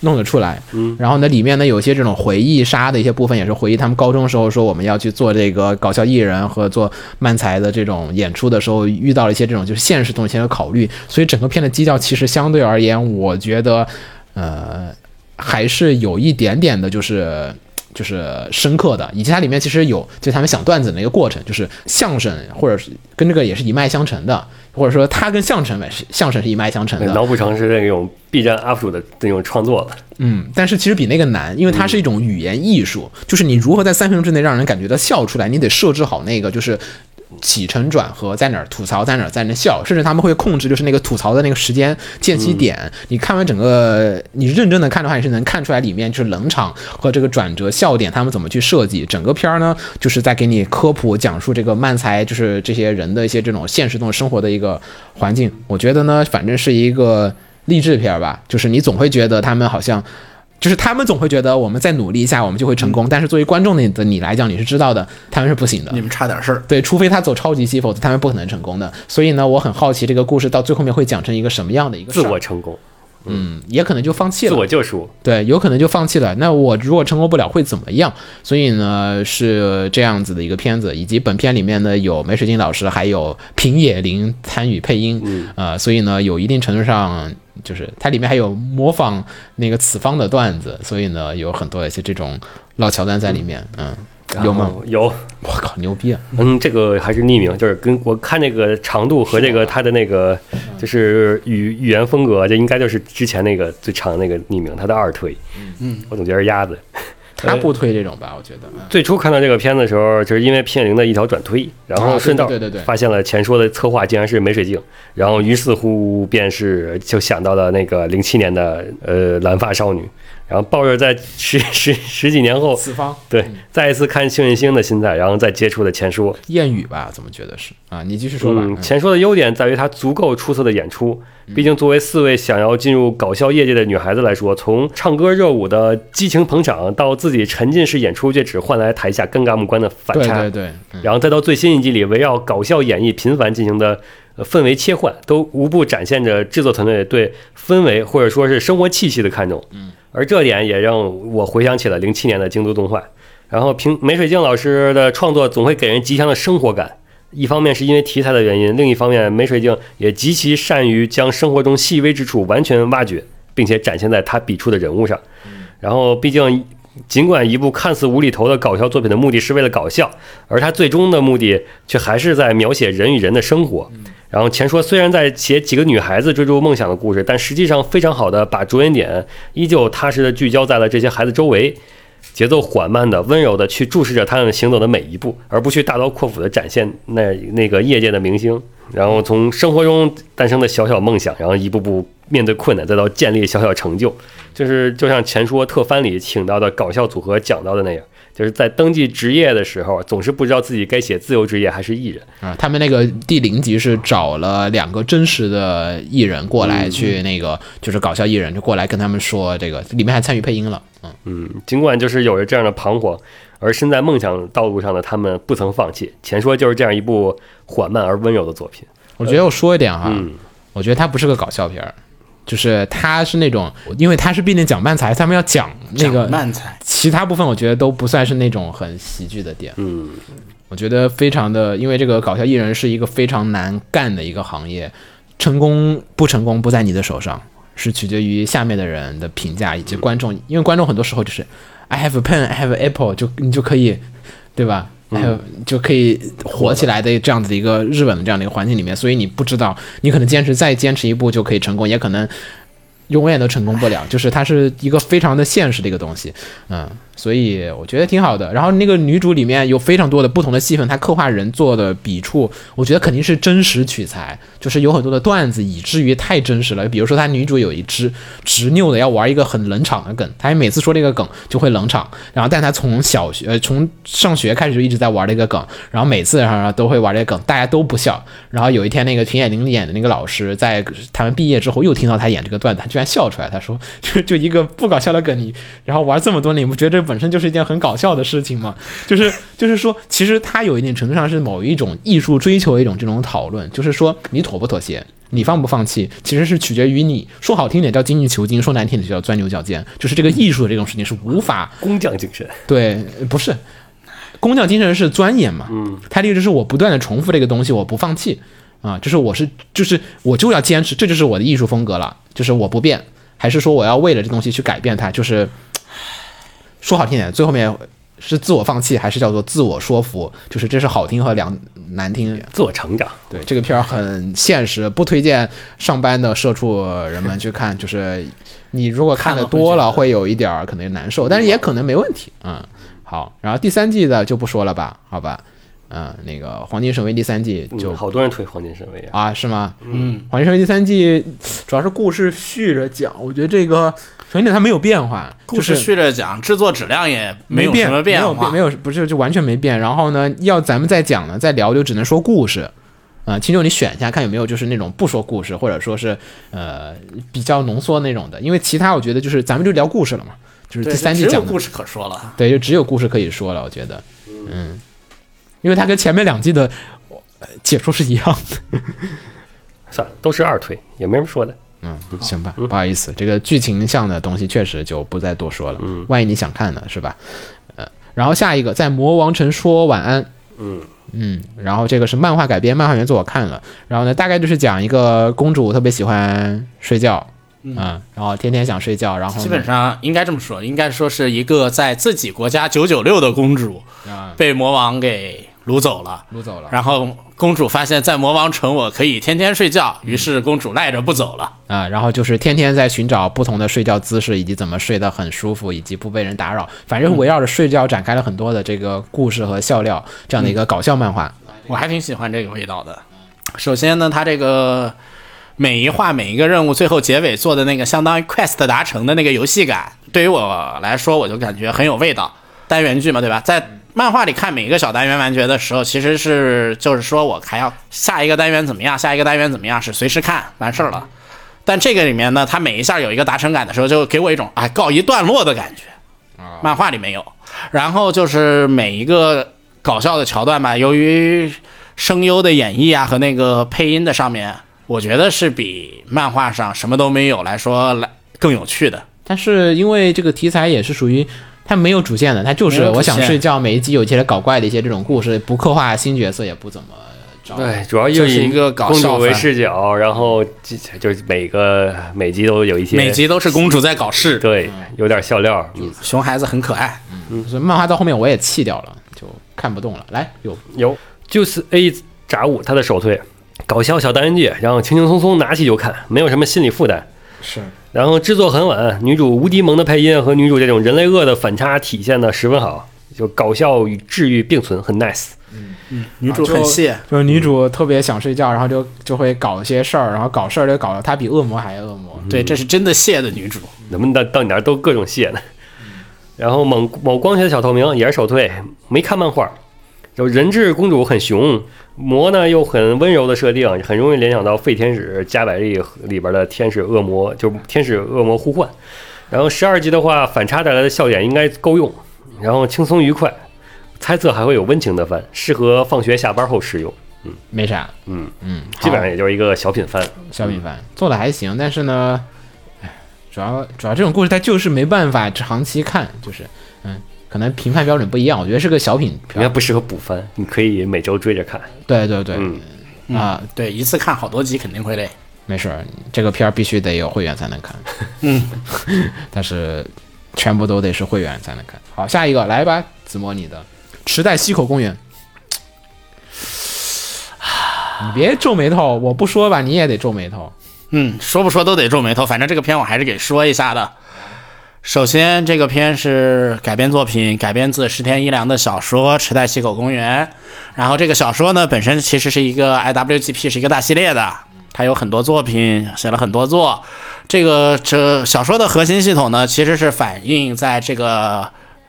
Speaker 3: 弄得出来。嗯，然后呢，里面呢有一些这种回忆杀的一些部分，也是回忆他们高中时候说我们要去做这个搞笑艺人和做漫才的这种演出的时候，遇到了一些这种就是现实东西的考虑。所以整个片的基调其实相对而言，我觉得，呃，还是有一点点的，就是。 就是深刻的，以及它里面其实有，就他们想段子的一个过程，就是相声或者是跟这个也是一脉相承的，或者说它跟相声是相声是一脉相承的。
Speaker 2: 脑补成是那种 B 站 UP 主的那种创作了。
Speaker 3: 嗯，但是其实比那个难，因为它是一种语言艺术，就是你如何在三分钟之内让人感觉到笑出来，你得设置好那个就是起承转合在哪儿吐槽在哪儿在哪儿笑，甚至他们会控制就是那个吐槽的那个时间间隙点。你看完整个，你认真的看的话，你是能看出来里面就是冷场和这个转折笑点他们怎么去设计。整个片儿呢，就是在给你科普讲述这个漫才，就是这些人的一些这种现实中生活的一个环境。我觉得呢，反正是一个励志片儿吧，就是你总会觉得他们好像。就是他们总会觉得我们再努力一下，我们就会成功。但是作为观众的的你来讲，你是知道的，他们是不行的。
Speaker 5: 你们差点事儿，
Speaker 3: 对，除非他走超级系，否则他们不可能成功的。所以呢，我很好奇这个故事到最后面会讲成一个什么样的一个事
Speaker 2: 自
Speaker 3: 儿
Speaker 2: 我成功，
Speaker 3: 嗯，也可能就放弃
Speaker 2: 自
Speaker 3: 了。
Speaker 2: 我救赎，
Speaker 3: 对，有可能就放弃了。那我如果成功不了会怎么样？所以呢，是这样子的一个片子，以及本片里面呢有梅水晶老师，还有平野绫参与配音，
Speaker 2: 嗯
Speaker 3: 呃，所以呢有一定程度上就是它里面还有模仿那个此方的段子，所以呢有很多一些这种老桥段在里面，嗯，有吗？
Speaker 2: 哦？有，
Speaker 3: 我靠，牛逼啊！
Speaker 2: 嗯，这个还是匿名，就是跟我看这个长度和这个它的那个
Speaker 3: 嗯
Speaker 2: 就是语语言风格，这应该就是之前那个最长的那个匿名，它的二推。嗯，我总觉得是鸭子，
Speaker 3: 他不推这种吧？我觉得，嗯
Speaker 2: 最初看到这个片子的时候，就是因为片灵的一条转推，然
Speaker 3: 啊
Speaker 2: 后
Speaker 3: 对
Speaker 2: 顺道
Speaker 3: 对对对对
Speaker 2: 发现了前说的策划竟然是梅水镜，然后于是乎便是就想到了那个零七年的呃蓝发少女，然后抱着在十十十几年后。
Speaker 3: 四方
Speaker 2: 对，再一次看幸运星的心态，然后再接触的前说。
Speaker 3: 谚语吧，怎么觉得是啊？你继续说吧。
Speaker 2: 嗯，
Speaker 3: 嗯
Speaker 2: 前说的优点在于它足够出色的演出。毕竟作为四位想要进入搞笑业界的女孩子来说，从唱歌热舞的激情捧场到自己沉浸式演出，却只换来台下尴尬目光的反
Speaker 3: 对
Speaker 2: 差。
Speaker 3: 对对，嗯
Speaker 2: 然后再到最新一季里，围绕搞笑演绎频繁进行的呃氛围切换，都无不展现着制作团队对氛围或者说是生活气息的看重。嗯，而这点也让我回想起了零七年的京都动画。然后平梅水晶老师的创作总会给人极强的生活感。一方面是因为题材的原因，另一方面梅水晶也极其善于将生活中细微之处完全挖掘，并且展现在他笔触的人物上。然后，毕竟尽管一部看似无厘头的搞笑作品的目的是为了搞笑，而它最终的目的却还是在描写人与人的生活。然后前说虽然在写几个女孩子追逐梦想的故事，但实际上非常好的把着眼点依旧踏实的聚焦在了这些孩子周围，节奏缓慢的、温柔的去注视着他们行走的每一步，而不去大刀阔斧的展现那那个业界的明星。然后从生活中诞生的小小梦想，然后一步步面对困难，再到建立小小成就，就是就像前说特番里请到的搞笑组合讲到的那样，就是在登记职业的时候，总是不知道自己该写自由职业还是艺人。
Speaker 3: 啊，他们那个第零集是找了两个真实的艺人过来去那个，就是搞笑艺人就过来跟他们说这个，里面还参与配音了，嗯，
Speaker 2: 嗯，尽管就是有着这样的彷徨，而身在梦想道路上的他们不曾放弃。前说就是这样一部缓慢而温柔的作品。
Speaker 3: 我觉得我说一点哈，我觉得它不是个搞笑片儿，就是它是那种，因为它是毕竟讲漫才，他们要讲那个
Speaker 5: 讲慢才，
Speaker 3: 其他部分我觉得都不算是那种很喜剧的点。嗯，我觉得非常的，因为这个搞笑艺人是一个非常难干的一个行业，成功不成功不在你的手上，是取决于下面的人的评价以及观众，因为观众很多时候就是 I have a pen, I have an apple，就你就可以，对吧？还有就可以火起来的这样子的一个日本的这样的一个环境里面，所以你不知道，你可能坚持再坚持一步就可以成功，也可能永远都成功不了，就是它是一个非常的现实的一个东西，嗯，所以我觉得挺好的。然后那个女主里面有非常多的不同的戏份，她刻画人做的笔触，我觉得肯定是真实取材，就是有很多的段子，以至于太真实了。比如说她女主有一只执拗的要玩一个很冷场的梗，她每次说这个梗就会冷场，然后但她从小学呃从上学开始就一直在玩这个梗，然后每次然后都会玩这个梗，大家都不笑。然后有一天那个平野绫演的那个老师在他们毕业之后又听到她演这个段子，她居然笑出来，她说就就一个不搞笑的梗你然后玩这么多年，你不觉得这本身就是一件很搞笑的事情吗？就是就是说，其实它有一定程度上是某一种艺术追求一种这种讨论，就是说你妥不妥协，你放不放弃，其实是取决于你。说好听点叫精益求精，说难听点就叫钻牛角尖，就是这个艺术的这种事情是无法
Speaker 2: 工匠精神，
Speaker 3: 对，不是。工匠精神是钻研嘛，嗯，他这个就是我不断的重复这个东西，我不放弃啊，就是我是就是我就要坚持，这就是我的艺术风格了，就是我不变，还是说我要为了这东西去改变它，就是说好听点，最后面是自我放弃，还是叫做自我说服，就是这是好听和两难听，
Speaker 2: 自我成长。
Speaker 3: 对，这个片儿很现实，不推荐上班的社畜人们去看，就是你如果看的多了，
Speaker 5: 看了
Speaker 3: 会有一点儿可能难受，但是也可能没问题。嗯，好，然后第三季的就不说了吧，好吧，嗯，那个《黄金神威》第三季就、
Speaker 2: 嗯，好多人推黄金神威啊，
Speaker 3: 啊，是吗？嗯，《黄金神威》第三季主要是故事续着讲，我觉得这个首先它没有变化，
Speaker 5: 故
Speaker 3: 就
Speaker 5: 事
Speaker 3: 是
Speaker 5: 续着讲，制作质量也
Speaker 3: 没
Speaker 5: 有什么
Speaker 3: 变，
Speaker 5: 化，
Speaker 3: 没有没有不是就完全没变。然后呢，要咱们再讲呢，再聊就只能说故事。啊、秦九，你选一下，看有没有就是那种不说故事，或者说是呃比较浓缩那种的，因为其他我觉得就是咱们就聊故事了嘛，就是
Speaker 5: 对，
Speaker 3: 第三季
Speaker 5: 就只有
Speaker 3: 讲的
Speaker 5: 故事可说了。
Speaker 3: 对，就只有故事可以说了，我觉得，嗯，因为它跟前面两季的呃解说是一样的，
Speaker 2: 算了，都是二推，也没什么说的。
Speaker 3: 嗯，行吧，不好意思，这个剧情向的东西确实就不再多说了，嗯，万一你想看呢，是吧？呃，然后下一个在魔王城说晚安，嗯嗯，然后这个是漫画改编，漫画原作我看了，然后呢，大概就是讲一个公主特别喜欢睡觉，嗯，然后天天想睡觉，然后呢
Speaker 5: 基本上应该这么说，应该说是一个在自己国家九九六的公主
Speaker 3: 啊
Speaker 5: 被魔王给掳走了，
Speaker 3: 掳走了
Speaker 5: 然后公主发现，在魔王城我可以天天睡觉，于是公主赖着不走了。
Speaker 3: 啊，然后就是天天在寻找不同的睡觉姿势，以及怎么睡得很舒服，以及不被人打扰。反
Speaker 5: 嗯
Speaker 3: 正围绕着睡觉展开了很多的这个故事和笑料，这样的一
Speaker 5: 嗯
Speaker 3: 个搞笑漫画。
Speaker 5: 我还挺喜欢这个味道的。首先呢，它这个每一话每一个任务最后结尾做的那个相当于 quest 达成的那个游戏感，对于我来说，我就感觉很有味道。单元剧嘛，对吧？在漫画里看每一个小单元完结的时候，其实是就是说我还要下一个单元怎么样，下一个单元怎么样，是随时看完事儿了。但这个里面呢，它每一下有一个达成感的时候，就给我一种哎告一段落的感觉。漫画里没有。然后就是每一个搞笑的桥段吧，由于声优的演绎啊和那个配音的上面，我觉得是比漫画上什么都没有来说来更有趣的。
Speaker 3: 但是因为这个题材也是属于它没有主线的，它就
Speaker 5: 没
Speaker 3: 是
Speaker 5: 有主
Speaker 3: 我想
Speaker 5: 线
Speaker 3: 睡觉，每一集有一些搞怪的一些这种故事，不刻画新角色也不怎么着。
Speaker 2: 对，哎主要
Speaker 5: 就
Speaker 2: 以
Speaker 5: 是一个搞
Speaker 2: 公
Speaker 5: 笑
Speaker 2: 主为
Speaker 5: 番
Speaker 2: 视角，然后这就是每个每集都有一些
Speaker 5: 每集都是公主在搞事，
Speaker 2: 对有点笑料，嗯
Speaker 5: 熊孩子很可爱。
Speaker 3: 所以漫画到后面我也弃掉了，就看不动了。来，有
Speaker 2: 有就是 A 炸五他的首推，搞笑小单元剧，然后轻轻松松拿起就看，没有什么心理负担。
Speaker 3: 是
Speaker 2: 然后制作很稳，女主无敌萌的配音和女主这种人类恶的反差体现的十分好，就搞笑与治愈并存，很 nice。
Speaker 5: 女主很细，
Speaker 3: 就是女主特别想睡觉，然后就就会搞一些事儿，然后搞事儿就搞得她比恶魔还恶魔。
Speaker 5: 对，这是真的蟹的女主。
Speaker 2: 怎么到到你那儿都各种谢呢？然后某某光学的小透明也是首推，没看漫画，有人质公主很熊，魔呢又很温柔的设定，很容易联想到《废天使加百利》里边的天使恶魔，就天使恶魔互换。然后十二集的话，反差带来的笑点应该够用，然后轻松愉快，猜测还会有温情的番，适合放学下班后使用，
Speaker 3: 没啥，
Speaker 2: 嗯
Speaker 3: 嗯，
Speaker 2: 基本
Speaker 3: 好
Speaker 2: 上也就是一个小品番。
Speaker 3: 小米饭做的还行，但是呢，唉主要主要这种故事它就是没办法长期看，就是嗯，可能评判标准不一样，我觉得是个小品
Speaker 2: 应该
Speaker 3: 片，
Speaker 2: 不适合补番，你可以每周追着看。
Speaker 3: 对对对，
Speaker 2: 嗯
Speaker 3: 啊，
Speaker 5: 对，一次看好多集肯定会累。
Speaker 3: 没事儿，这个片儿必须得有会员才能看，嗯， 但是全部都得是会员才能看。好，下一个来吧，子墨你的池袋西口公园。你别皱眉头，我不说吧，你也得皱眉头。
Speaker 5: 嗯，说不说都得皱眉头。反正这个片我还是给说一下的。首先，这个片是改编作品，改编自石田一良的小说《池袋西口公园》。然后这个小说呢，本身其实是一个 IWGP 是一个大系列的，它有很多作品，写了很多作。这个这小说的核心系统呢，其实是反映在这个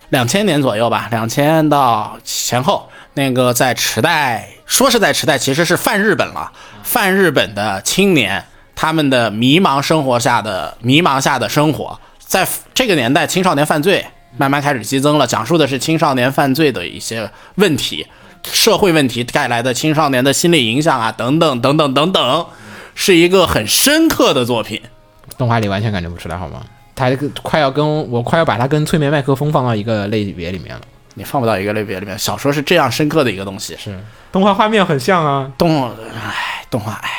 Speaker 5: 两千年左右吧，两千到前后，那个在池袋，说是在池袋，其实是泛日本了，泛日本的青年他们的迷茫生活下的迷茫下的生活，在这个年代，青少年犯罪慢慢开始激增了，讲述的是青少年犯罪的一些问题。社会问题带来的青少年的心理影响啊，等等等等等等，是一个很深刻的作品。
Speaker 3: 动画里完全感觉不出来，好吗？他这个快要跟我快要把它跟催眠麦克风放到一个类别里面了。
Speaker 5: 你放不到一个类别里面。小说是这样深刻的一个东西，
Speaker 3: 是，动画画面很像啊。
Speaker 5: 动，唉，动画，唉，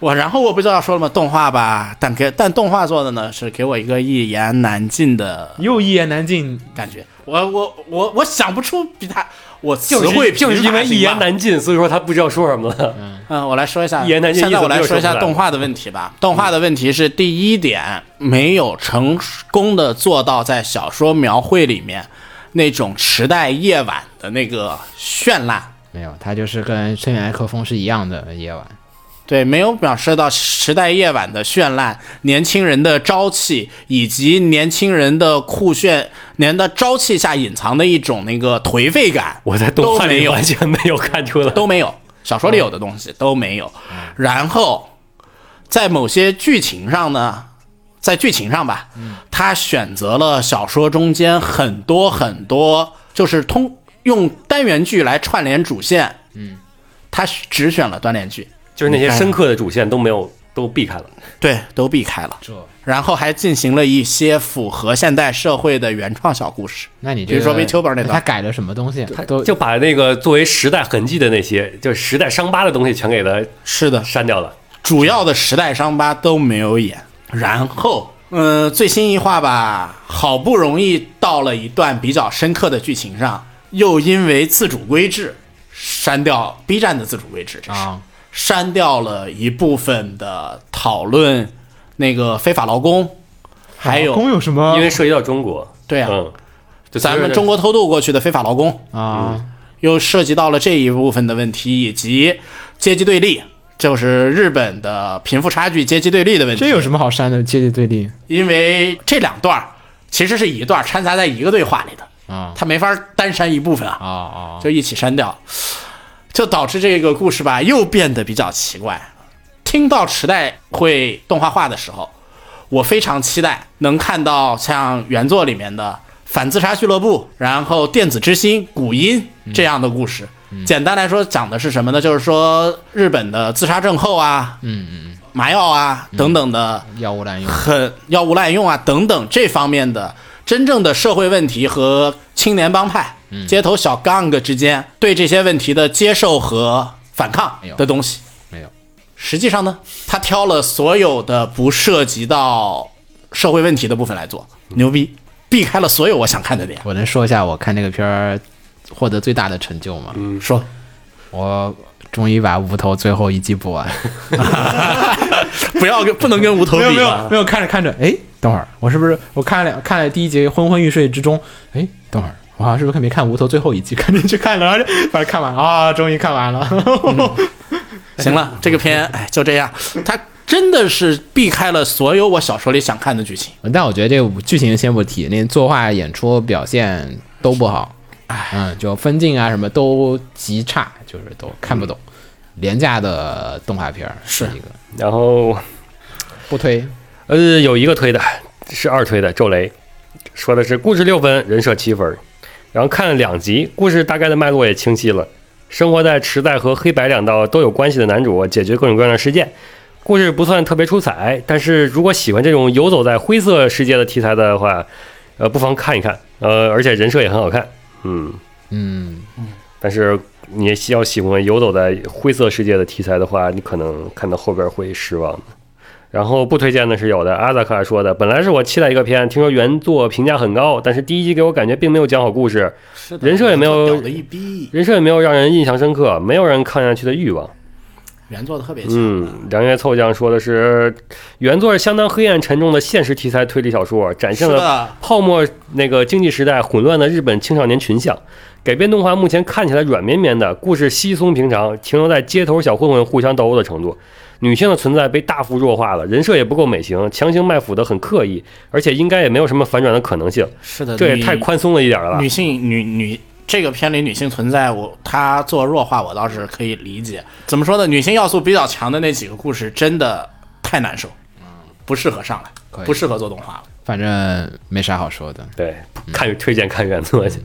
Speaker 5: 我然后我不知道说了吗？动画吧，但给但动画做的呢是给我一个一言难尽的
Speaker 3: 又一言难尽，
Speaker 5: 感觉。我我我我想不出比他我词
Speaker 2: 就是
Speaker 5: 汇
Speaker 2: 就是
Speaker 5: 贫乏
Speaker 2: 因为一言
Speaker 5: 行吧
Speaker 2: 难尽，所以说他不知道说什么了。
Speaker 5: 嗯，我来说一下，
Speaker 2: 一言难尽
Speaker 5: 现在
Speaker 2: 一
Speaker 5: 我
Speaker 2: 怎么
Speaker 5: 来
Speaker 2: 又
Speaker 5: 说
Speaker 2: 说
Speaker 5: 一下
Speaker 2: 不来
Speaker 5: 动画的问题吧。动画的问题是第一点，没有成功的做到在小说描绘里面那种时代夜晚的那个绚烂。
Speaker 3: 没有，它就是跟催眠麦克风是一样的夜晚。
Speaker 5: 对，没有表示到时代夜晚的绚烂、年轻人的朝气，以及年轻人的酷炫、年的朝气下隐藏的一种那个颓废感。
Speaker 2: 我在动画
Speaker 5: 都没
Speaker 2: 里
Speaker 5: 有
Speaker 2: 完全没有看出来。
Speaker 5: 都没有，小说里有的东西都没有。然后在某些剧情上呢，在剧情上吧，他选择了小说中间很多很多，就是通用单元剧来串联主线。嗯，他只选了单元剧，
Speaker 2: 就是那些
Speaker 5: 你看
Speaker 2: 深刻的主线都没有，都避开了。
Speaker 5: 对，都避开了。
Speaker 3: 这，
Speaker 5: 然后还进行了一些符合现代社会的原创小故事，
Speaker 3: 那你
Speaker 5: 比
Speaker 3: 这
Speaker 5: 如
Speaker 3: 个
Speaker 5: 说 VTuber 那
Speaker 3: 他
Speaker 5: 段，
Speaker 3: 改了什么东西？
Speaker 2: 他
Speaker 3: 都
Speaker 2: 就把那个作为时代痕迹的那些，就时代伤疤的东西全给它
Speaker 5: 是的，
Speaker 2: 删掉了。
Speaker 5: 主要的时代伤疤都没有演。然后，嗯、最新一话吧，好不容易到了一段比较深刻的剧情上，又因为自主规制，删掉 B 站的自主位置，这是、
Speaker 3: 啊
Speaker 5: 删掉了一部分的讨论那个非法劳工，还有
Speaker 3: 啊公有什么？
Speaker 2: 因为涉及到中国，
Speaker 5: 对啊
Speaker 2: 嗯，就
Speaker 5: 咱们中国偷渡过去的非法劳工，
Speaker 3: 啊，
Speaker 5: 又涉及到了这一部分的问题，以及阶级对立，就是日本的贫富差距、阶级对立的问题。
Speaker 3: 这有什么好删的？阶级对立
Speaker 5: 因为这两段儿其实是一段儿掺杂在一个对话里的，
Speaker 3: 啊
Speaker 5: 它没法单删一部分啊，
Speaker 3: 啊啊！
Speaker 5: 就一起删掉，就导致这个故事吧又变得比较奇怪。听到池袋会动画化的时候，我非常期待能看到像原作里面的反自杀俱乐部，然后电子之心、古音这样的故事。简单来说，讲的是什么呢？就是说日本的自杀症候啊，嗯嗯，麻药啊等等的。
Speaker 3: 药物滥用
Speaker 5: 很药物滥用啊等等这方面的真正的社会问题和青年帮派、
Speaker 3: 嗯
Speaker 5: 街头小 gang 之间对这些问题的接受和反抗
Speaker 3: 哎呦
Speaker 5: 的东西。
Speaker 3: 没有？
Speaker 5: 实际上呢，他挑了所有的不涉及到社会问题的部分来做，
Speaker 3: 嗯
Speaker 5: 牛逼，避开了所有我想看的点。
Speaker 3: 我能说一下我看这个片儿获得最大的成就吗？
Speaker 5: 说，
Speaker 3: 我终于把无头最后一季播完。
Speaker 5: 不要跟不能跟无头
Speaker 3: 没有
Speaker 5: 比
Speaker 3: 没
Speaker 5: 吧
Speaker 3: 有？没有，看着看着，哎，等会儿我是不是我看了看了第一集昏昏欲睡之中，哎，等会儿我好像是不是没看无头最后一集， 赶紧去看了，然后就把它看完啊、终于看完了。
Speaker 5: 行了，这个片哎就这样，他真的是避开了所有我小说里想看的剧情。
Speaker 3: 但我觉得这个剧情先不提，那作画、演出、表现都不好，嗯，就分镜啊什么都极差，就是都看不懂，廉价的动画片儿
Speaker 5: 是
Speaker 3: 一个
Speaker 2: 然后
Speaker 3: 不推，
Speaker 2: 呃有一个推的是二推的，咒雷说的是故事六分，人设七分，然后看了两集，故事大概的脉络也清晰了。生活在池袋和黑白两道都有关系的男主，解决各种各样的事件。故事不算特别出彩，但是如果喜欢这种游走在灰色世界的题材的话，呃，不妨看一看。呃，而且人设也很好看，嗯。
Speaker 3: 嗯，
Speaker 2: 但是你也要喜欢游走在灰色世界的题材的话，你可能看到后边会失望的。然后不推荐的是有的，阿萨卡说的，本来是我期待一个片，听说原作评价很高，但是第一集给我感觉并没有讲好故事，的人设也没有
Speaker 5: 屌的一逼，
Speaker 2: 人设也没有让人印象深刻，没有人看下去的欲望。
Speaker 5: 原作的特别强。
Speaker 2: 嗯，梁月凑酱说的是，原作是相当黑暗沉重的现实题材推理小说，展现
Speaker 5: 是
Speaker 2: 了
Speaker 5: 的
Speaker 2: 泡沫那个经济时代混乱的日本青少年群像。改编动画目前看起来软绵绵的，故事稀松平常，停留在街头小混混互相斗殴的程度。女性的存在被大幅弱化了，人设也不够美型，强行卖腐的很刻意，而且应该也没有什么反转的可能性。
Speaker 5: 是的，
Speaker 2: 这也
Speaker 5: 呃女
Speaker 2: 太宽松了一点了吧
Speaker 5: 女？性女女这个片里女性存在，我她做弱化，我倒是可以理解。怎么说呢？女性要素比较强的那几个故事，真的太难受，不适合上
Speaker 3: 嗯可
Speaker 5: 来，
Speaker 3: 以
Speaker 5: 不适合做动画了。
Speaker 3: 反正没啥好说的。
Speaker 2: 对，看推荐看原
Speaker 5: 嗯
Speaker 2: 作去。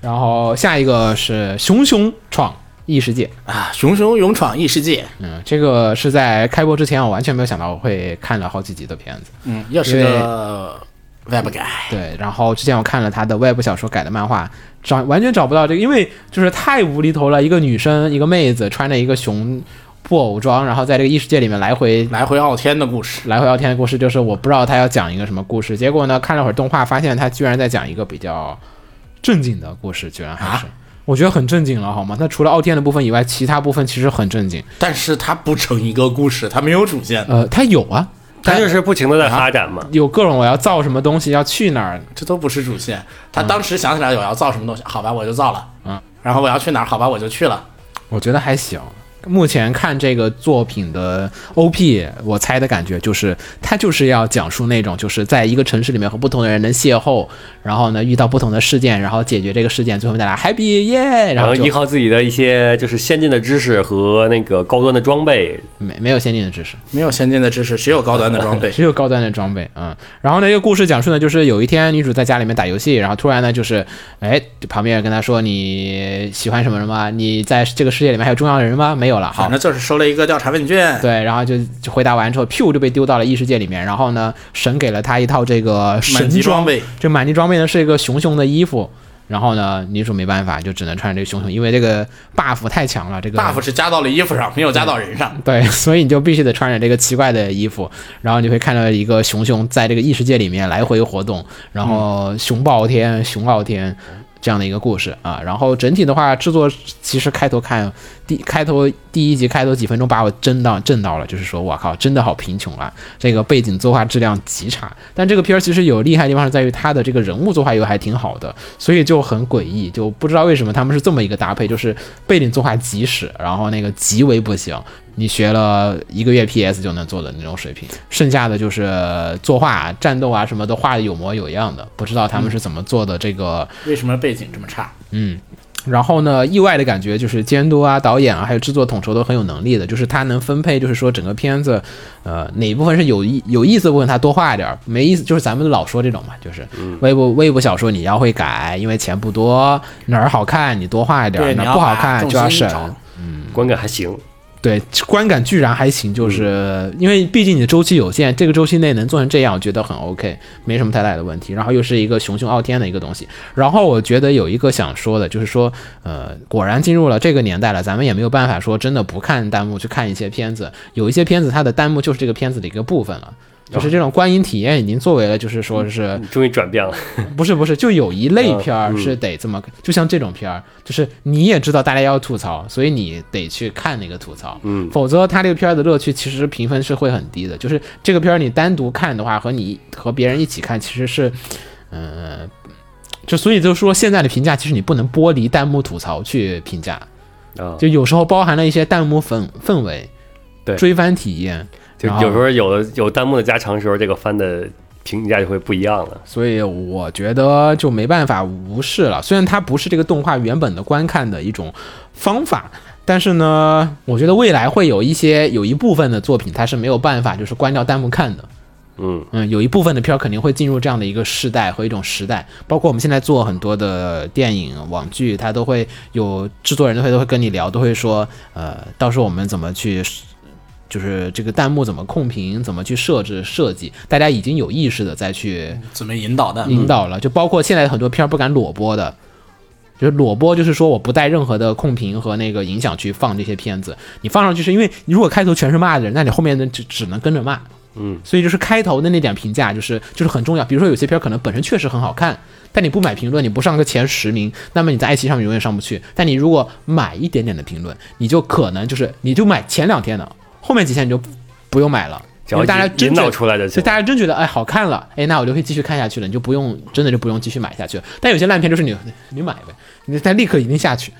Speaker 3: 然后下一个是熊熊闯异世界，
Speaker 5: 啊！熊熊勇闯异世界，
Speaker 3: 嗯，这个是在开播之前我完全没有想到我会看了好几集的片子，
Speaker 5: 嗯，又是个 web 改，
Speaker 3: 对。然后之前我看了他的外部小说改的漫画，找完全找不到这个，因为就是太无厘头了，一个女生一个妹子穿着一个熊布偶装，然后在这个异世界里面来回
Speaker 5: 来回傲天的故事。
Speaker 3: 来回聊天的故事，就是我不知道他要讲一个什么故事。结果呢，看了会儿动画，发现他居然在讲一个比较正经的故事，居然还是。我觉得很正经了，好吗？那除了傲天的部分以外，其他部分其实很正经。
Speaker 5: 但是它不成一个故事，它没有主线的，
Speaker 3: 呃，他有啊，
Speaker 2: 它就是不停的在
Speaker 5: 啊
Speaker 2: 发展嘛。
Speaker 3: 有各种我要造什么东西，要去哪儿，
Speaker 5: 这都不是主线。他当时想起来我要造什么东西，好吧，我就造了。
Speaker 3: 嗯，
Speaker 5: 然后我要去哪儿，好吧，我就去了。
Speaker 3: 我觉得还行。目前看这个作品的 OP，我猜的感觉就是，它就是要讲述那种就是在一个城市里面和不同的人能邂逅，然后呢遇到不同的事件，然后解决这个事件，最后大家 happy 耶，
Speaker 2: 然
Speaker 3: 然
Speaker 2: 后
Speaker 3: 后就
Speaker 2: 依靠自己的一些就是先进的知识和那个高端的装备，
Speaker 3: 没没有先进的知识。
Speaker 5: 没有先进的知识，只有高端的装 备。
Speaker 3: 只有高端的装备，嗯。然后呢，这个故事讲述呢，就是有一天女主在家里面打游戏，然后突然呢，就是哎，旁边人跟她说你喜欢什么什么，你在这个世界里面还有重要的人吗？没有了，好
Speaker 5: 反，正就是收了一个调查问卷，
Speaker 3: 对，然后就就回答完之后，噗就被丢到了异世界里面。然后呢，神给了他一套这个神
Speaker 5: 级
Speaker 3: 装
Speaker 5: 装备，
Speaker 3: 这满级装备呢是一个熊熊的衣服。然后呢，女主没办法，就只能穿着这个熊熊，因为这个 buff 太强了，这个
Speaker 5: buff 是加到了衣服上，没有加到人上。
Speaker 3: 对， 所以你就必须得穿着这个奇怪的衣服，然后你会看到一个熊熊在这个异世界里面来回活动，然后熊暴天、熊傲天，这样的一个故事啊。然后整体的话，制作其实开头看第开头第一集开头几分钟把我震到震到了，就是说我靠，真的好贫穷啊！这个背景作画质量极差。但这个片儿其实有厉害的地方是在于它的这个人物作画又还挺好的，所以就很诡异，就不知道为什么他们是这么一个搭配，就是背景作画极屎，然后那个极为不行。你学了一个月 PS 就能做的那种水平，剩下的就是作画、战斗啊什么的画的有模有样的，不知道他们是怎么做的这个
Speaker 5: 为什么背景这么差？
Speaker 3: 然后呢，意外的感觉就是监督啊、导演啊，还有制作统筹都很有能力的，就是他能分配，就是说整个片子，呃，哪一部分是有意有意思的部分他多画一点儿，没意思就是咱们老说这种嘛，就是
Speaker 5: 嗯
Speaker 3: 微博微博小说你要会改，因为钱不多，哪儿好看你多画一点儿，
Speaker 5: 对
Speaker 3: 哪
Speaker 5: 你
Speaker 3: 儿
Speaker 5: 要
Speaker 3: 不好
Speaker 5: 把
Speaker 3: 看
Speaker 5: 重
Speaker 3: 就要
Speaker 5: 心
Speaker 3: 省。
Speaker 5: 找
Speaker 2: 观感还行。
Speaker 3: 对，观感居然还行，就是因为毕竟你的周期有限，这个周期内能做成这样，我觉得很 OK，没什么太大的问题。然后又是一个雄雄傲天的一个东西。然后我觉得有一个想说的，就是说，呃，果然进入了这个年代了，咱们也没有办法说真的不看弹幕去看一些片子，有一些片子它的弹幕就是这个片子的一个部分了。就是这种观影体验已经作为了，就是说是
Speaker 2: 终于转变了，
Speaker 3: 不是不是，就有一类片儿是得这么，就像这种片儿，就是你也知道大家要吐槽，所以你得去看那个吐槽，嗯，否则它这个片儿的乐趣其实评分是会很低的。就是这个片儿你单独看的话，和你和别人一起看其实是，嗯、就所以就说现在的评价，其实你不能剥离弹幕吐槽去评价，
Speaker 2: 啊，
Speaker 3: 嗯就有时候包含了一些弹幕氛氛围，
Speaker 2: 对
Speaker 3: 追番体验，
Speaker 2: 就
Speaker 3: 然后
Speaker 2: 有时候有的有弹幕的加长的时候，这个番的评价就会不一样了。
Speaker 3: 所以我觉得就没办法无视了。虽然它不是这个动画原本的观看的一种方法，但是呢，我觉得未来会有一些有一部分的作品它是没有办法就是关掉弹幕看的。
Speaker 2: 嗯
Speaker 3: 嗯，有一部分的片儿肯定会进入这样的一个世代和一种时代，包括我们现在做很多的电影、网剧，它都会有制作人都会都会跟你聊，都会说，呃，到时候我们怎么去就是这个弹幕怎么控评，怎么去设置设计，大家已经有意识的再去
Speaker 5: 怎么引导弹
Speaker 2: 嗯
Speaker 5: 幕？
Speaker 3: 引导了，就包括现在很多片儿不敢裸播的，就是裸播，就是说我不带任何的控评和那个影响去放这些片子，你放上去是因为你如果开头全是骂的人，那你后面的只只能跟着骂。
Speaker 2: 嗯，
Speaker 3: 所以就是开头的那点评价，就是就是很重要。比如说有些片儿可能本身确实很好看，但你不买评论，你不上个前十名，那么你在爱奇艺上面永远上不去。但你如果买一点点的评论，你就可能就是你就买前两天的，后面几天你就不用买了。
Speaker 2: 只
Speaker 3: 因
Speaker 2: 要
Speaker 3: 为大家
Speaker 2: 引
Speaker 3: 真
Speaker 2: 引导
Speaker 3: 正
Speaker 2: 出来就
Speaker 3: 所
Speaker 2: 行
Speaker 3: 以。大家真觉得哎好看了，哎那我就会继续看下去了，你就不用真的就不用继续买下去了。但有些烂片就是你你买呗，你但立刻一定下去。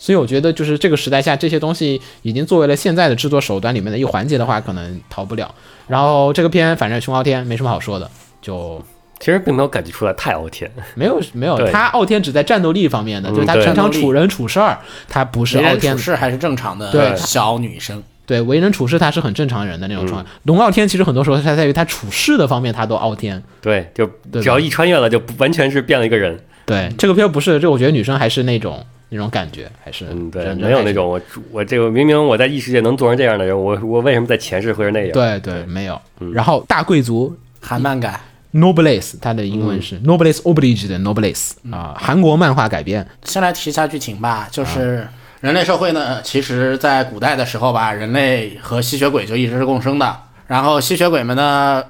Speaker 3: 所以我觉得就是这个时代下，这些东西已经作为了现在的制作手段里面的一环节的话，可能逃不了。然后这个片反正熊傲天没什么好说的，就
Speaker 2: 其实并没有感觉出来太傲天，
Speaker 3: 没有没有
Speaker 2: 对嗯
Speaker 3: 他傲天只在战斗力方面的，就是他
Speaker 2: 对
Speaker 3: 平常
Speaker 5: 战斗力
Speaker 3: 处人处事儿，他不是
Speaker 5: 为
Speaker 3: 傲
Speaker 5: 人
Speaker 3: 天
Speaker 5: 处事还是正常的
Speaker 3: 对
Speaker 5: 小女生，
Speaker 3: 对为人处事他是很正常人的那种状
Speaker 2: 嗯
Speaker 3: 态。龙傲天其实很多时候他在于他处事的方面他都傲天，
Speaker 2: 对，就
Speaker 3: 对
Speaker 2: 只要
Speaker 3: 吧
Speaker 2: 一穿越了，就不完全是变了一个人。
Speaker 3: 对，这个片儿不是，这我觉得女生还是那种那种感觉，还是
Speaker 2: 嗯，对，
Speaker 3: 人
Speaker 2: 没有
Speaker 3: 还是
Speaker 2: 那种我我这个明明我在异世界能做成这样的人，我我为什么在前世会是那样？
Speaker 3: 对对没有。
Speaker 2: 嗯
Speaker 3: 然后大贵族
Speaker 5: 韩漫感。
Speaker 3: noblesse，它的英文
Speaker 2: 嗯
Speaker 3: 是 noblesse oblige 的 noblesse 啊，韩国漫画改编，
Speaker 5: 先来提一下剧情吧，就是人类社会呢，其实在古代的时候吧，人类和吸血鬼就一直是共生的。然后吸血鬼们呢，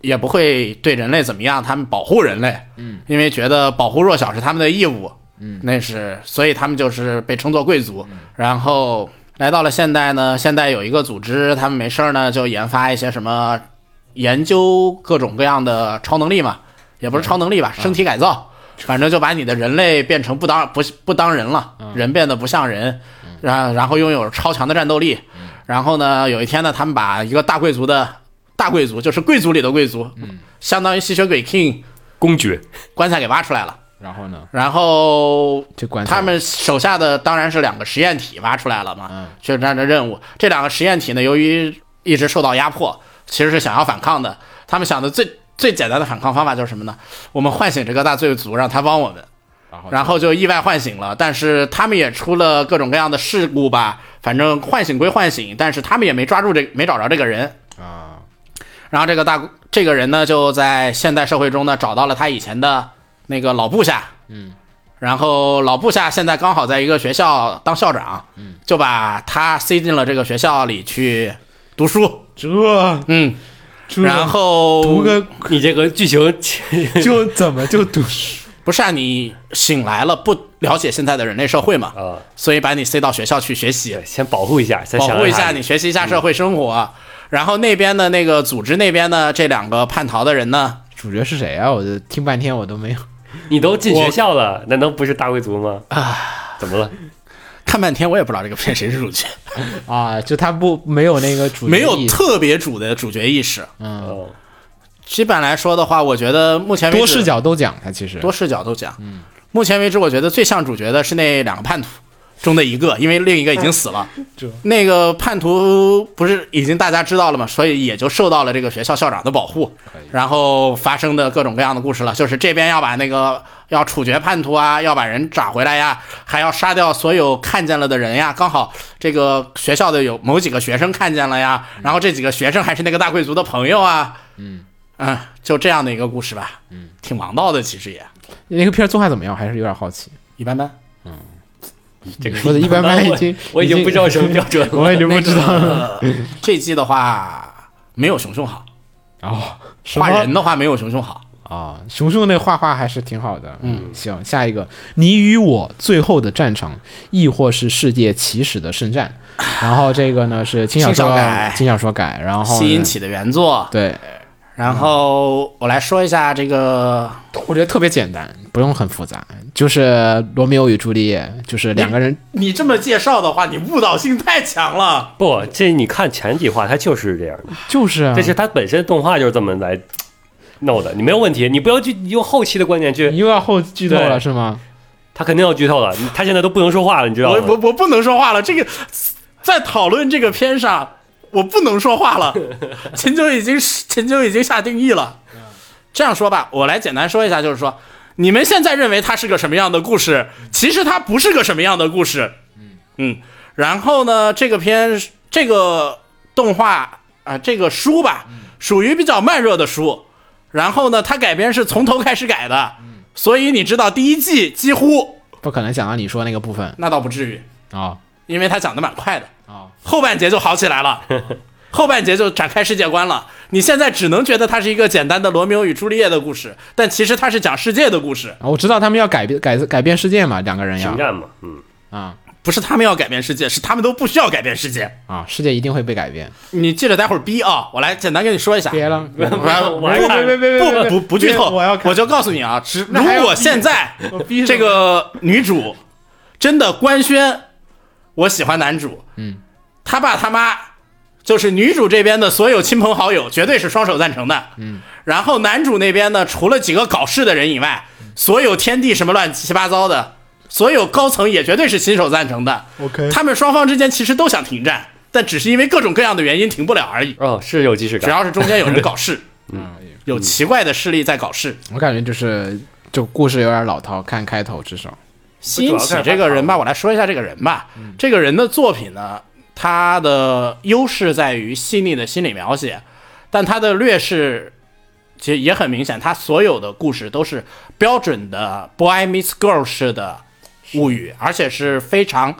Speaker 5: 也不会对人类怎么样，他们保护人类，嗯，因为觉得保护弱小是他们的义务，嗯，那是，所以他们就是被称作贵族。然后来到了现代呢，现代有一个组织，他们没事儿呢就研发一些什么，研究各种各样的超能力嘛，也不是超能力吧，身体改造。反正就把你的人类变成不当不不当人了，人变得不像人，然然后拥有超强的战斗力，然后呢，有一天呢，他们把一个大贵族的大贵族，就是贵族里的贵族，相当于吸血鬼 king
Speaker 2: 公爵，
Speaker 5: 棺材给挖出来了，
Speaker 3: 然后呢，
Speaker 5: 然后
Speaker 3: 这棺材
Speaker 5: 他们手下的当然是两个实验体挖出来了嘛
Speaker 3: 嗯，
Speaker 5: 去这样的任务。这两个实验体呢，由于一直受到压迫，其实是想要反抗的。他们想的最最简单的反抗方法就是什么呢？我们唤醒这个大罪族，让他帮我们。
Speaker 3: 然后
Speaker 5: 然后就意外唤醒了，但是他们也出了各种各样的事故吧。反正唤醒归唤醒，但是他们也没抓住这，没找着这个人。
Speaker 3: 啊
Speaker 5: 然后这个大这个人呢，就在现代社会中呢，找到了他以前的那个老部下，嗯，然后老部下现在刚好在一个学校当校长，嗯，就把他塞进了这个学校里去读书，
Speaker 3: 这
Speaker 5: 嗯，
Speaker 3: 这
Speaker 5: 然后
Speaker 3: 读个
Speaker 2: 你这个剧情
Speaker 3: 就怎么就读书
Speaker 5: 不是啊，你醒来了不了解现在的人类社会嘛，
Speaker 2: 啊
Speaker 5: 所以把你塞到学校去学习
Speaker 2: 对，，先保护一下，先
Speaker 5: 保
Speaker 2: 想
Speaker 5: 护一
Speaker 2: 想
Speaker 5: 下
Speaker 2: 他
Speaker 5: 你，学习一下社会生活。然后那边的那个组织那边呢，这两个叛逃的人呢，
Speaker 3: 主角是谁啊？我就听半天我都没有。
Speaker 2: 你都进学校了，难道不是大贵族吗？啊，怎么了？
Speaker 5: 看半天我也不知道这个片谁是主角，
Speaker 3: 啊，就他不没有那个主角
Speaker 5: 没有
Speaker 3: 意识
Speaker 5: 特别主的主角意识。
Speaker 2: 哦，
Speaker 5: 基本来说的话，我觉得目前为止
Speaker 3: 多视角都讲他其实
Speaker 5: 多视角都讲。嗯，目前为止，我觉得最像主角的是那两个叛徒中的一个，因为另一个已经死了。那个叛徒不是已经大家知道了嘛，所以也就受到了这个学校校长的保护。然后发生的各种各样的故事了，就是这边要把那个要处决叛徒啊，要把人找回来呀，还要杀掉所有看见了的人呀。刚好这个学校的有某几个学生看见了呀，然后这几个学生还是那个大贵族的朋友啊。嗯。啊，就这样的一个故事吧，嗯，挺王道的，其实也，
Speaker 3: 那个片儿做还怎么样？还是有点好奇。
Speaker 5: 一般般。
Speaker 2: 这个
Speaker 3: 说的一 般般已经
Speaker 2: 我我已经不知道什么标准了。
Speaker 3: 我也就不知道了。
Speaker 5: 这季的话没有熊熊好，
Speaker 3: 哦，什么
Speaker 5: 画人的话没有熊熊好。
Speaker 3: 啊，熊熊那画画还是挺好的。嗯，行，下一个，你与我最后的战场，亦或是世界起始的圣战。然后这个呢是轻小
Speaker 5: 轻小
Speaker 3: 说
Speaker 5: 改
Speaker 3: 轻小说改，然后呢
Speaker 5: 吸引起的原作，
Speaker 3: 对，
Speaker 5: 然后我来说一下这个，
Speaker 3: 我觉得特别简单，不用很复杂，就是罗密欧与朱丽叶，就是两个人
Speaker 5: 你这么介绍的话，你误导性太强了。
Speaker 2: 不，这你看前几话，它就是这样的，
Speaker 3: 就是啊
Speaker 2: 这是它本身动画就是这么来弄的，你没有问题，你不要去用后期的观点
Speaker 3: 你
Speaker 2: 去，
Speaker 3: 又要后剧透了
Speaker 2: 对
Speaker 3: 是吗？
Speaker 2: 他肯定要剧透了，你他现在都不能说话了，你知道
Speaker 5: 我我
Speaker 2: 吗？
Speaker 5: 我不能说话了，这个在讨论这个片上，我不能说 话了。秦九已经秦九已经下定义了。这样说吧，我来简单说一下，就是说，你们现在认为它是个什么样的故事，其实它不是个什么样的故事。嗯然后呢，这个片这个动画啊、这个书吧，
Speaker 2: 嗯
Speaker 5: 属于比较慢热的书。然后呢，它改编是从头开始改的，
Speaker 2: 嗯
Speaker 5: 所以你知道第一季几乎
Speaker 3: 不可能想到你说那个部分
Speaker 5: 那倒不至于，
Speaker 3: 啊
Speaker 5: 因为它讲的蛮快的。
Speaker 3: 啊
Speaker 5: 后半节就好起来了，后半节就展开世界观了。你现在只能觉得它是一个简单的罗密欧与朱丽叶的故事，但其实它是讲世界的故事，
Speaker 3: 啊！我知道他们要改变改改变世界嘛，两个人要
Speaker 2: 情战嘛，嗯，
Speaker 3: 啊
Speaker 5: 不是他们要改变世界，是他们都不需要改变世界。
Speaker 3: 啊，世界一定会被改变。
Speaker 5: 你记着待会儿逼啊，我来简单跟你说一下。
Speaker 3: 别 了，别了
Speaker 5: 我来，
Speaker 2: 我来看
Speaker 5: 不不不不剧透，
Speaker 3: 我要看
Speaker 5: 就告诉你啊，只
Speaker 3: 那还要
Speaker 5: 如果
Speaker 3: 逼
Speaker 5: 现在
Speaker 3: 我逼
Speaker 5: 这个女主真的官宣我喜欢男主，嗯，他爸他妈就是女主这边的所有亲朋好友，绝对是双手赞成的，嗯。然后男主那边呢，除了几个搞事的人以外，所有天地什么乱七八糟的，所有高层也绝对是亲手赞成的。
Speaker 3: OK
Speaker 5: 他们双方之间其实都想停战，但只是因为各种各样的原因停不了而已。
Speaker 2: 哦，是有即视
Speaker 5: 只
Speaker 2: 感，
Speaker 5: 要是中间有人搞事，嗯，有奇怪的势力在搞事。
Speaker 3: 我感觉就是就故事有点老套，看开头至少
Speaker 5: 西因起这个人吧，我来说一下这个人吧。这个人的作品呢，他的优势在于细腻的心理描写，但他的劣势其实也很明显，他所有的故事都是标准的 boy meets girl 式的物语，而且是非常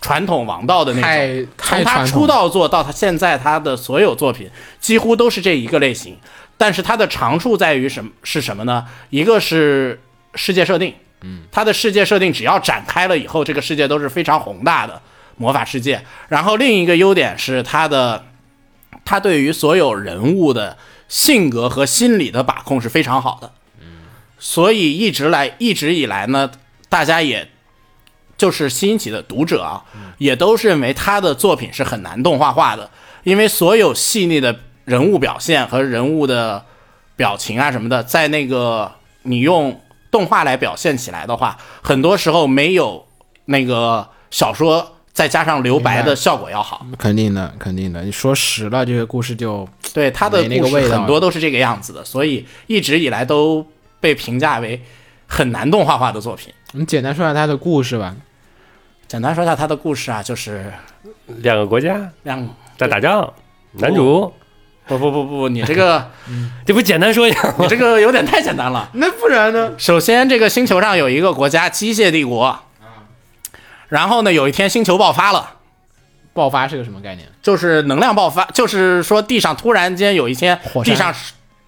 Speaker 5: 传统王道的那种。
Speaker 3: 太太
Speaker 5: 从他
Speaker 3: 传
Speaker 5: 出
Speaker 3: 统了。
Speaker 5: 道作到他现在，他的所有作品几乎都是这一个类型，但是他的长处在于什么？是什么呢？一个是世界设定，嗯，他的世界设定只要展开了以后，这个世界都是非常宏大的魔法世界。然后另一个优点是他的，他对于所有人物的性格和心理的把控是非常好的，所以一直来一直以来呢，大家也就是新起的读者啊，也都认为他的作品是很难动画化的，因为所有细腻的人物表现和人物的表情啊什么的，在那个你用动画来表现起来的话，很多时候没有那个小说再加上留白
Speaker 3: 明白
Speaker 5: 的效果要好。
Speaker 3: 肯定的，肯定的。你说实了，这个故事就
Speaker 5: 对他的
Speaker 3: 没那个
Speaker 5: 故事
Speaker 3: 味道
Speaker 5: 很多都是这个样子的，所以一直以来都被评价为很难动画化的作品。
Speaker 3: 我们简单说下他的故事吧。
Speaker 5: 简单说一下他的故事啊，就是
Speaker 2: 两个国家
Speaker 5: 让
Speaker 2: 在打仗，男主，
Speaker 5: 不不不不，你这 个
Speaker 2: 这不简单说一下吗？
Speaker 5: 你这个有点太简单了。
Speaker 3: 那不然呢？
Speaker 5: 首先，这个星球上有一个国家——机械帝国。然后呢，有一天星球爆发了，
Speaker 3: 爆发是个什么概念？
Speaker 5: 就是能量爆发，就是说地上突然间有一天
Speaker 3: 火，山
Speaker 5: 地上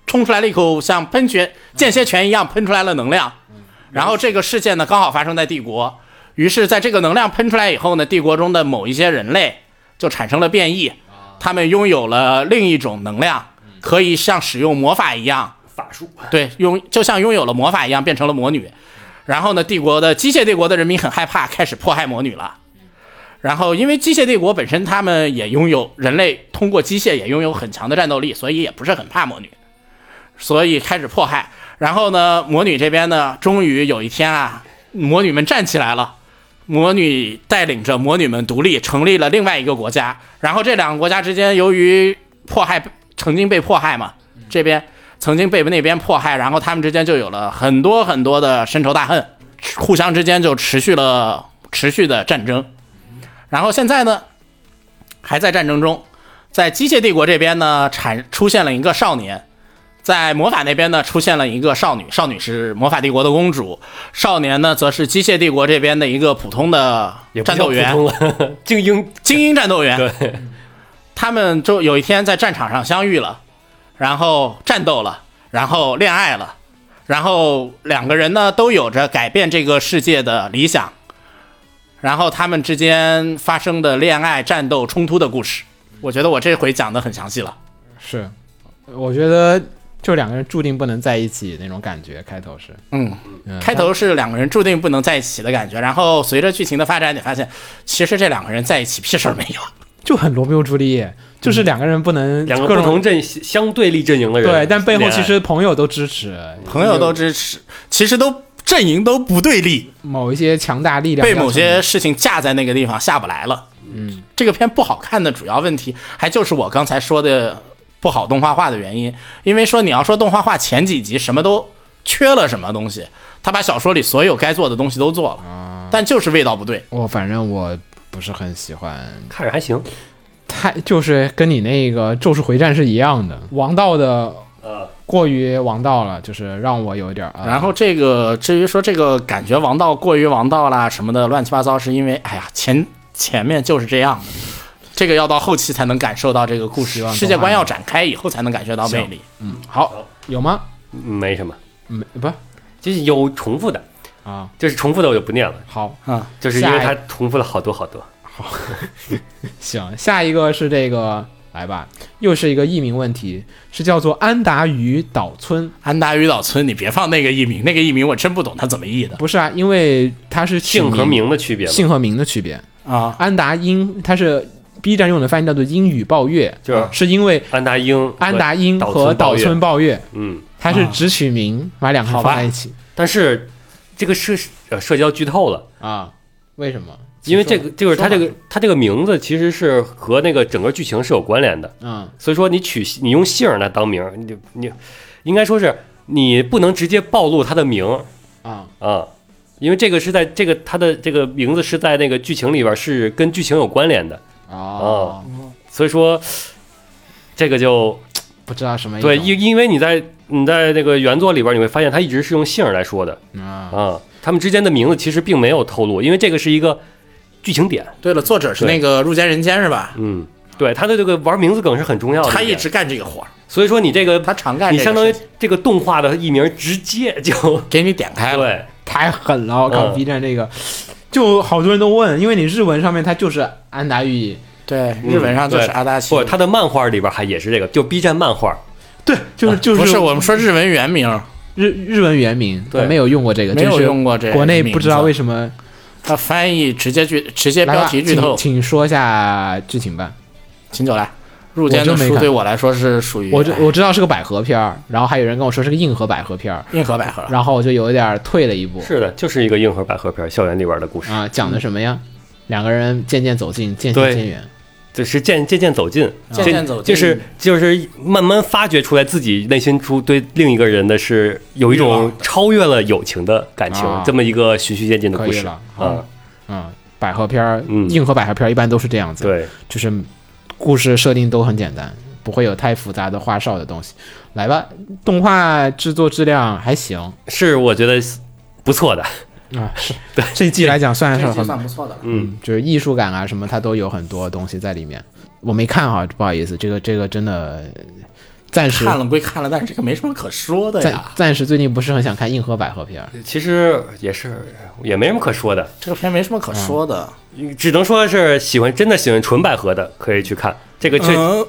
Speaker 5: 冲出来了一口像喷泉、间歇泉一样喷出来了能量，然后这个事件呢，刚好发生在帝国，于是在这个能量喷出来以后呢，帝国中的某一些人类就产生了变异，他们拥有了另一种能量，可以像使用魔法一样，
Speaker 2: 法术，
Speaker 5: 对，拥就像拥有了魔法一样，变成了魔女。然后呢，帝国的机械帝国的人民很害怕，开始迫害魔女了。然后，因为机械帝国本身他们也拥有人类通过机械也拥有很强的战斗力，所以也不是很怕魔女，所以开始迫害。然后呢，魔女这边呢，终于有一天啊，魔女们站起来了。魔女带领着魔女们独立，成立了另外一个国家。然后这两个国家之间，由于迫害，曾经被迫害嘛，
Speaker 2: 嗯
Speaker 5: 这边曾经被那边迫害，然后他们之间就有了很多很多的深仇大恨，互相之间就持续了持续的战争。然后现在呢，还在战争中，在机械帝国这边呢，产出现了一个少年，在魔法那边呢，出现了一个少女，少女是魔法帝国的公主，少年呢，则是机械帝国这边的一个普通的
Speaker 2: 也不
Speaker 5: 战
Speaker 2: 叫
Speaker 5: 斗
Speaker 2: 普
Speaker 5: 员，
Speaker 2: 通了， 精英
Speaker 5: 精英战斗员。
Speaker 2: 对，
Speaker 5: 他们就有一天在战场上相遇了，然后战斗了，然后恋爱了，然后两个人呢都有着改变这个世界的理想，然后他们之间发生的恋爱、战斗、冲突的故事。我觉得我这回讲的很详细了。
Speaker 3: 是，我觉得就两个人注定不能在一起那种感觉，开头是，
Speaker 5: 嗯，
Speaker 3: 嗯
Speaker 5: 开头是两个人注定不能在一起的感觉，然后随着剧情的发展，你发现其实这两个人在一起屁事儿没有。
Speaker 3: 就很罗密欧朱丽叶，就是两个人不能
Speaker 2: 两个
Speaker 3: 各
Speaker 2: 不
Speaker 3: 种
Speaker 2: 同阵相对立阵营的人，
Speaker 3: 对，但背后
Speaker 2: 恋爱
Speaker 3: 其实朋友都支持，
Speaker 5: 朋友都支持，其实都阵营都不对立，
Speaker 3: 某一些强大力量
Speaker 5: 被某
Speaker 3: 要成
Speaker 5: 些事情架在那个地方下不来了。嗯，这个片不好看的主要问题，还就是我刚才说的不好动画化的原因。因为说你要说动画化前几集什么都缺了什么东西，他把小说里所有该做的东西都做
Speaker 3: 啊
Speaker 5: 了，但就是味道不对。
Speaker 3: 我反正我不是很喜欢，
Speaker 2: 看着还行，
Speaker 3: 太就是跟你那个《咒术回战》是一样的，王道的
Speaker 2: 呃，
Speaker 3: 过于王道了，就是让我有点儿。呃
Speaker 5: 然后这个至于说这个感觉王道过于王道啦什么的乱七八糟，是因为哎呀前前面就是这样的，这个要到后期才能感受到这个故
Speaker 3: 希
Speaker 5: 事
Speaker 3: 望
Speaker 5: 世界观
Speaker 3: 动画
Speaker 5: 要展开以后才能感觉到魅力。
Speaker 3: 好有吗？
Speaker 2: 没什么，
Speaker 3: 没不
Speaker 2: 就是有重复的，
Speaker 3: 啊，
Speaker 2: 就是重复的我就不念了，
Speaker 3: 好
Speaker 5: 啊，
Speaker 2: 就是因为
Speaker 3: 下
Speaker 2: 它
Speaker 3: 一
Speaker 2: 重复了好多好多。
Speaker 3: 行，下一个是这个来吧，又是一个译名问题，是叫做安达与岛村，
Speaker 5: 安达渔岛村，你别放那个译名，那个译名我真不懂他怎么译的
Speaker 3: 不是啊，因为它是取
Speaker 2: 姓和名的区别嘛，
Speaker 3: 姓和名的区别。
Speaker 5: 啊。
Speaker 3: 安达英，它是 B 站用的翻译叫做英语暴月，
Speaker 2: 就是
Speaker 3: 是因为
Speaker 2: 安达英、
Speaker 3: 安达英和
Speaker 2: 岛
Speaker 3: 岛村
Speaker 2: 月，
Speaker 3: 暴月，
Speaker 2: 嗯，
Speaker 3: 它是只取名，把两个人
Speaker 5: 好吧
Speaker 3: 放在一起
Speaker 2: 但是这个社呃社交剧透了。
Speaker 3: 啊？为什么？
Speaker 2: 因为这个就是它这
Speaker 5: 说
Speaker 2: 个它这个名字其实是和那个整个剧情是有关联的，
Speaker 3: 嗯，
Speaker 2: 所以说你取你用姓儿来当名儿，你就你应该说是你不能直接暴露他的名儿
Speaker 3: 啊，
Speaker 2: 啊，因为这个是在这个他的这个名字是在那个剧情里边儿是跟剧情有关联的，
Speaker 3: 哦，
Speaker 2: 所以说这个就
Speaker 3: 不知道什
Speaker 5: 哎
Speaker 3: 么意思
Speaker 2: 对，因因为你在你在那个原作里边儿你会发现他一直是用姓儿来说的
Speaker 3: 啊，
Speaker 2: 啊，他们之间的名字其实并没有透露，因为这个是一个剧情点，
Speaker 5: 对了，作者是
Speaker 2: 对
Speaker 5: 那个《入间人间》是吧？
Speaker 2: 嗯。对他的这个玩名字梗是很重要的点，
Speaker 5: 他一直干这个活儿，
Speaker 2: 所以说你这个
Speaker 5: 他常干
Speaker 2: 你
Speaker 5: 这
Speaker 2: 相
Speaker 5: 个
Speaker 2: 当
Speaker 5: 事
Speaker 2: 于
Speaker 5: 情，
Speaker 2: 这个动画的译名直接就
Speaker 5: 给你点开了。
Speaker 2: 对，
Speaker 3: 太狠了！我靠
Speaker 2: 嗯
Speaker 3: ，B 站这个，就好多人都问，因为你日文上面它就是安达语，
Speaker 5: 对，
Speaker 3: 嗯
Speaker 5: 日本上就是
Speaker 2: 嗯对
Speaker 5: 阿达西
Speaker 2: 不，。他的漫画里边还也是这个，就 B 站漫画，
Speaker 3: 对，就是就
Speaker 5: 啊不是
Speaker 3: 是
Speaker 5: 我们说日文原名，
Speaker 3: 日日文原名，
Speaker 2: 对
Speaker 3: 我没有用过这个，
Speaker 5: 没有
Speaker 3: 真是
Speaker 5: 用过这个
Speaker 3: 国内
Speaker 5: 名字
Speaker 3: 不知道为什么。
Speaker 5: 他翻译直接剧直接
Speaker 3: 来
Speaker 5: 标
Speaker 3: 吧，
Speaker 5: 题剧透
Speaker 3: 请，请说一下剧情吧。
Speaker 5: 秦九来。入间的
Speaker 3: 我真没
Speaker 5: 书
Speaker 3: 看
Speaker 5: 对我来说是属于
Speaker 3: 我知我知道是个百合片儿，然后还有人跟我说是个硬核百合片儿，
Speaker 5: 哎硬核百合。
Speaker 3: 然后我就有一点儿退了一步。
Speaker 2: 是的，就是一个硬核百合片，校园里边的故事，
Speaker 3: 啊，讲的什么呀？两个人渐渐走近，渐行
Speaker 2: 对
Speaker 3: 渐远。
Speaker 2: 就是渐渐嗯渐走近，
Speaker 5: 渐渐走
Speaker 2: 就
Speaker 5: 近
Speaker 2: 是就是慢慢发掘出来自己内心出对另一个人的是有一
Speaker 5: 欲
Speaker 2: 种
Speaker 5: 望
Speaker 2: 超越了友情的感情
Speaker 3: 啊，
Speaker 2: 这么一个循序渐进的故
Speaker 3: 可以
Speaker 2: 事
Speaker 3: 了
Speaker 2: 啊，
Speaker 3: 嗯，百合片儿，
Speaker 2: 嗯
Speaker 3: 硬核百合片儿一般都是这样子，，
Speaker 2: 对，
Speaker 3: 就是故事设定都很简单，不会有太复杂的花哨的东西。来吧，动画制作质量还行
Speaker 2: 是我觉得不错的，
Speaker 3: 啊，是对这一季来讲算是
Speaker 5: 这集
Speaker 3: 很
Speaker 5: 算不错的了。
Speaker 2: 嗯，
Speaker 3: 就是艺术感啊啊什么，它都有很多东西在里面。我没看哈，不好意思，这个这个真的暂时
Speaker 5: 看了归看了，但是这个没什么可说的
Speaker 3: 暂
Speaker 5: 呀。
Speaker 3: 暂时最近不是很想看硬核百合片儿，
Speaker 2: 嗯其实也是也没什么可说的，
Speaker 5: 这个片没什么可
Speaker 3: 嗯
Speaker 5: 说的。
Speaker 2: 只能说是喜欢真的喜欢纯百合的可以去看这个确。
Speaker 5: 嗯，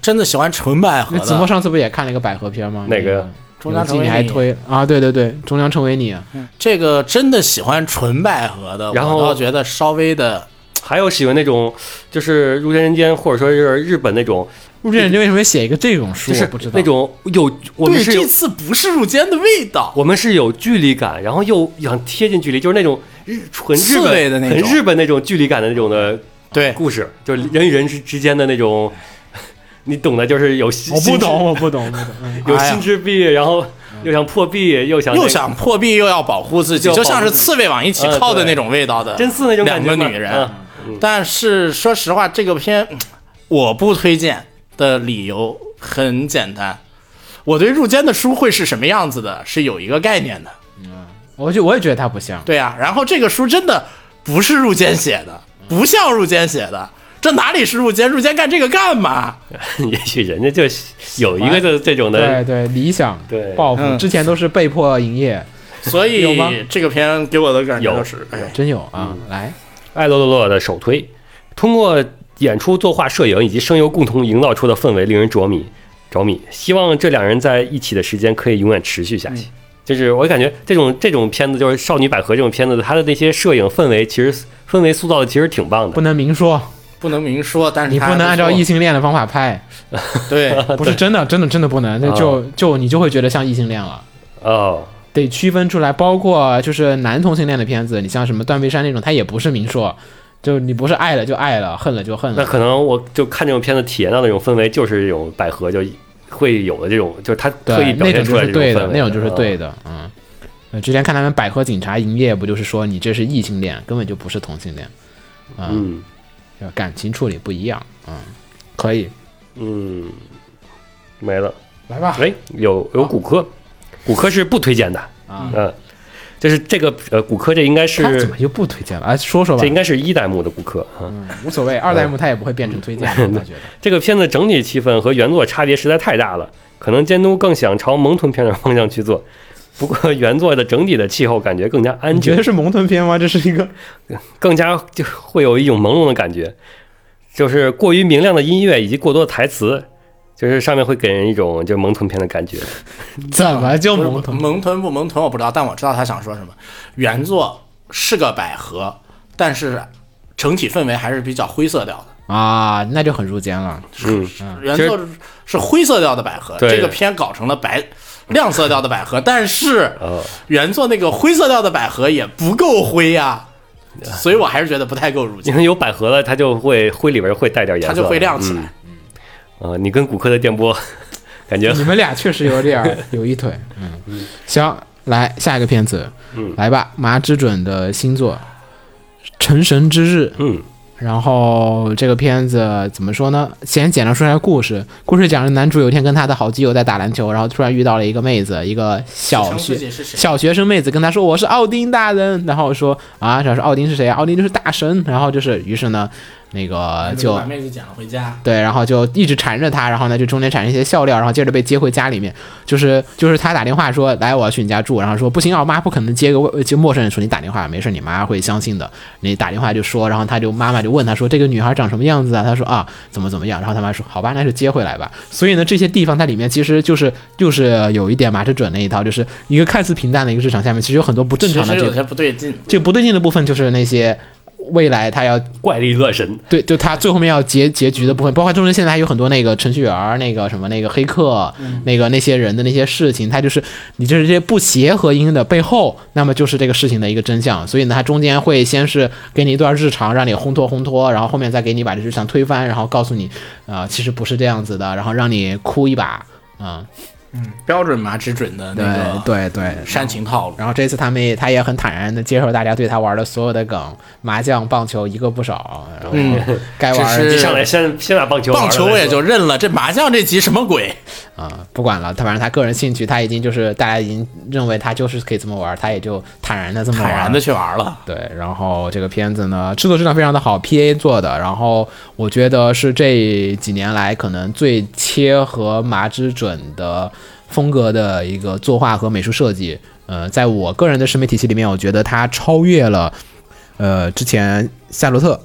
Speaker 5: 真的喜欢纯百合
Speaker 3: 那子墨
Speaker 5: 的，
Speaker 3: 上次不也看了一个百合片吗？
Speaker 2: 哪个
Speaker 3: 呀？
Speaker 5: 终将
Speaker 3: 游记
Speaker 5: 成为
Speaker 3: 你还
Speaker 5: 你
Speaker 3: 推啊？对对对，终将成为你。啊
Speaker 5: 这个真的喜欢纯百合的，
Speaker 2: 然后
Speaker 5: 我倒觉得稍微的
Speaker 2: 还有喜欢那种就是《入间人间》或者说是日本那种，
Speaker 3: 入阵人就为什么写一个这种书？
Speaker 2: 就
Speaker 3: 我
Speaker 2: 是
Speaker 3: 不知道
Speaker 2: 那种有我们
Speaker 5: 对
Speaker 2: 是有
Speaker 5: 这次不是入间的味道，
Speaker 2: 我们是有距离感，然后又想贴近距离，就是那种日纯日
Speaker 5: 刺猬的
Speaker 2: 本
Speaker 5: 那
Speaker 2: 很
Speaker 5: 种
Speaker 2: 日本那种距离感的那种的
Speaker 5: 对，
Speaker 2: 故事，就是人与人之之间的那种， 你懂的，就是有心
Speaker 3: 我不懂，
Speaker 2: 心
Speaker 3: 我不懂，嗯我不懂。
Speaker 2: 之有
Speaker 5: 哎呀
Speaker 2: 心之壁，然后又想破壁，又想那
Speaker 5: 又
Speaker 2: 个
Speaker 5: 想破壁又要保护自己，
Speaker 2: 又要保
Speaker 5: 就
Speaker 2: 护
Speaker 5: 像是
Speaker 2: 自己
Speaker 5: 刺猬往一起
Speaker 2: 嗯
Speaker 5: 靠的
Speaker 2: 对
Speaker 5: 那种味道的，
Speaker 2: 真四那种
Speaker 5: 两
Speaker 2: 感觉
Speaker 5: 个
Speaker 2: 嘛
Speaker 5: 女人。
Speaker 2: 嗯
Speaker 5: 但是说实话，这个片嗯我不推荐的理由很简单，我对入间的书会是什么样子的是有一个概念的。
Speaker 3: 我就我也觉得它不像。
Speaker 5: 对啊，然后这个书真的不是入间写的，不像入间写的，这哪里是入间？入间干这个干嘛？
Speaker 2: 也许人家就有
Speaker 5: 哎
Speaker 2: 一个就这种
Speaker 3: 对
Speaker 2: 的，
Speaker 3: 对，理想
Speaker 2: 对
Speaker 3: 抱负，
Speaker 5: 嗯
Speaker 3: 之前都是被迫营业，
Speaker 5: 所
Speaker 3: 有吗
Speaker 5: 以这个片给我的感觉
Speaker 2: 有
Speaker 5: 就是，哎，
Speaker 3: 真有啊！
Speaker 2: 嗯
Speaker 3: 来，
Speaker 2: 艾洛洛洛的首推，通过演出、作画、摄影以及声优共同营造出的氛围，令人着迷着迷。希望这两人在一起的时间可以永远持续下去。
Speaker 3: 嗯
Speaker 2: 就是我感觉这种这种片子，就是少女百合这种片子，它的那些摄影氛围，其实氛围塑造的其实挺棒的
Speaker 3: 不。能明说，
Speaker 5: 不能明说，
Speaker 2: 嗯
Speaker 5: 但是
Speaker 3: 你
Speaker 5: 它
Speaker 3: 不能
Speaker 5: 还
Speaker 3: 按照
Speaker 5: 错
Speaker 3: 异性恋的方法拍，
Speaker 5: 对
Speaker 3: 不是真的，真的真的不能，那就
Speaker 2: 嗯
Speaker 3: 就你就会觉得像异性恋了。
Speaker 2: 哦，
Speaker 3: 得区分出来，包括就是男同性恋的片子，你像什么《断背山》那种，它也不是明说，就你不是爱了就爱了，恨了就恨
Speaker 2: 那
Speaker 3: 了。
Speaker 2: 可能我就看这种片子体验到那种氛围，就是这种百合就会有的这种，就是他特
Speaker 3: 对，
Speaker 2: 意表
Speaker 3: 那
Speaker 2: 现
Speaker 3: 种
Speaker 2: 出
Speaker 3: 就
Speaker 2: 来
Speaker 3: 是
Speaker 2: 这种
Speaker 3: 对
Speaker 2: 氛
Speaker 3: 的
Speaker 2: 围，，
Speaker 3: 那种就是对
Speaker 2: 的。
Speaker 3: 的，嗯。呃之前看他们《百合警察营业》，不就是说你这是异性恋，根本就不是同性恋，
Speaker 2: 嗯
Speaker 3: 要感情处理不一样，嗯，可以，
Speaker 2: 嗯，没了。
Speaker 3: 来吧，
Speaker 2: 哎，有有骨科，骨科是不推荐的
Speaker 3: 啊
Speaker 2: 嗯，就是这个呃，骨科这应该
Speaker 3: 他哎怎
Speaker 2: 是
Speaker 3: 么又不推荐了？啊，说说吧
Speaker 2: 这，应该是一代目的骨科啊。
Speaker 3: 无所谓，二代目他也不会变成推荐 的，我觉得。
Speaker 2: 这个片子整体气氛和原作差别实在太大了，可能监督更想朝萌豚片的方向去做。不过原作的整体的气候感觉更加安
Speaker 3: 你觉
Speaker 2: 全
Speaker 3: 得，是萌豚片吗？这是一个
Speaker 2: 更加就会有一种朦胧的感觉，就是过于明亮的音乐以及过多的台词，就是上面会给人一种就萌豚片的感觉。
Speaker 3: 怎么就萌
Speaker 5: 不
Speaker 3: 豚
Speaker 5: 是？萌臀不萌臀我不知道，但我知道他想说什么。原作是个百合，但是整体氛围还是比较灰色调的。
Speaker 3: 啊，那就很入间了。
Speaker 2: 嗯，
Speaker 5: 原作是灰色调的百合，
Speaker 2: 对
Speaker 5: 这个片搞成了白亮色调的百合， 但是
Speaker 2: 哦，
Speaker 5: 原作那个灰色调的百合也不够灰 呀、所以我还是觉得不太够入
Speaker 2: 因
Speaker 5: 镜，
Speaker 2: 为有百合了，它就会灰里边会带点颜
Speaker 5: 它
Speaker 2: 色，
Speaker 5: 就会亮起来。
Speaker 2: 嗯呃，你跟骨科的电波 感觉
Speaker 3: 你们俩确实有点 儿有一腿。嗯，行，来下一个片子，
Speaker 2: 嗯
Speaker 3: 来吧，麻之准的新作《成神之日》。
Speaker 2: 嗯
Speaker 3: 然后这个片子怎么说呢？先简单说一下故事。故事讲的男主有一天跟他的好基友在打篮球，然后突然遇到了一个妹子，一个小
Speaker 5: 想
Speaker 3: 学
Speaker 5: 自己是谁
Speaker 3: 小学生妹子跟他说我是奥丁大人，然后说啊，然后说奥丁是谁啊？奥丁就是大神。然后就是，于是呢，那个就
Speaker 5: 把妹子捡了回家，
Speaker 3: 对，然后就一直缠着他，然后呢，就中间产生一些笑料，然后接着被接回家里面。就是就是他打电话说来我要去你家住，然后说不行啊，我妈不可能接个外接陌生人说你打电话，没事，你妈会相信的。你打电话就说，然后他就妈妈就问他说这个女孩长什么样子啊？他说啊怎么怎么样，然后他妈说好吧，那就接回来吧。所以呢，这些地方它里面其实就是就是有一点马志准那一套，就是一个看似平淡的一个日常下面，其实有很多不正
Speaker 5: 其
Speaker 3: 常的
Speaker 5: 实
Speaker 3: 这
Speaker 5: 有
Speaker 3: 个
Speaker 5: 些不对劲。
Speaker 3: 这个不对劲的部分，就是那些未来他要
Speaker 2: 怪力乱 神，
Speaker 3: 对，就他最后面要结结局的部分，包括中间现在还有很多那个程序员儿、那个什么、那个黑客、那个那些人的那些事情，他就是你就是这些不协和音的背后，那么就是这个事情的一个真相。所以呢，它中间会先是给你一段日常，让你烘托烘托，然后后面再给你把这日呃常推翻，然后告诉你，啊、其实不是这样子的，然后让你哭一把，啊、
Speaker 5: 标准麻之准的那个
Speaker 3: 对对对，
Speaker 5: 煽情套路。
Speaker 3: 然后这次他们也他也很坦然的接受大家对他玩的所有的梗，麻将、棒球一个不少，然后该玩
Speaker 5: 只
Speaker 3: 的
Speaker 5: 是
Speaker 2: 一上来先先把棒球玩了
Speaker 5: 棒球我
Speaker 2: 再
Speaker 5: 也就
Speaker 2: 说
Speaker 5: 认了，这麻将这集什么鬼？
Speaker 3: 啊、不管了，他反正他个人兴趣，他已经就是大家已经认为他就是可以这么玩，他也就坦然的这么玩，
Speaker 5: 坦然的去玩了。
Speaker 3: 对，然后这个片子呢，制作质量非常的好，P A 做的，然后我觉得是这几年来可能最切合麻之准的风格的一个作画和美术设计。呃，在我个人的审美体系里面，我觉得它超越了呃之前夏洛特。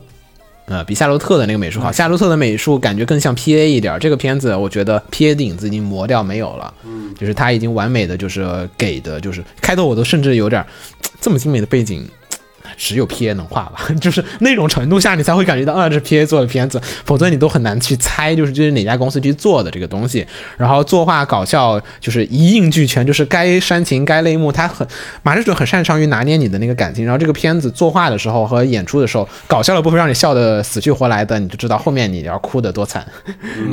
Speaker 3: 呃，比夏洛特的那个美术好。夏洛特的美术感觉更像 P A 一点儿，这个片子我觉得 P A 的影子已经磨掉没有了，嗯，就是它已经完美的就是给的，就是开头我都甚至有点儿这么精美的背景，只有 P A 能画吧， 就是那种程度下，你才会感觉到啊，这是 P A 做的片子，否则你都很难去猜，就是这是哪家公司去做的这个东西。然后作画搞笑就是一应俱全，就是该煽情该泪目，他很马志准很擅长于拿捏你的那个感情。然后这个片子作画的时候和演出的时候，搞笑的部分让你笑得死去活来的，你就知道后面你要哭得多惨。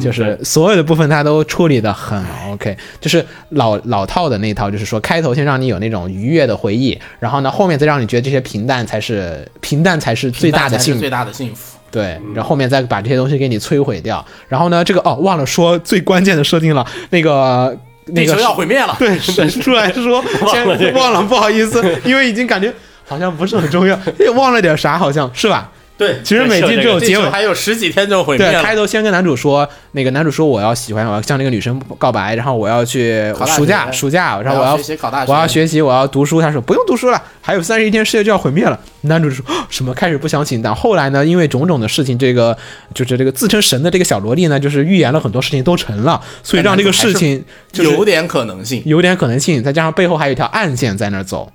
Speaker 3: 就是所有的部分它都处理的很 OK，就是老老套的那一套，就是说开头先让你有那种愉悦的回忆，然后呢后面再让你觉得这些平淡才是平淡才是最大的
Speaker 5: 那才是
Speaker 3: 幸福
Speaker 5: 最，大的幸福。
Speaker 3: 对，然后后面再把这些东西给你摧毁掉。然后呢，这个哦忘了说最关键的设定了，那个那
Speaker 5: 地
Speaker 3: 个
Speaker 5: 球要毁灭了，
Speaker 3: 对，神出来说先
Speaker 2: 忘了这个
Speaker 3: 忘了，不好意思，因为已经感觉好像不是很重要，也忘了点啥，好像是吧？
Speaker 5: 对，
Speaker 3: 其实每季只有
Speaker 5: 地
Speaker 3: 结尾
Speaker 5: 球还有十几天就毁灭
Speaker 3: 对，
Speaker 5: 了。
Speaker 3: 开头先跟男主说，那个男主说我要喜欢，我要向那个女生告白，然后我要去
Speaker 5: 考大学
Speaker 3: 暑假暑假，然后我
Speaker 5: 我要
Speaker 3: 要
Speaker 5: 学习考大学
Speaker 3: 我要学习，我要读书。他说不用读书了，还有三十一天世界就要毁灭了。男主说哦什么开始不相信，但后来呢，因为种种的事情，这个就是这个自称神的这个小萝莉呢，就是预言了很多事情都成了，所以让这个事情就是
Speaker 5: 有点可能性。
Speaker 3: 有点可能性，再加上背后还有一条暗线在那儿走，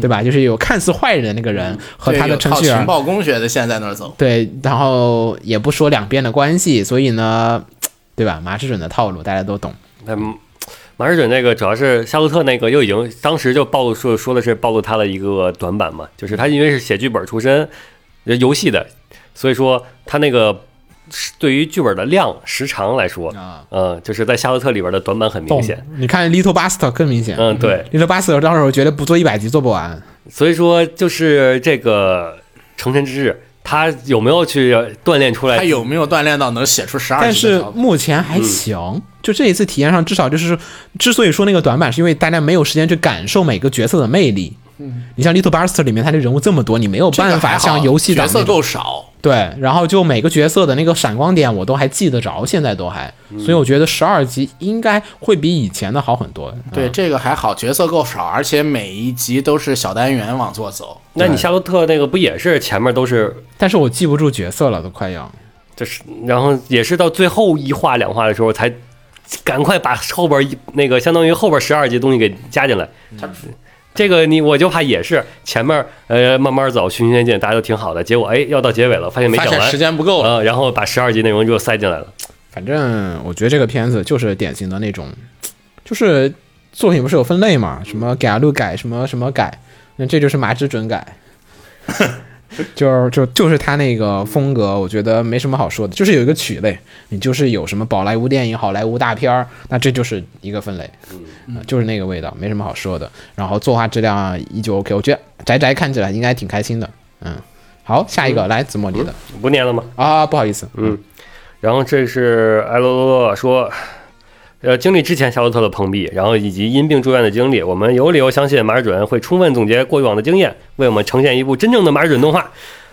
Speaker 3: 对吧？就是有看似坏人的那个人和他的
Speaker 5: 嗯对
Speaker 3: 程序
Speaker 5: 有靠
Speaker 3: 员
Speaker 5: 情，报工学的现在在那儿走，
Speaker 3: 对，然后也不说两边的关系，所以呢，对吧？马志准的套路大家都懂，
Speaker 2: 嗯，马世准那个主要是夏洛特那个又已经当时就暴露说说的是暴露他的一个短板嘛，就是他因为是写剧本出身，呃游戏的，所以说他那个对于剧本的量时长来说，
Speaker 3: 啊
Speaker 2: 嗯，就是在夏洛特里边的短板很明
Speaker 3: 懂
Speaker 2: 显。。
Speaker 3: 你看 Little Buster 更明显，
Speaker 2: 嗯，对，
Speaker 3: Little Buster 当时我觉得不做一百集做不完，
Speaker 2: 所以说就是这个成神之日，他有没有去锻炼出
Speaker 5: 他
Speaker 2: 来？
Speaker 5: 有没有锻炼到能写出十二
Speaker 3: 但
Speaker 5: 集的
Speaker 3: 是
Speaker 5: 条？
Speaker 3: 目前还行。
Speaker 5: 嗯
Speaker 3: 就这一次体验上，至少就是之所以说那个短板，是因为大家没有时间去感受每个角色的魅力。嗯，你像 Little Buster 里面，他的人物这么多，你没有
Speaker 5: 这个
Speaker 3: 办
Speaker 5: 还
Speaker 3: 法
Speaker 5: 好
Speaker 3: 像游戏
Speaker 5: 角
Speaker 3: 党那
Speaker 5: 色
Speaker 3: 种
Speaker 5: 够少，
Speaker 3: 对，然后就每个角色的那个闪光点我都还记得着，现在都还，
Speaker 5: 嗯
Speaker 3: 所以我觉得十二集应该会比以前的好很多。
Speaker 5: 对这个还好，角色够少，而且每一集都是小单元往左走。
Speaker 2: 那你夏洛特那个不也是前面都是
Speaker 3: 但是我记不住角色了，都快要。
Speaker 2: 就是，然后也是到最后一话两话的时候才赶快把后边一那个相当于后边十二集东西给加进来。
Speaker 5: 他
Speaker 2: 这个你我就怕也是前面呃慢慢走循序渐进，大家都挺好的，结果哎要到结尾了，发现没
Speaker 5: 发
Speaker 2: 讲
Speaker 5: 现
Speaker 2: 完
Speaker 5: 时，间不够了，
Speaker 2: 呃，然后把十二集内容就塞进来了。
Speaker 3: 反正我觉得这个片子就是典型的那种，就是作品不是有分类嘛，什么改啊路改，什么什么改，那这就是麻之准改， 就是就就是他那个风格，我觉得没什么好说的，就是有一个曲类，你就是有什么宝莱坞电影、好莱坞大片儿，那这就是一个分类，嗯、就是那个味道，没什么好说的。然后作画质量依旧 OK，我觉得宅宅看起来应该挺开心的，嗯。好，下一个、来子墨你的、
Speaker 2: 不念了吗？
Speaker 3: 啊，不好意思，嗯，
Speaker 2: 然后这是艾罗罗洛说，呃，经历之前夏洛特的碰壁，然后以及因病住院的经历，我们有理由相信马尔准会充分总结过以往的经验，为我们呈现一部真正的马尔准动画。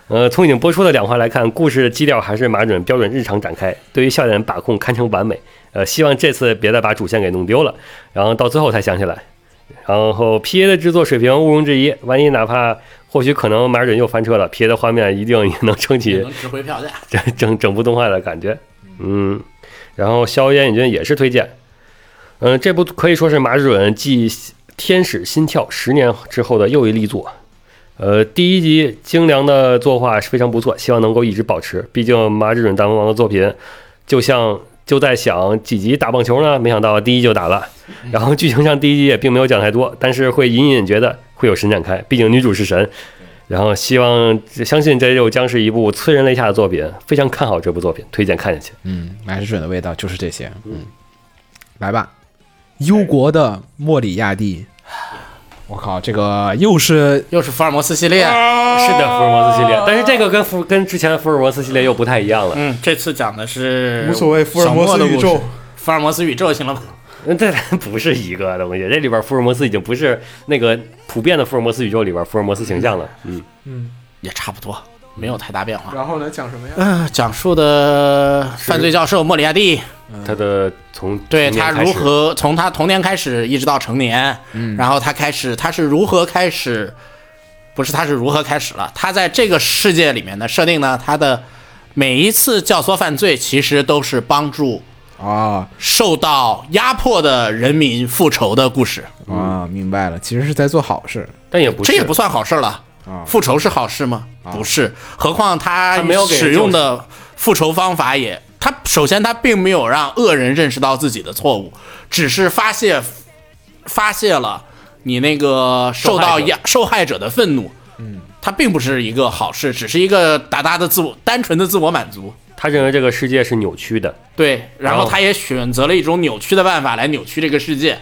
Speaker 2: 呃，从已经播出的两话来看，故事的基调还是马尔准标呃准日常展开，对于笑点把控堪称完美。呃，希望这次别再把主线给弄丢了，然后到最后才想起来。然后 P A 的制作水平毋庸置疑，万一哪怕或许可能马尔准又翻车了，P A 的画面一定也能撑起
Speaker 5: 也能值回票价。
Speaker 2: 整整整部动画的感觉。嗯，然后《硝烟与军》也是推荐。嗯，这部可以说是马志准继《天使心跳》十年之后的又一力作。呃，第一集精良的作画是非常不错，希望能够一直保持。毕竟马志准大魔王的作品，就像就在想几集打棒球呢，没想到第一就打了。然后剧情上第一集也并没有讲太多，但是会隐隐觉得会有神展开，毕竟女主是神。然后希望相信这又将是一部催人泪下的作品，非常看好这部作品，推荐看下去。
Speaker 3: 嗯，马之准的味道就是这些。嗯，来吧，忧国的莫里亚蒂。我靠，这个又是
Speaker 5: 又是福尔摩斯系列，
Speaker 2: 是的，福尔摩斯系列，但是这个跟福跟之前的福尔摩斯系列又不太一样了。
Speaker 5: 嗯，这次讲的是
Speaker 6: 无所谓福尔摩斯
Speaker 5: 小莫的故事
Speaker 6: 宇宙，
Speaker 5: 福尔摩斯宇宙行了吧，
Speaker 2: 嗯，这不是一个东西，这里边福尔摩斯已经不是那个普遍的福尔摩斯宇宙里边福尔摩斯形象了。嗯，
Speaker 5: 也差不多，没有太大变化。
Speaker 6: 然后呢，讲什么呀？
Speaker 5: 嗯、讲述的犯罪教授莫里亚蒂，
Speaker 2: 他的从
Speaker 5: 对
Speaker 2: 童年
Speaker 5: 他
Speaker 2: 开
Speaker 5: 如
Speaker 2: 始
Speaker 5: 何从他童年开始一直到成年，
Speaker 6: 嗯
Speaker 5: 然后他开始他是如何开始，不是他是如何开始了，他在这个世界里面的设定呢，他的每一次教唆犯罪其实都是帮助
Speaker 3: 啊
Speaker 5: 受到压迫的人民复仇的故事，
Speaker 3: 啊，明白了，其实是在做好事。
Speaker 2: 但也不是啊
Speaker 5: 这也不算好事了。
Speaker 3: 啊
Speaker 5: 复仇是好事吗？不是，何况他
Speaker 2: 他没有给人
Speaker 5: 使用的复仇方法也，他首先他并没有让恶人认识到自己的错误，只是发泄发泄了你那个受
Speaker 2: 受害
Speaker 5: 到
Speaker 2: 者
Speaker 5: 压受害者的愤怒。嗯，他并不是一个好事，只是一个达达的自我单纯的自我满足。
Speaker 2: 他认为这个世界是扭曲的，
Speaker 5: 对，然
Speaker 2: 然
Speaker 5: 后
Speaker 2: 后
Speaker 5: 他也选择了一种扭曲的办法来扭曲这个世界。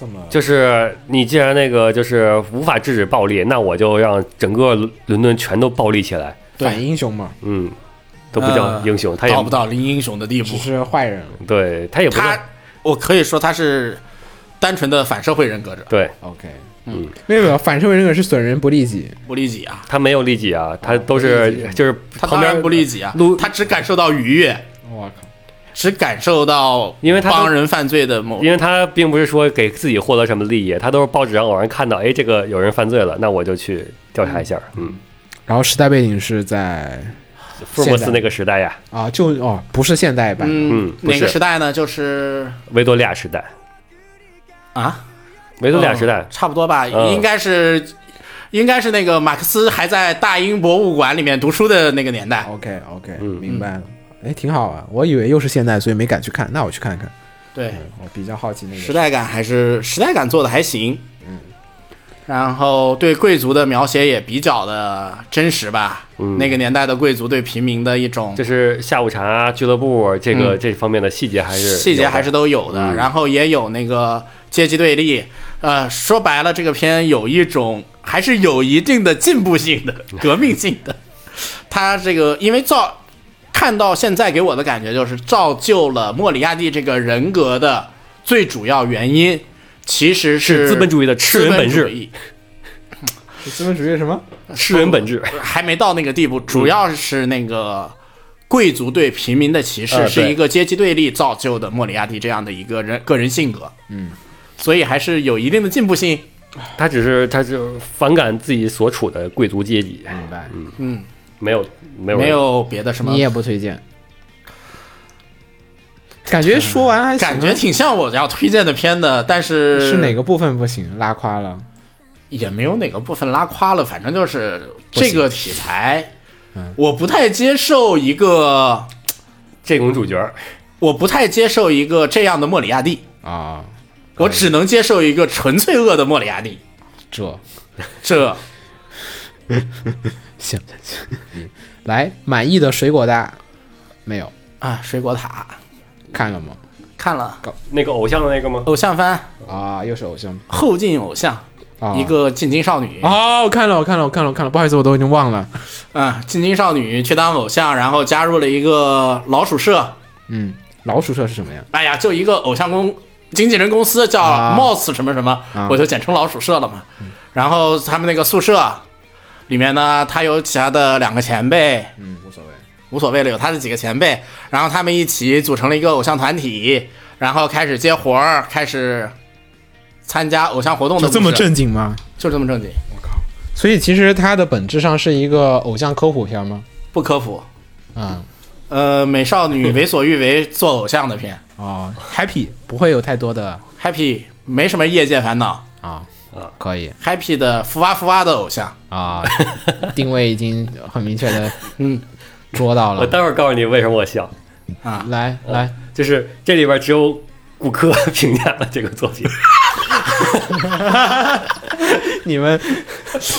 Speaker 3: 这么
Speaker 2: 就是你既然那个就是无法制止暴力，那我就让整个伦敦全都暴力起来。
Speaker 3: 反英雄嘛，
Speaker 2: 嗯，都不叫
Speaker 5: 呃
Speaker 2: 英雄，他也
Speaker 5: 到不到林英雄的地步
Speaker 3: 只，是坏人
Speaker 2: 对他也不
Speaker 5: 他
Speaker 2: 叫
Speaker 5: 我可以说他是单纯的反社会人格者，
Speaker 2: 对
Speaker 3: OK，嗯，没有没有，反社会人格是损人不利己。
Speaker 5: 不利己啊。
Speaker 2: 他没有利己啊，他都是就是
Speaker 5: 他
Speaker 2: 旁
Speaker 5: 当然
Speaker 2: 边呃
Speaker 5: 不利己啊
Speaker 2: 路，
Speaker 5: 他只感受到愉悦，
Speaker 3: 我靠，
Speaker 5: 只感受到
Speaker 2: 因为他都
Speaker 5: 帮人犯罪的某
Speaker 2: 因为他并不是说给自己获得什么利益，他都是报纸上偶然看到，哎，这个有人犯罪了，那我就去调查一下。嗯，
Speaker 3: 然后时代背景是在
Speaker 2: 福尔摩斯
Speaker 3: 现代
Speaker 2: 那个时代呀，
Speaker 3: 啊，就哦，不是现代版，
Speaker 5: 嗯
Speaker 2: 嗯不
Speaker 5: 哪个
Speaker 2: 是
Speaker 5: 时代呢？就是
Speaker 2: 维多利亚时代，
Speaker 5: 啊，
Speaker 2: 维多利亚时代
Speaker 5: 嗯，差不多吧，
Speaker 2: 嗯
Speaker 5: 应该是应该是那个马克思还在大英博物馆里面读书的那个年代。
Speaker 3: OK OK，、明白了。哎，挺好啊！我以为又是现代，所以没敢去看。那我去看看，
Speaker 5: 对，
Speaker 3: 我比较好奇那个
Speaker 5: 时代感还是时代感做的还行。嗯，然后对贵族的描写也比较的真实吧。嗯，那个年代的贵族对平民的一种
Speaker 2: 就是下午茶俱乐部这个、这方面的细节还是
Speaker 5: 嗯细
Speaker 2: 有
Speaker 5: 节
Speaker 2: 的嗯
Speaker 5: 还是都有的，然后也有那个阶级对立。呃，说白了，这个片有一种还是有一定的进步性的、革命性的。它这个因为造看到现在给我的感觉就是造就了莫里亚蒂这个人格的最主要原因，其实
Speaker 2: 是资本主义的吃人本质
Speaker 5: 资主义
Speaker 3: 资本主义是什么？
Speaker 2: 吃人本质。
Speaker 5: 还没到那个地步，主要是那个贵族对平民的歧视
Speaker 2: 呃
Speaker 5: 是
Speaker 2: 对
Speaker 5: 一个阶级对立造就的莫里亚蒂这样的一个人个人性格，嗯，所以还是有一定的进步性。
Speaker 2: 他只是他就反感自己所处的贵族阶级，
Speaker 3: 明白。
Speaker 2: 没有没有
Speaker 5: 嗯没有别的什么
Speaker 3: 你，也不推荐，感觉说完还行啊
Speaker 5: 感觉挺像我要推荐的片的，但是
Speaker 3: 是哪个部分不行？拉胯了？
Speaker 5: 也没有哪个部分拉胯了，反正就是这个题材，我不太接受一个，
Speaker 2: 这种主角，
Speaker 5: 我不太接受一个这样的莫里亚蒂，
Speaker 3: 啊，
Speaker 5: 我只能接受一个纯粹恶的莫里亚蒂，
Speaker 3: 这
Speaker 5: 这
Speaker 3: 行，嗯来满意的水果大没有？
Speaker 5: 啊水果塔
Speaker 3: 看了吗？
Speaker 5: 看了。
Speaker 2: 那个偶像的那个吗？
Speaker 5: 偶像番，
Speaker 3: 啊，又是偶像
Speaker 5: 后进偶像，
Speaker 3: 啊，
Speaker 5: 一个进京少女啊、
Speaker 3: 哦，我看了，我看了，我看了，我看了，不好意思，我都已经忘了。
Speaker 5: 啊进京少女去当偶像，然后加入了一个老鼠社，
Speaker 3: 嗯，老鼠社是什么呀？
Speaker 5: 哎呀，就一个偶像公经纪人公司叫
Speaker 3: 啊
Speaker 5: Moss 什么什么，我就简称老鼠社了嘛。然后他们那个宿舍里面呢，他有其他的两个前辈，
Speaker 3: 嗯，无所谓。
Speaker 5: 无所谓了，有他的几个前辈，然后他们一起组成了一个偶像团体，然后开始接活儿，开始参加偶像活动的
Speaker 3: 就
Speaker 5: 故
Speaker 3: 这么
Speaker 5: 事，
Speaker 3: 正经吗？
Speaker 5: 就这么正经，
Speaker 3: 所以其实它的本质上是一个偶像科普片吗？
Speaker 5: 不科普。
Speaker 3: 啊、
Speaker 5: 呃，美少女为所欲为做偶像的片
Speaker 3: 哦，Happy 不会有太多的
Speaker 5: ，Happy 没什么业界烦恼
Speaker 3: 啊可以
Speaker 5: ，Happy 的福哇福哇啊的偶像，
Speaker 3: 啊，定位已经很明确的
Speaker 5: 嗯
Speaker 3: 捉到
Speaker 2: 我
Speaker 3: 了。
Speaker 2: 待会儿告诉你为什么我笑，
Speaker 3: 来来，
Speaker 2: 就是这里边只有骨科 评价了这个作品，
Speaker 3: 你们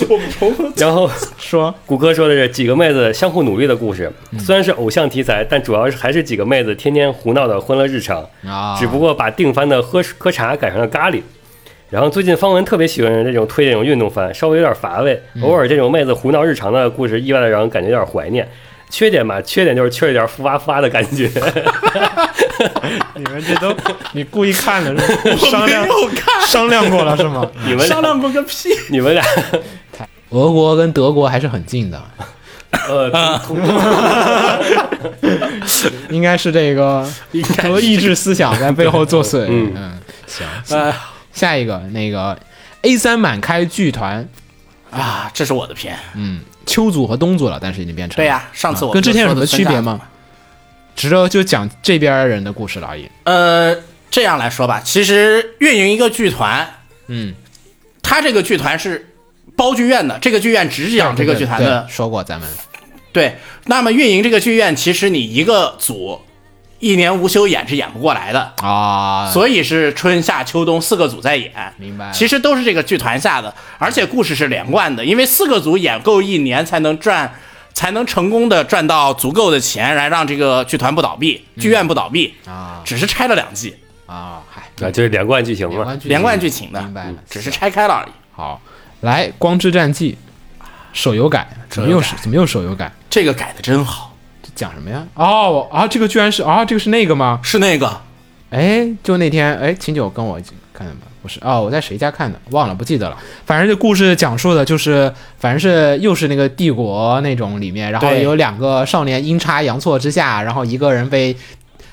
Speaker 5: 我们重复
Speaker 2: 然后
Speaker 3: 说
Speaker 2: 谷歌说的是几个妹子相互努力的故事，
Speaker 5: 嗯
Speaker 2: 虽然是偶像题材，但主要是还是几个妹子天天胡闹的欢乐日常，
Speaker 3: 啊，
Speaker 2: 只不过把定番的喝喝茶改成了咖喱。然后最近方文特别喜欢这种推这种运动番，稍微有点乏味，
Speaker 5: 嗯
Speaker 2: 偶尔这种妹子胡闹日常的故事，意外的让人感觉有点怀念。缺点嘛，缺点就是缺了点复发复啊发的感 觉。
Speaker 3: 你们这都你故意看的是吧
Speaker 5: 我
Speaker 3: 商
Speaker 5: 没
Speaker 3: 量
Speaker 5: 有看，
Speaker 3: 商量过了是吗？
Speaker 2: 你们
Speaker 5: 商
Speaker 2: 俩，
Speaker 5: 量过个屁。
Speaker 2: 你们俩，
Speaker 3: 俄国跟德国还是很近的，
Speaker 2: 呃，
Speaker 5: 啊
Speaker 3: 应该是这个什么意志思想在背后作祟。
Speaker 2: 嗯
Speaker 3: 嗯，行，
Speaker 5: 呃
Speaker 3: 下一个那个 A 三满开剧团，
Speaker 5: 啊，这是我的片。
Speaker 3: 嗯，秋组和冬组了，但是已经变成
Speaker 5: 对呀、上次我
Speaker 3: 跟
Speaker 5: 不
Speaker 3: 之
Speaker 5: 是
Speaker 3: 前有
Speaker 5: 说
Speaker 3: 什么
Speaker 5: 的分
Speaker 3: 区别
Speaker 5: 叉
Speaker 3: 吗？只是就讲这边人的故事了而已。
Speaker 5: 呃，这样来说吧，其实运营一个剧团，
Speaker 3: 嗯，
Speaker 5: 它这个剧团是包剧院的，这个剧院只讲这个剧团
Speaker 3: 对
Speaker 5: 的。
Speaker 3: 说过咱们
Speaker 5: 对，那么运营这个剧院，其实你一个组一年无休演是演不过来的，
Speaker 3: 啊，
Speaker 5: 所以是春夏秋冬四个组在演。
Speaker 3: 明白了
Speaker 5: 其实都是这个剧团下的，而且故事是连贯的，因为四个组演够一年才能赚，才能成功的赚到足够的钱，来让这个剧团不倒闭，剧院不倒闭，
Speaker 3: 嗯啊
Speaker 5: 只是拆了两季，
Speaker 3: 啊，嗨，
Speaker 2: 啊就是连贯剧情嘛。
Speaker 3: 剧
Speaker 5: 连贯剧情的嗯
Speaker 3: 明白了，
Speaker 5: 只是拆开了而已。
Speaker 3: 好，来《光之战记》手游改，怎么又是怎么又手游改？
Speaker 5: 这个改的真好，
Speaker 3: 这讲什么呀？哦啊，这个居然是啊，这个是那个吗？
Speaker 5: 是那个
Speaker 3: 哎，就那天哎，秦九跟我一起看的吗？不是哦，我在谁家看的？忘了，不记得了。反正这故事讲述的就是，反正是又是那个帝国那种里面，然后
Speaker 5: 对
Speaker 3: 有两个少年阴差阳错之下，然后一个人被。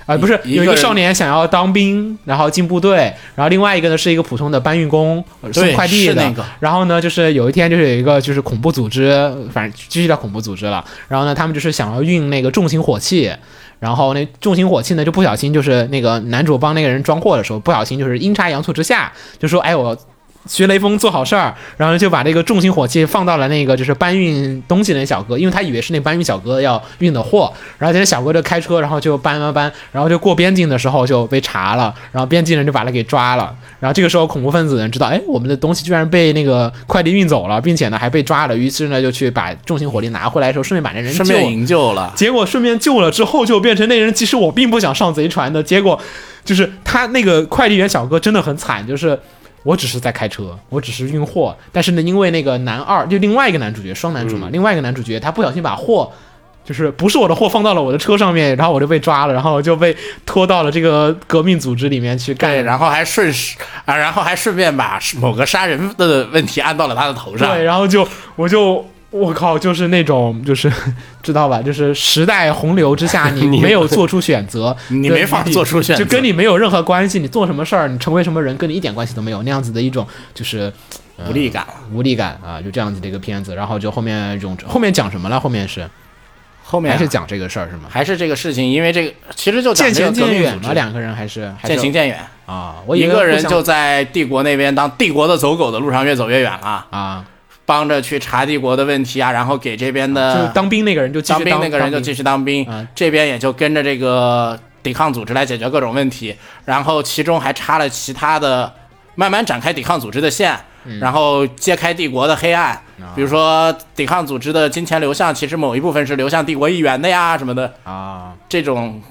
Speaker 3: 啊、不是
Speaker 5: 一
Speaker 3: 有一
Speaker 5: 一个
Speaker 3: 个
Speaker 5: 人
Speaker 3: 少年想要当兵，然后进部队，然后另外一个呢是一个普通的搬运工，呃送
Speaker 5: 对
Speaker 3: 快递
Speaker 5: 是
Speaker 3: 的。
Speaker 5: 那个
Speaker 3: 然后呢，就是有一天就是有一个就是恐怖组织，反正继续到恐怖组织了。然后呢，他们就是想要运那个重型火器，然后那重型火器呢就不小心就是那个男主帮那个人装货的时候，不小心就是阴差阳错之下就说哎我。学雷锋做好事儿，然后就把这个重型火器放到了那个就是搬运东西的那小哥，因为他以为是那搬运小哥要运的货，然后这小哥就开车，然后就搬搬搬，然后就过边境的时候就被查了，然后边境人就把他给抓了，然后这个时候恐怖分子人知道，哎，我们的东西居然被那个快递运走了，并且呢还被抓了，于是呢就去把重型火力拿回来的时候，顺便把那人救
Speaker 5: 顺
Speaker 3: 了。
Speaker 5: 便营救了，
Speaker 3: 结果顺便救了之后，就变成那人其实我并不想上贼船的。结果就是他那个快递员小哥真的很惨，就是我只是在开车，我只是运货，但是呢，因为那个男二就另外一个男主角双男主
Speaker 5: 嗯
Speaker 3: 嘛，另外一个男主角他不小心把货。就是不是我的货放到了我的车上面，然后我就被抓了，然后就被拖到了这个革命组织里面去干
Speaker 5: 对，，然后还顺势啊，然后还顺便把某个杀人的问题按到了他的头上
Speaker 3: 对，，然后就我就我靠，就是那种就是知道吧，就是时代洪流之下， 你没有做出选择，
Speaker 5: 你
Speaker 3: 对
Speaker 5: 没法做出选择
Speaker 3: 就跟你没有任何关系，你做什么事儿，你成为什么人，跟你一点关系都没有，那样子的一种就是
Speaker 5: 无力感了。
Speaker 3: 无力感啊，就这样子的一个片子。然后就后面永后面讲什么了？后面是
Speaker 5: 后面
Speaker 3: 还
Speaker 5: 啊
Speaker 3: 是讲这个事儿是吗？
Speaker 5: 还是这个事情，因为这个其实就讲
Speaker 3: 渐
Speaker 5: 这个
Speaker 3: 行
Speaker 5: 革
Speaker 3: 渐
Speaker 5: 命
Speaker 3: 远
Speaker 5: 组
Speaker 3: 嘛，
Speaker 5: 织，
Speaker 3: 两个人还是还是
Speaker 5: 渐行渐远。
Speaker 3: 啊，我以
Speaker 5: 一
Speaker 3: 为
Speaker 5: 个人
Speaker 3: 互相
Speaker 5: 就在帝国那边当帝国的走狗的路上越走越远了，
Speaker 3: 啊，
Speaker 5: 帮着去查帝国的问题啊，然后给这边
Speaker 3: 就
Speaker 5: 的
Speaker 3: 是当兵那个人啊就继
Speaker 5: 当
Speaker 3: 续
Speaker 5: 兵那个人就继续当兵
Speaker 3: 啊，
Speaker 5: 这边也就跟着这个抵抗组织来解决各种问题，然后其中还插了其他的，慢慢展开抵抗组织的线，
Speaker 3: 嗯
Speaker 5: 然后揭开帝国的黑暗，
Speaker 3: 啊
Speaker 5: 比如说抵抗组织的金钱流向，其实某一部分是流向帝国议员的呀什么的，
Speaker 3: 啊，
Speaker 5: 这种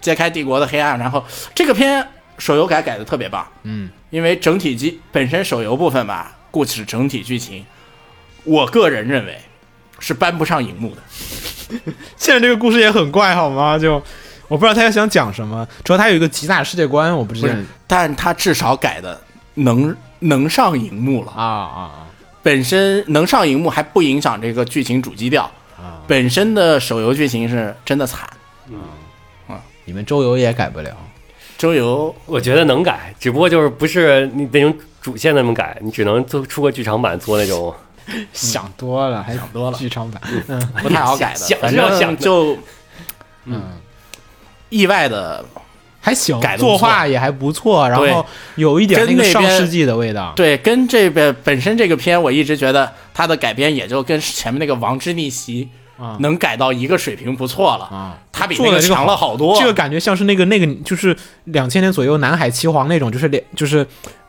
Speaker 5: 揭开帝国的黑暗。然后这个片手游改改的特别棒，
Speaker 3: 嗯，
Speaker 5: 因为整体机本身手游部分吧，故事整体剧情，我个人认为是搬不上荧幕的。
Speaker 3: 现在这个故事也很怪，好吗？就我不知道他要想讲什么，主要他有一个极大的世界观，我不知
Speaker 5: 不
Speaker 3: 道
Speaker 5: 是，但他至少改的能能上荧幕了，
Speaker 3: 啊啊
Speaker 5: 本身能上荧幕还不影响这个剧情主基调。
Speaker 3: 啊！
Speaker 5: 本身的手游剧情是真的惨，
Speaker 3: 你们周游也改不了，
Speaker 5: 周游
Speaker 2: 我觉得能改，只不过就是不是你那种主线那么改，你只能做出个剧场版做那种。
Speaker 3: 想多了，还想
Speaker 5: 多了
Speaker 3: 剧场版，嗯
Speaker 5: 不太好改的
Speaker 2: 想，
Speaker 5: 反
Speaker 2: 是要
Speaker 5: 正
Speaker 2: 想的
Speaker 5: 就
Speaker 3: 嗯，
Speaker 5: 意外的。
Speaker 3: 还行
Speaker 5: 改，得不错
Speaker 3: 作画也还不错，然
Speaker 5: 对
Speaker 3: 后有一点那
Speaker 5: 跟
Speaker 3: 个
Speaker 5: 那
Speaker 3: 上
Speaker 5: 边
Speaker 3: 世纪的味道。
Speaker 5: 对，跟这边本身这个片，我一直觉得它的改编也就跟前面那个《王之逆袭》
Speaker 3: 啊
Speaker 5: 能改到一个水平不错了，
Speaker 3: 啊，
Speaker 5: 它比
Speaker 3: 做
Speaker 5: 那
Speaker 3: 的
Speaker 5: 个
Speaker 3: 这个
Speaker 5: 强了好多。
Speaker 3: 这个感觉像是那个那个就是两千年左右南海奇皇那种，就是两就是。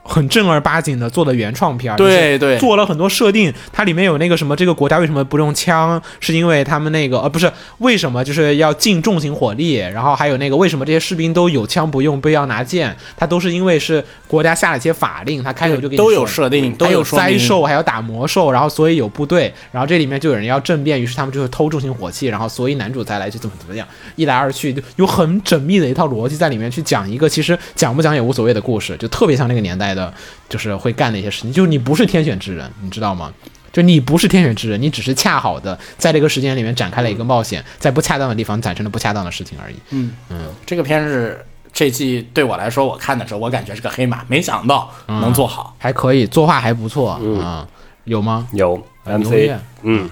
Speaker 3: 很正儿八经的做的原创片儿，
Speaker 5: 对
Speaker 3: 就是
Speaker 5: 对
Speaker 3: 做了很多设定，它里面有那个什么，这个国家为什么不用枪，是因为他们那个呃不是为什么就是要禁重型火力，然后还有那个为什么这些士兵都有枪不用，不要拿剑，它都是因为是国家下了一些法令，它开头就给你
Speaker 5: 都有
Speaker 3: 说
Speaker 5: 设定，都
Speaker 3: 还有
Speaker 5: 说明
Speaker 3: 灾兽，还有打魔兽，然后所以有部队，然后这里面就有人要政变，于是他们就会偷重型火器，然后所以男主才来去怎么怎么样，一来二去就有很缜密的一套逻辑在里面去讲一个其实讲不讲也无所谓的故事，就特别像那个年代的，就是会干的一些事情，就是你不是天选之人，你知道吗？就你不是天选之人，你只是恰好的在这个时间里面展开了一个冒险，在不恰当的地方产生了不恰当的事情而已。
Speaker 5: 这个片是这季对我来说，我看的时候我感觉是个黑马，没想到
Speaker 3: 啊
Speaker 5: 能做好。
Speaker 3: 还可以，作画还不错啊、嗯有吗？
Speaker 2: 有
Speaker 3: 牛
Speaker 2: MC，
Speaker 3: 逼
Speaker 2: 嗯，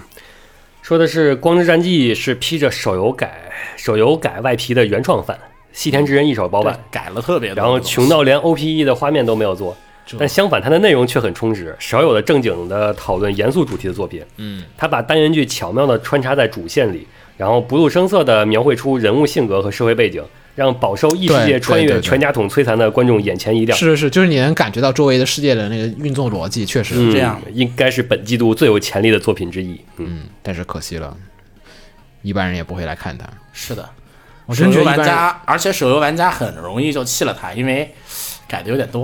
Speaker 2: 说的是《光之战记》是披着手游改手游改外皮的原创版，细田之人一手包办，
Speaker 5: 改了特别多，
Speaker 2: 然后穷到连 OPE 的画面都没有做，但相反它的内容却很充实，少有的正经的讨论严肃主题的作品。嗯，他把单元剧巧妙地穿插在主线里，然后不露声色地描绘出人物性格和社会背景，让饱受异世
Speaker 3: 对
Speaker 2: 界
Speaker 3: 对
Speaker 2: 穿越
Speaker 3: 对对
Speaker 2: 全家桶摧残的观众眼前一亮。
Speaker 3: 是是是，就是你能感觉到周围的世界的那个运作逻辑，确实、
Speaker 2: 嗯
Speaker 5: 这样的
Speaker 2: 应该是本季度最有潜力的作品之一。
Speaker 3: 嗯，
Speaker 2: 嗯，
Speaker 3: 但是可惜了，一般人也不会来看它。
Speaker 5: 是的，
Speaker 3: 我
Speaker 5: 手
Speaker 3: 真觉
Speaker 5: 游
Speaker 3: 得一
Speaker 5: 玩
Speaker 3: 般人
Speaker 5: 家，而且手游玩家很容易就弃了它，因为改的有点多，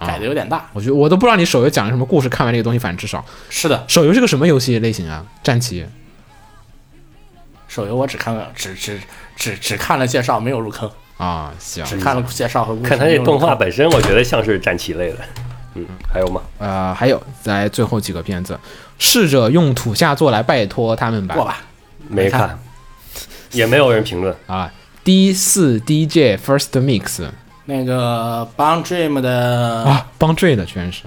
Speaker 3: 啊
Speaker 5: 改的有点大。
Speaker 3: 我觉得我都不知道你手游讲了什么故事，看完这个东西，反正至少
Speaker 5: 是的，
Speaker 3: 手游是个什么游戏类型啊？战棋
Speaker 5: 手游我只看了，只只只只看了介绍，没有入坑，
Speaker 3: 啊，行，
Speaker 5: 只看了介绍和故事
Speaker 2: 看他
Speaker 5: 没
Speaker 2: 这
Speaker 5: 有入
Speaker 2: 动画
Speaker 5: 坑
Speaker 2: 本身，我觉得像是战棋类的。嗯，还有吗？
Speaker 3: 呃，还有在最后几个片子，试着用土下座来拜托他们吧
Speaker 5: 过吧，
Speaker 2: 没
Speaker 5: 看
Speaker 2: 看，也没有人评论。
Speaker 3: 啊，D 四 DJ First Mix
Speaker 5: 那个 Bang Dream 的
Speaker 3: 啊，帮缀的全是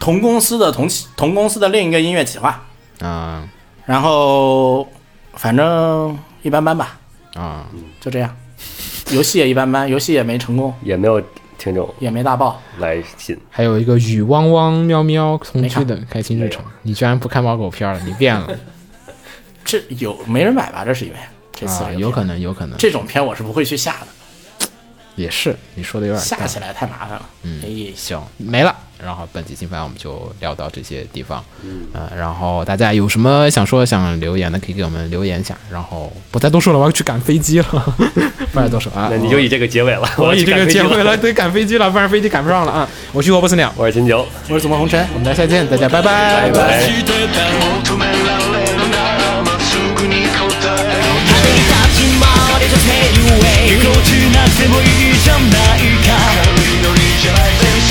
Speaker 5: 同公司的同企同公司的另一个音乐企划，
Speaker 3: 啊
Speaker 5: 然后反正一般般吧，
Speaker 3: 啊，
Speaker 5: 就这样。游戏也一般般，游戏也没成功，
Speaker 2: 也没有听众
Speaker 5: 也没大爆。
Speaker 2: 来信。
Speaker 3: 还有一个与汪汪喵喵同居的开心日常，你居然不看猫狗片了，你变了
Speaker 5: 这有没人买吧？这是因为这次、
Speaker 3: 啊，有可。能，有可能，
Speaker 5: 这种片我是不会去下的，
Speaker 3: 也是你说的有点
Speaker 5: 下
Speaker 3: 大
Speaker 5: 起来太麻烦了。嗯，
Speaker 3: 行，没了。然后本期新番我们就聊到这些地方，嗯、然后大家有什么想说、想留言的，可以给我们留言一下。然后不再多说了，我要去赶飞机了， 不再多说啊。
Speaker 2: 那你就以这个结尾了，
Speaker 3: 我
Speaker 2: 要
Speaker 3: 以
Speaker 2: 去
Speaker 3: 这
Speaker 2: 赶
Speaker 3: 个
Speaker 2: 飞机
Speaker 3: 结尾了，。得赶飞机了，不然飞机赶不上了啊。我去过波斯鸟，
Speaker 2: 我是秦九，
Speaker 5: 我是怎么红尘，我
Speaker 3: 我们大家下期见，大家拜拜
Speaker 2: 拜拜。
Speaker 6: 求められるならまっすぐに答えろ旅のりじゃない全す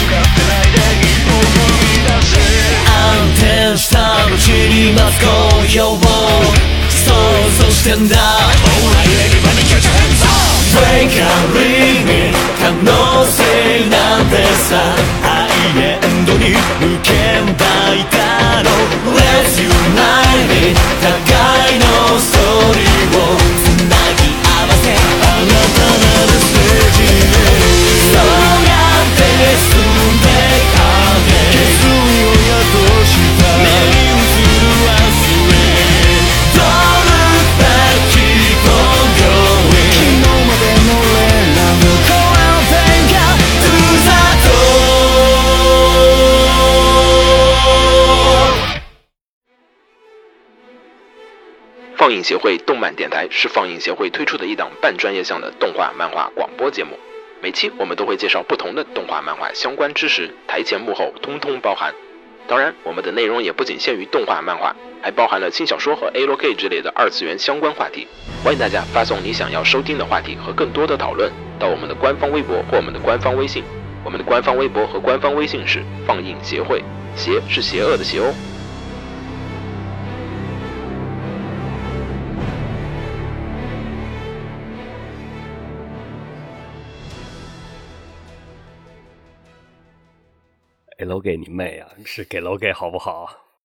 Speaker 6: がってないで一歩踏み出せ
Speaker 7: 楽しみます今夜を想像してんだ Alright everybody get your hands up Break and leave it 可能性なんてさハイエンドに無限大だろ Let's unite it 互いのストーリーをつなぎ合わせ新たなるステージへそうやって進んで影決意を宿した「ドルだ希望より」「昨日までの連絡先公安天下ふざと」
Speaker 8: 放映协会动漫电台是放映协会推出的一档半专业向的动画漫画广播节目。每期我们都会介绍不同的动画漫画相关知识，台前幕后通通包含。当然，我们的内容也不仅限于动画漫画，还包含了轻小说和 A l K 之类的二次元相关话题。欢迎大家发送你想要收听的话题和更多的讨论到我们的官方微博或我们的官方微信。我们的官方微博和官方微信是放映协会，邪是邪恶的邪哦。
Speaker 2: 给楼给你妹啊！是给楼给好不好？